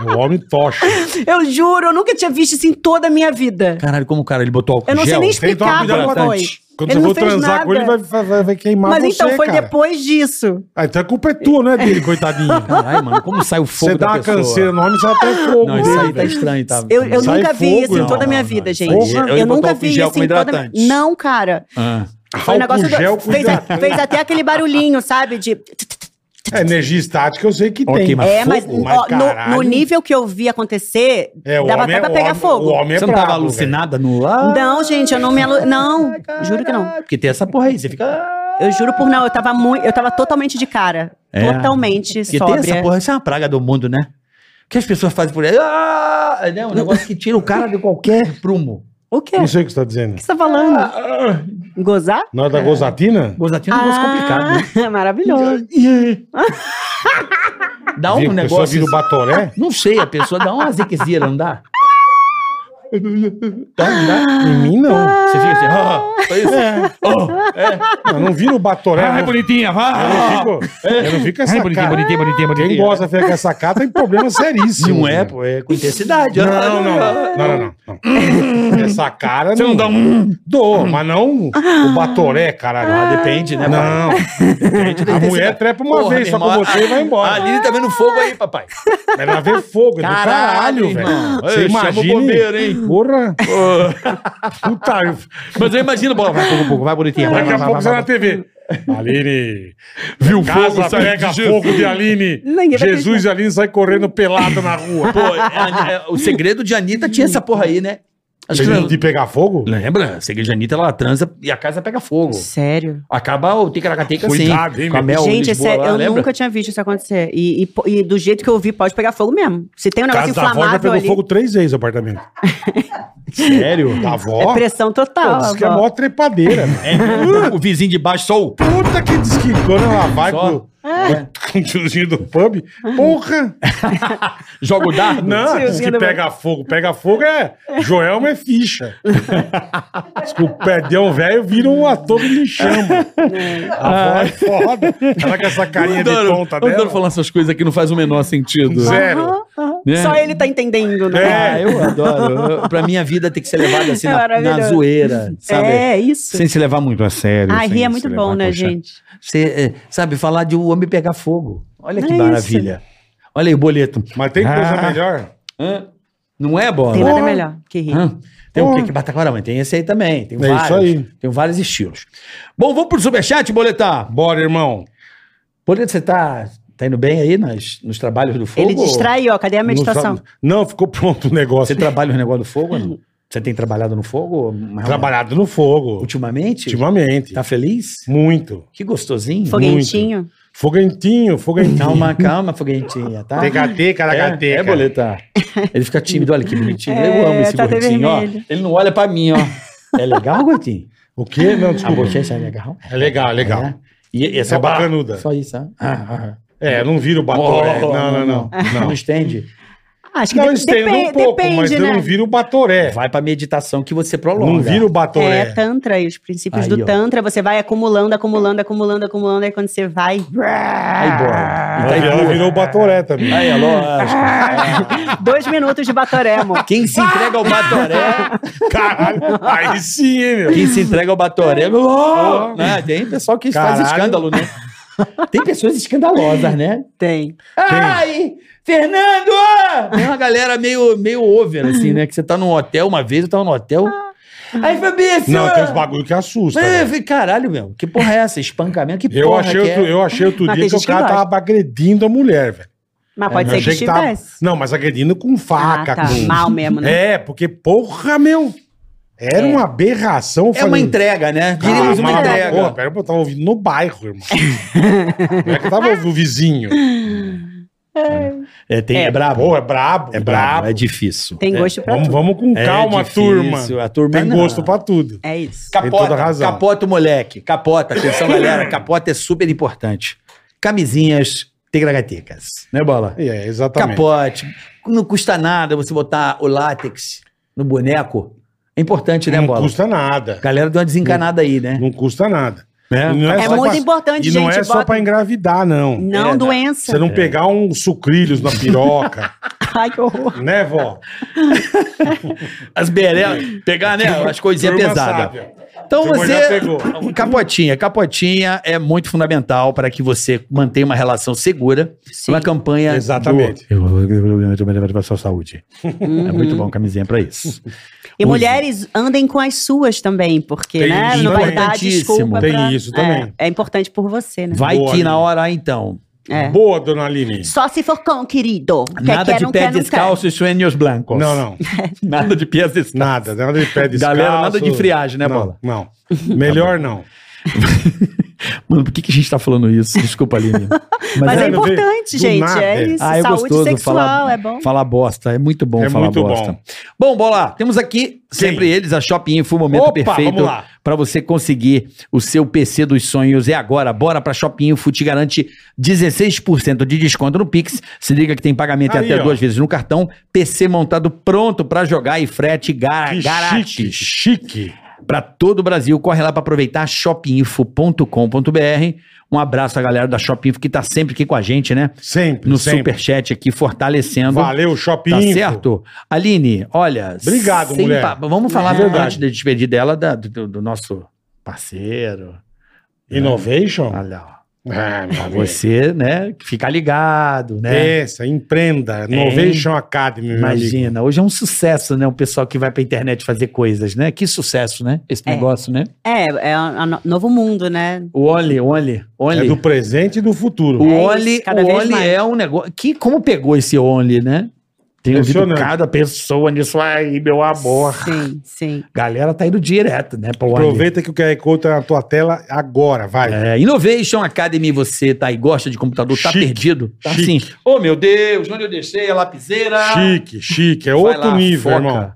S4: É o homem tocha.
S5: Eu juro, eu nunca tinha visto isso em toda a minha vida.
S3: Caralho, como, cara? Ele botou álcool
S5: Eu não sei
S3: gel?
S5: nem
S4: Tem que tomar
S5: explicar
S4: cuidado
S5: como
S4: com a-
S5: foi.
S4: Quando
S5: Ele
S4: você
S5: não
S4: for
S5: fez
S4: transar
S5: nada.
S4: com ele, vai, vai, vai queimar
S5: Mas
S4: você,
S5: então foi
S4: cara.
S5: depois disso.
S4: Ah, então a culpa é tua, não é dele, coitadinho.
S3: Caralho, mano, como sai o fogo
S4: Você dá
S3: da
S4: uma
S3: pessoa?
S4: canseira no homem, você até fogo.
S3: Não, isso aí
S4: dele,
S3: tá
S4: velho.
S3: estranho, tá?
S5: Eu, eu
S4: Sai
S5: nunca vi
S4: fogo,
S5: isso em
S4: não,
S5: toda a minha
S3: não,
S5: vida,
S3: não.
S5: gente.
S3: Porra,
S5: eu
S3: ele
S5: nunca
S3: botou álcool em
S5: vi
S3: gel
S5: isso
S3: com
S5: em toda a
S3: hidratante.
S5: minha... Não, cara.
S3: Ah.
S5: Foi um
S4: Álcool
S5: negócio...
S4: gel
S5: do...
S4: com
S5: fez, a-
S4: hidratante.
S5: fez até aquele barulhinho, sabe? De...
S4: É, energia estática eu sei que
S3: Ó,
S4: tem.
S3: queima-
S5: É, mas,
S3: fogo?
S4: Mas
S5: ó, no, no
S4: caralho.
S5: nível que eu vi acontecer,
S4: É, o
S5: dava
S4: homem
S5: até
S4: é-
S5: pra
S4: o
S5: pegar
S4: homem-
S5: fogo.
S4: O homem é
S3: Você não tava
S4: brabo,
S3: alucinada no ar?
S5: Não, gente, eu não me alu... Não, juro que não.
S3: Porque tem essa porra aí, você fica...
S5: Eu juro por não, eu tava muito, eu tava totalmente de cara.
S3: É.
S5: Totalmente
S3: Porque tem essa
S5: sóbria.
S3: porra, isso é uma praga do mundo, né? O que as pessoas fazem por aí? Ah, né? Um negócio que tira o cara de qualquer prumo.
S5: O quê?
S4: velho. Não
S5: O
S4: sei o que você tá dizendo.
S5: que você tá falando? Gozar?
S4: Na
S3: É.
S4: hora da gozatina?
S3: Gozatina é um negócio complicado. né?
S5: complicado. Maravilhoso.
S3: Dá um
S4: Vira- a pessoa
S3: negócio... assim.
S4: vira o batoré?
S3: Não sei, a pessoa dá uma ziquezira, não dá? Dá, não dá?
S4: Em mim, não.
S3: Ah, Você fica assim... Ah, foi isso?
S4: É. Eu Ah, não viro o batoré.
S7: Ai,
S4: não.
S7: Ah, é bonitinha,
S4: Eu
S7: vai.
S4: não fico, eu não fico essa
S7: bonitinha,
S4: cara.
S7: bonitinha, bonitinha,
S4: Quem
S7: bonitinha.
S4: gosta de ficar com essa cara tem problema seríssimo.
S3: Não é,
S4: velho.
S3: pô, é com intensidade.
S4: Não, não, não, não, não, não. Essa cara
S7: Você não dá um...
S4: Dou, mas não o batoré, caralho. Ah,
S3: depende, né,
S4: Não. A mulher trepa uma
S3: Porra,
S4: vez
S3: meu
S4: só com
S3: irmão,
S4: você
S3: a-
S4: e vai embora.
S3: A Aline tá vendo fogo aí, papai.
S4: Mas lá vê fogo, é do caralho, velho. Você
S7: Chama o
S4: imagina.
S7: bombeiro, hein?
S4: Porra. Puta,
S3: Mas eu imagino, bora, vai, pouco, pouco, vai bonitinha. Vai,
S4: daqui
S3: vai,
S4: a
S3: vai, vai,
S4: pouco você
S3: vai.
S4: na TV. Aline.
S7: Viu
S4: Casa
S7: saiu
S4: pega
S7: de Jesus.
S4: fogo de Aline.
S5: Ninguém vai
S4: Jesus e Aline sai correndo pelada na rua.
S3: Pô, é- é- o segredo de Anitta tinha essa porra aí, né? Acho que
S4: Você de pegar fogo?
S3: Lembra? O segredo de Anitta, ela transa e a casa pega fogo.
S5: Sério?
S3: Acaba o ticaracateca assim.
S4: Cuidado, hein,
S3: com a
S4: meu?
S3: Mel
S5: Gente, é
S3: Lisboa
S5: sério,
S3: lá,
S5: eu
S3: lembra?
S5: nunca tinha visto isso acontecer. E, e po- e do jeito que eu vi, pode pegar fogo mesmo. Se tem um
S4: Casa
S5: negócio
S4: da avó já
S5: inflamável
S4: pegou
S5: ali,
S4: fogo três vezes o apartamento. Sério? Da avó?
S5: é pressão
S4: Pô,
S5: total.
S4: diz que é
S5: avó. É.
S4: mó trepadeira. né?
S3: O vizinho de baixo só o...
S4: Puta que diz que quando ela vai
S3: Só?
S4: com, com
S5: É.
S4: o tiozinho do pub. Porra!
S3: Joga o dardo.
S4: Não, diz que
S5: do pub.
S4: pega fogo. Pega fogo é. Joelma é ficha. diz que o perdão velho vira um ator de chama. A avó é foda. Ela com essa carinha de
S3: eu
S4: tonta
S3: adoro
S4: dela.
S3: falar essas coisas que não faz o menor sentido.
S4: Zero.
S3: Né?
S5: Só ele tá entendendo, né?
S3: Ah, eu adoro. Eu, pra minha vida tem que ser levada assim
S5: É
S3: na- na,
S5: maravilhoso.
S3: zoeira, sabe?
S5: É, isso.
S6: Sem se levar muito a sério.
S5: Ai,
S6: sem
S5: rir é
S6: se
S5: muito
S6: levar
S5: bom, né,
S6: com chá.
S5: gente?
S3: Você, é, sabe, falar de o homem pegar fogo. Olha que
S5: É isso.
S3: maravilha. Olha aí o boleto.
S4: Mas tem coisa
S6: Ah.
S4: melhor.
S3: Hã? Não é, bola?
S5: Tem nada
S4: Porra.
S5: melhor que rir.
S3: Hã? Tem o
S4: Porra.
S3: que que bata agora, mas tem esse aí também. Tem
S4: É
S3: vários.
S4: isso aí.
S3: Tem vários estilos. Bom, vamos pro superchat, boletar.
S4: Bora, irmão.
S3: Boleto, você tá, tá indo bem aí nas, nos trabalhos do fogo?
S5: Ele distraiu, ó. Cadê a meditação?
S4: Não, sabe- não, ficou pronto o negócio.
S3: Você trabalha no negócio do fogo? ou Não? Você tem trabalhado no fogo? Marrom?
S4: Trabalhado no fogo.
S3: Ultimamente?
S4: Ultimamente.
S3: Tá feliz?
S4: Muito.
S3: Que gostosinho.
S5: Foguentinho.
S4: Foguentinho, foguentinho.
S3: Calma, calma, foguentinha, tá?
S4: TKT,
S3: É, é boleta. Ele fica tímido, olha que bonitinho. Eu amo
S5: É,
S3: esse
S5: tá até
S3: gordinho, ó.
S5: vermelho.
S3: Ele não olha pra mim, ó. É legal, gordinho?
S4: O quê? Não,
S3: A
S4: desculpa.
S3: bochecha é legal.
S4: É legal, é legal.
S3: É. E, e
S4: É bacanuda.
S3: Só isso, ó. ah, ah.
S4: É, não vira o batom. é. Não, não, não.
S3: Não, estende.
S5: Ah, Acho que
S4: Não,
S5: de-
S4: estende
S5: depen-
S4: um pouco, mas
S5: depende,
S4: eu
S5: né?
S4: não viro o batoré.
S3: É, Vai tá. pra meditação que você prolonga.
S4: Não vira o batoré.
S5: É, Tantra e os princípios
S3: Aí,
S5: do
S3: ó.
S5: Tantra, você vai acumulando, acumulando, acumulando, acumulando, aí quando você vai.
S3: Aí, bora.
S4: Ela virou- virou o batoré também.
S3: Aí, é lógico.
S5: Dois minutos de batoré, amor.
S3: Quem se entrega ao Batoré,
S4: Caralho. Aí sim, hein, meu.
S3: quem se entrega ao Batoré, oh, né? tem pessoal que
S4: Caralho.
S3: faz escândalo, né? Tem pessoas escandalosas, né?
S5: Tem.
S3: Ai, Fernando! Tem É uma galera meio, meio over, assim, né? Que você tá num hotel uma vez, eu tava no hotel. Aí, Fabrício!
S4: Não,
S5: é.
S4: tem uns bagulho que assusta.
S3: Mas eu
S4: velho.
S3: falei, caralho, meu, que porra é essa? Espancamento, que porra
S4: Eu achei,
S3: que é?
S4: outro, eu achei outro
S5: Mas
S4: dia
S5: tem
S4: que o
S5: gente que
S4: cara
S5: gosta.
S4: tava agredindo a mulher, velho.
S5: Mas pode
S4: É, Eu
S5: ser que
S4: achei que tava-
S5: estivesse.
S4: Não, mas agredindo com faca.
S5: Ah, tá.
S4: com-
S5: Mal mesmo, né? É.
S4: É, porque, porra, meu. Era uma aberração. eu
S3: É uma
S4: falei,
S3: entrega, né?
S4: Ah,
S3: Diríamos uma
S4: mas,
S3: entrega.
S4: Porra, pera, eu tava ouvindo no bairro, irmão. Não é que eu tava ouvindo o vizinho.
S3: É, tem, é, brabo.
S4: Pô, é brabo,
S3: É brabo, é difícil.
S5: Tem gosto pra
S4: Vamos,
S5: tudo.
S4: vamos com
S3: É
S4: calma,
S3: difícil,
S4: turma.
S3: A turma
S4: Tem
S3: não.
S4: gosto pra tudo.
S5: É isso.
S4: Tem
S3: Capota,
S4: toda razão.
S3: capota o moleque. Capota, atenção galera, capota é super importante. Camisinhas tegragatecas, né bola?
S4: É, exatamente.
S3: Capote, não custa nada você botar o látex no boneco. É importante, né
S4: não
S3: bola?
S4: custa nada.
S3: Galera deu uma desencanada aí, né?
S4: Não custa nada. E Não
S5: É
S4: só
S5: muito
S4: pra-
S5: importante,
S4: E
S5: gente.
S4: não é só
S5: bota-
S4: pra engravidar, não.
S5: Não
S3: É,
S5: doença.
S4: Você não pegar um sucrilhos na piroca,
S5: Ai, que horror.
S4: né, vó?
S3: As berelas, pegar, né? As coisinhas
S4: Turma
S3: pesadas.
S4: sábia.
S3: Então
S4: Turma já
S3: você.
S4: pegou.
S3: Capotinha. Capotinha é muito fundamental para que você mantenha uma relação segura.
S5: Sim.
S3: Uma campanha.
S4: Exatamente.
S3: Do... Eu para sua saúde.
S5: Uhum.
S3: É muito bom camisinha para isso.
S5: E
S3: Usa.
S5: mulheres andem com as suas também, porque,
S4: Tem
S5: né?
S4: isso
S5: não vai
S4: também.
S5: dar desculpa.
S4: Tem
S5: pra-
S4: isso
S5: É,
S4: também.
S5: É, importante por você, né?
S3: Vai
S4: Boa,
S3: que na
S4: Aline.
S3: hora então.
S5: É.
S4: Boa, dona Aline.
S5: Só se for cão, querido. Quer,
S3: Nada
S5: quer,
S3: de
S5: não
S3: pé
S5: um quer, não
S3: descalço e sueños blancos.
S4: Não, não.
S3: Nada de pés descalços.
S4: Nada. Nada de pé descalço.
S3: Galera, nada de friagem, né,
S4: não,
S3: Bola? Tá
S4: Não. Melhor não.
S3: Mano, por que, que a gente tá falando isso? Desculpa, Aline.
S5: Mas, é
S4: é, não vê?
S5: importante,
S4: Do
S5: gente.
S4: nada.
S5: É isso.
S3: Ah, é
S5: Saúde
S3: gostoso
S5: sexual,
S3: falar-
S5: é bom.
S3: Falar bosta, é muito bom
S4: É
S3: falar
S4: muito
S3: bosta.
S4: bom.
S3: Bom, bola, temos aqui sempre eles, a Shopping Info, o momento
S4: Opa,
S3: perfeito
S4: vamos lá.
S3: para você conseguir o seu PC dos sonhos. É agora, bora para Shopping Info, te garante 16% de desconto no Pix. Se liga que tem pagamento em
S4: Aí,
S3: até
S4: ó.
S3: duas vezes no cartão, PC montado pronto para jogar e frete gar
S4: Que chique,
S3: grátis
S4: chique.
S3: para todo o Brasil. Corre lá para aproveitar shopinfo.com.br. Um abraço à galera da Shopping Info que tá sempre aqui com a gente, né?
S4: Sempre,
S3: no
S4: sempre.
S3: superchat aqui, fortalecendo.
S4: Valeu, Shopping.
S3: Tá
S4: Info.
S3: certo? Aline, olha.
S4: Obrigado,
S3: sem
S4: mulher.
S3: papo. Vamos falar
S4: É.
S3: antes de despedir dela da- do, do nosso parceiro.
S4: Innovation?
S3: Tá. Olha, ó.
S4: Ah, meu amigo.
S3: Você, né, ficar ligado, né? É,
S4: Essa, empreenda. Novation Academy, meu amigo.
S3: Imagina, hoje é um sucesso, né? O pessoal que vai pra internet fazer coisas, né? Que sucesso, né? Esse
S5: É.
S3: negócio, né?
S5: É, é um no- novo mundo, né?
S3: O Oli, Oli,
S4: É
S3: Oli.
S4: do presente e do futuro.
S3: O
S5: É isso,
S3: Oli,
S5: cada
S3: o
S5: vez
S3: Oli
S5: mais.
S3: é um negócio. Que, como pegou esse Oli, né? Tem ouvido
S4: Impressionante.
S3: cada pessoa nisso aí, meu amor.
S5: Sim, sim.
S3: Galera tá indo direto, né? Pro Oli.
S4: Aproveita que o QR Code tá na tua tela agora, vai.
S3: É, Innovation Academy, você tá aí, gosta de computador, tá
S4: Chique,
S3: perdido? Tá
S4: chique.
S3: assim. Ô meu Deus, onde eu deixei a lapiseira?
S4: Chique, chique. É
S3: Vai
S4: outro
S3: lá,
S4: nível,
S3: foca.
S4: irmão.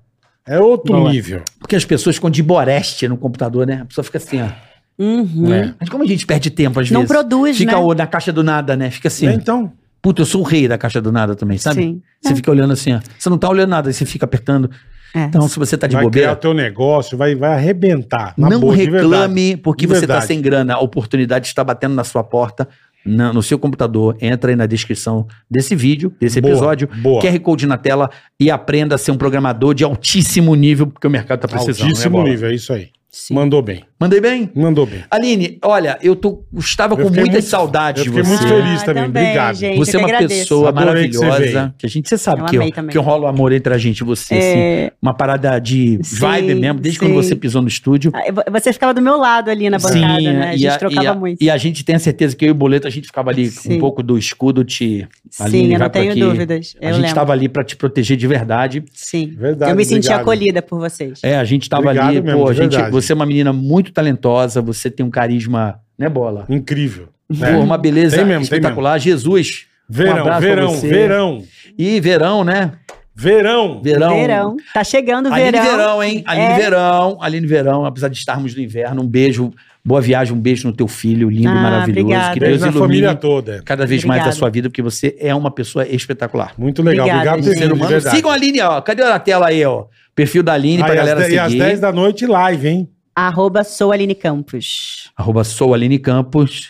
S4: É outro
S3: Não é.
S4: nível.
S3: Porque as pessoas ficam de boreste no computador, né? A pessoa fica assim, ó.
S5: Uhum.
S4: É.
S3: Mas como a gente perde tempo É. às
S5: Não
S3: vezes?
S5: produz,
S3: Fica
S5: né?
S3: o- na caixa do nada, né? Fica assim.
S4: Então,
S3: Puta, eu sou o rei da caixa do nada também, sabe?
S5: Sim.
S3: Você fica olhando assim, ó. Você não tá olhando nada, aí você fica apertando.
S5: É.
S3: Então, se você tá de
S4: vai criar o
S3: bobeira,
S4: teu negócio, vai, vai arrebentar. Na
S3: não
S4: boa, de verdade.
S3: reclame porque
S4: De
S3: você tá
S4: verdade.
S3: sem grana. A oportunidade está batendo na sua porta, na- no seu computador. Entra aí na descrição desse vídeo, desse
S4: Boa,
S3: episódio. é
S4: Boa.
S3: QR Code na tela e aprenda a ser um programador de altíssimo nível, porque o mercado tá precisando.
S4: Altíssimo
S3: né, Bola?
S4: nível, é isso aí.
S5: Sim.
S4: Mandou bem.
S3: Mandei bem?
S4: Mandou bem.
S3: Aline, olha, eu tô, estava
S4: Eu
S3: com
S4: fiquei
S3: muitas
S4: muito-
S3: saudades
S4: eu
S3: de
S4: fiquei
S3: você.
S4: muito feliz também, obrigado.
S5: Ah, gente,
S3: Você é
S5: eu que
S3: uma
S5: agradeço.
S3: pessoa
S4: Adorei que você
S3: maravilhosa.
S4: veio.
S3: Que, a gente, você sabe
S5: Eu
S3: que,
S5: amei
S3: eu,
S5: também.
S3: que rola o amor entre a gente e você, assim.
S5: É,
S3: Uma parada de
S5: Sim,
S3: vibe mesmo, desde quando
S5: sim.
S3: você pisou no estúdio.
S5: ah, eu- Você ficava do meu lado ali na bancada, né? A gente trocava
S3: e a,
S5: muito.
S3: E a gente tem a certeza que eu e o Boleto, a gente ficava ali
S5: Sim.
S3: um pouco do escudo te. Aline,
S5: Sim, eu
S3: vai
S5: não
S3: pra
S5: tenho
S3: aqui.
S5: dúvidas.
S3: a
S5: Eu
S3: gente
S5: lembro.
S3: estava ali pra te proteger de verdade.
S5: Sim.
S4: Verdade,
S5: eu me senti
S4: obrigado.
S5: acolhida por vocês.
S3: É, a gente tava
S4: Obrigado
S3: ali,
S4: mesmo,
S3: pô, a
S4: de
S3: gente,
S4: verdade.
S3: você é uma menina muito talentosa, você tem um carisma, né, bola?
S4: Incrível.
S3: Pô,
S4: É.
S3: uma beleza
S4: Tem mesmo, tem
S3: espetacular. Jesus. Um
S4: Verão,
S3: abraço pra
S4: verão,
S3: você.
S4: verão,
S3: E verão, né?
S4: verão.
S3: Verão.
S5: Verão. Tá chegando o
S3: Aline
S5: verão.
S3: Verão, hein? Aline
S5: É.
S3: Verão, Aline Verão, apesar de estarmos no inverno, um beijo, boa viagem, um beijo no teu filho, lindo e
S5: Ah,
S3: maravilhoso.
S5: obrigada.
S3: Que
S4: Beijo
S3: Deus
S4: na
S3: ilumine
S4: família toda.
S3: cada vez mais
S5: Obrigada.
S3: a sua vida, porque você é uma pessoa espetacular.
S4: Muito legal.
S5: Obrigada,
S4: Obrigado
S5: gente.
S4: vindo,
S3: Ser
S4: de
S3: humano.
S4: verdade.
S3: Sigam a Aline, ó. Cadê a tela aí, ó? Perfil da Aline
S4: Ah,
S3: pra
S4: e às
S3: galera
S4: de- e às
S3: seguir.
S4: 10 da noite, live, hein?
S5: Arroba sou Aline Campos.
S3: Arroba sou Aline Campos.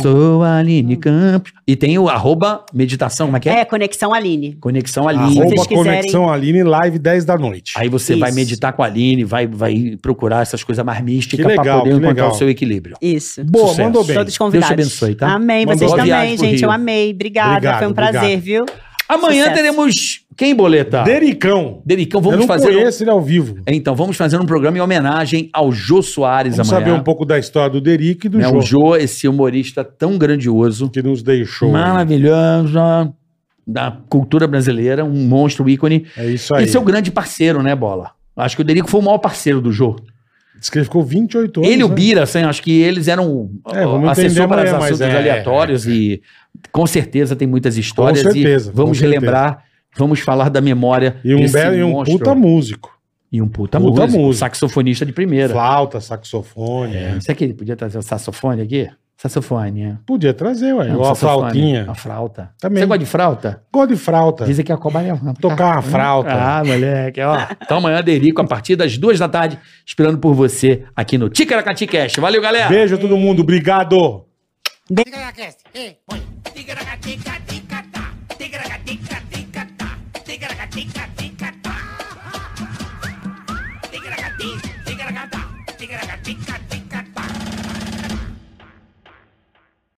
S3: Sou Aline Campos. E tem o arroba meditação, como é que Hum. é?
S5: É, Conexão Aline.
S3: Conexão Aline.
S4: Arroba
S5: vocês quiserem-
S4: Conexão Aline, live 10 da noite.
S3: Aí você
S5: Isso.
S3: vai meditar com a Aline, vai, vai procurar essas coisas mais místicas
S4: Que
S3: pra
S4: legal,
S3: poder
S4: que
S3: encontrar
S4: legal.
S3: o seu equilíbrio.
S5: Isso.
S4: Boa,
S3: Sucesso.
S4: mandou bem.
S5: Todos convidados.
S3: Deus te abençoe, tá?
S5: Amém.
S4: Mandou
S5: Vocês
S3: boa viagem
S5: também,
S3: pro
S5: gente.
S3: Rio.
S5: Eu amei. Obrigada.
S4: Obrigado,
S5: Foi um prazer,
S4: obrigado.
S5: viu?
S3: Amanhã
S5: Sucesso.
S3: teremos quem, Boleta?
S4: Tá. Dericão.
S3: Dericão,
S4: eu
S3: vamos
S4: não
S3: fazer. um-
S4: conheço ele ao vivo.
S3: Então, vamos fazer um programa em homenagem ao Jô Soares
S4: Vamos saber
S3: amanhã.
S4: um pouco da história do Derico e do
S3: né?
S4: João,
S3: O Jô, esse humorista tão grandioso,
S4: que nos deixou. né?
S3: maravilhoso, da cultura brasileira, um monstro, ícone.
S4: É isso aí.
S3: E seu grande parceiro, né, Bola? Acho que o Derico foi o maior parceiro do Jô.
S4: Diz que ele ficou 28 anos.
S3: Ele e o
S4: né?
S3: Bira, assim, acho que eles eram
S4: É,
S3: ó,
S4: vamos entender
S3: assessor para
S4: amanhã, mas
S3: assuntos
S4: é,
S3: aleatórios e com certeza tem muitas histórias
S4: Com certeza,
S3: e vamos
S4: com certeza.
S3: relembrar, vamos falar da memória
S4: E um
S3: desse
S4: belo e um
S3: monstro.
S4: puta músico.
S3: e um puta,
S4: puta
S3: músico,
S4: músico.
S3: saxofonista de primeira.
S4: Flauta, saxofone.
S3: É.
S4: é.
S3: Será que ele podia trazer o saxofone aqui? Saxofone, é.
S4: Podia trazer, ué.
S3: Não,
S4: Ou a
S3: saxofone,
S4: flautinha.
S3: A frauta.
S4: Também.
S3: Você gosta de frauta?
S4: Gosto de frauta.
S3: Dizem que a cobra é uma-
S4: Tocar uma frauta.
S3: Ah, moleque, ó. Então amanhã, Derico, a partir das duas da tarde, esperando por você aqui no Ticaracati Cash. Valeu, galera!
S4: Beijo a todo mundo. Obrigado.
S2: Tigra-ga-tica,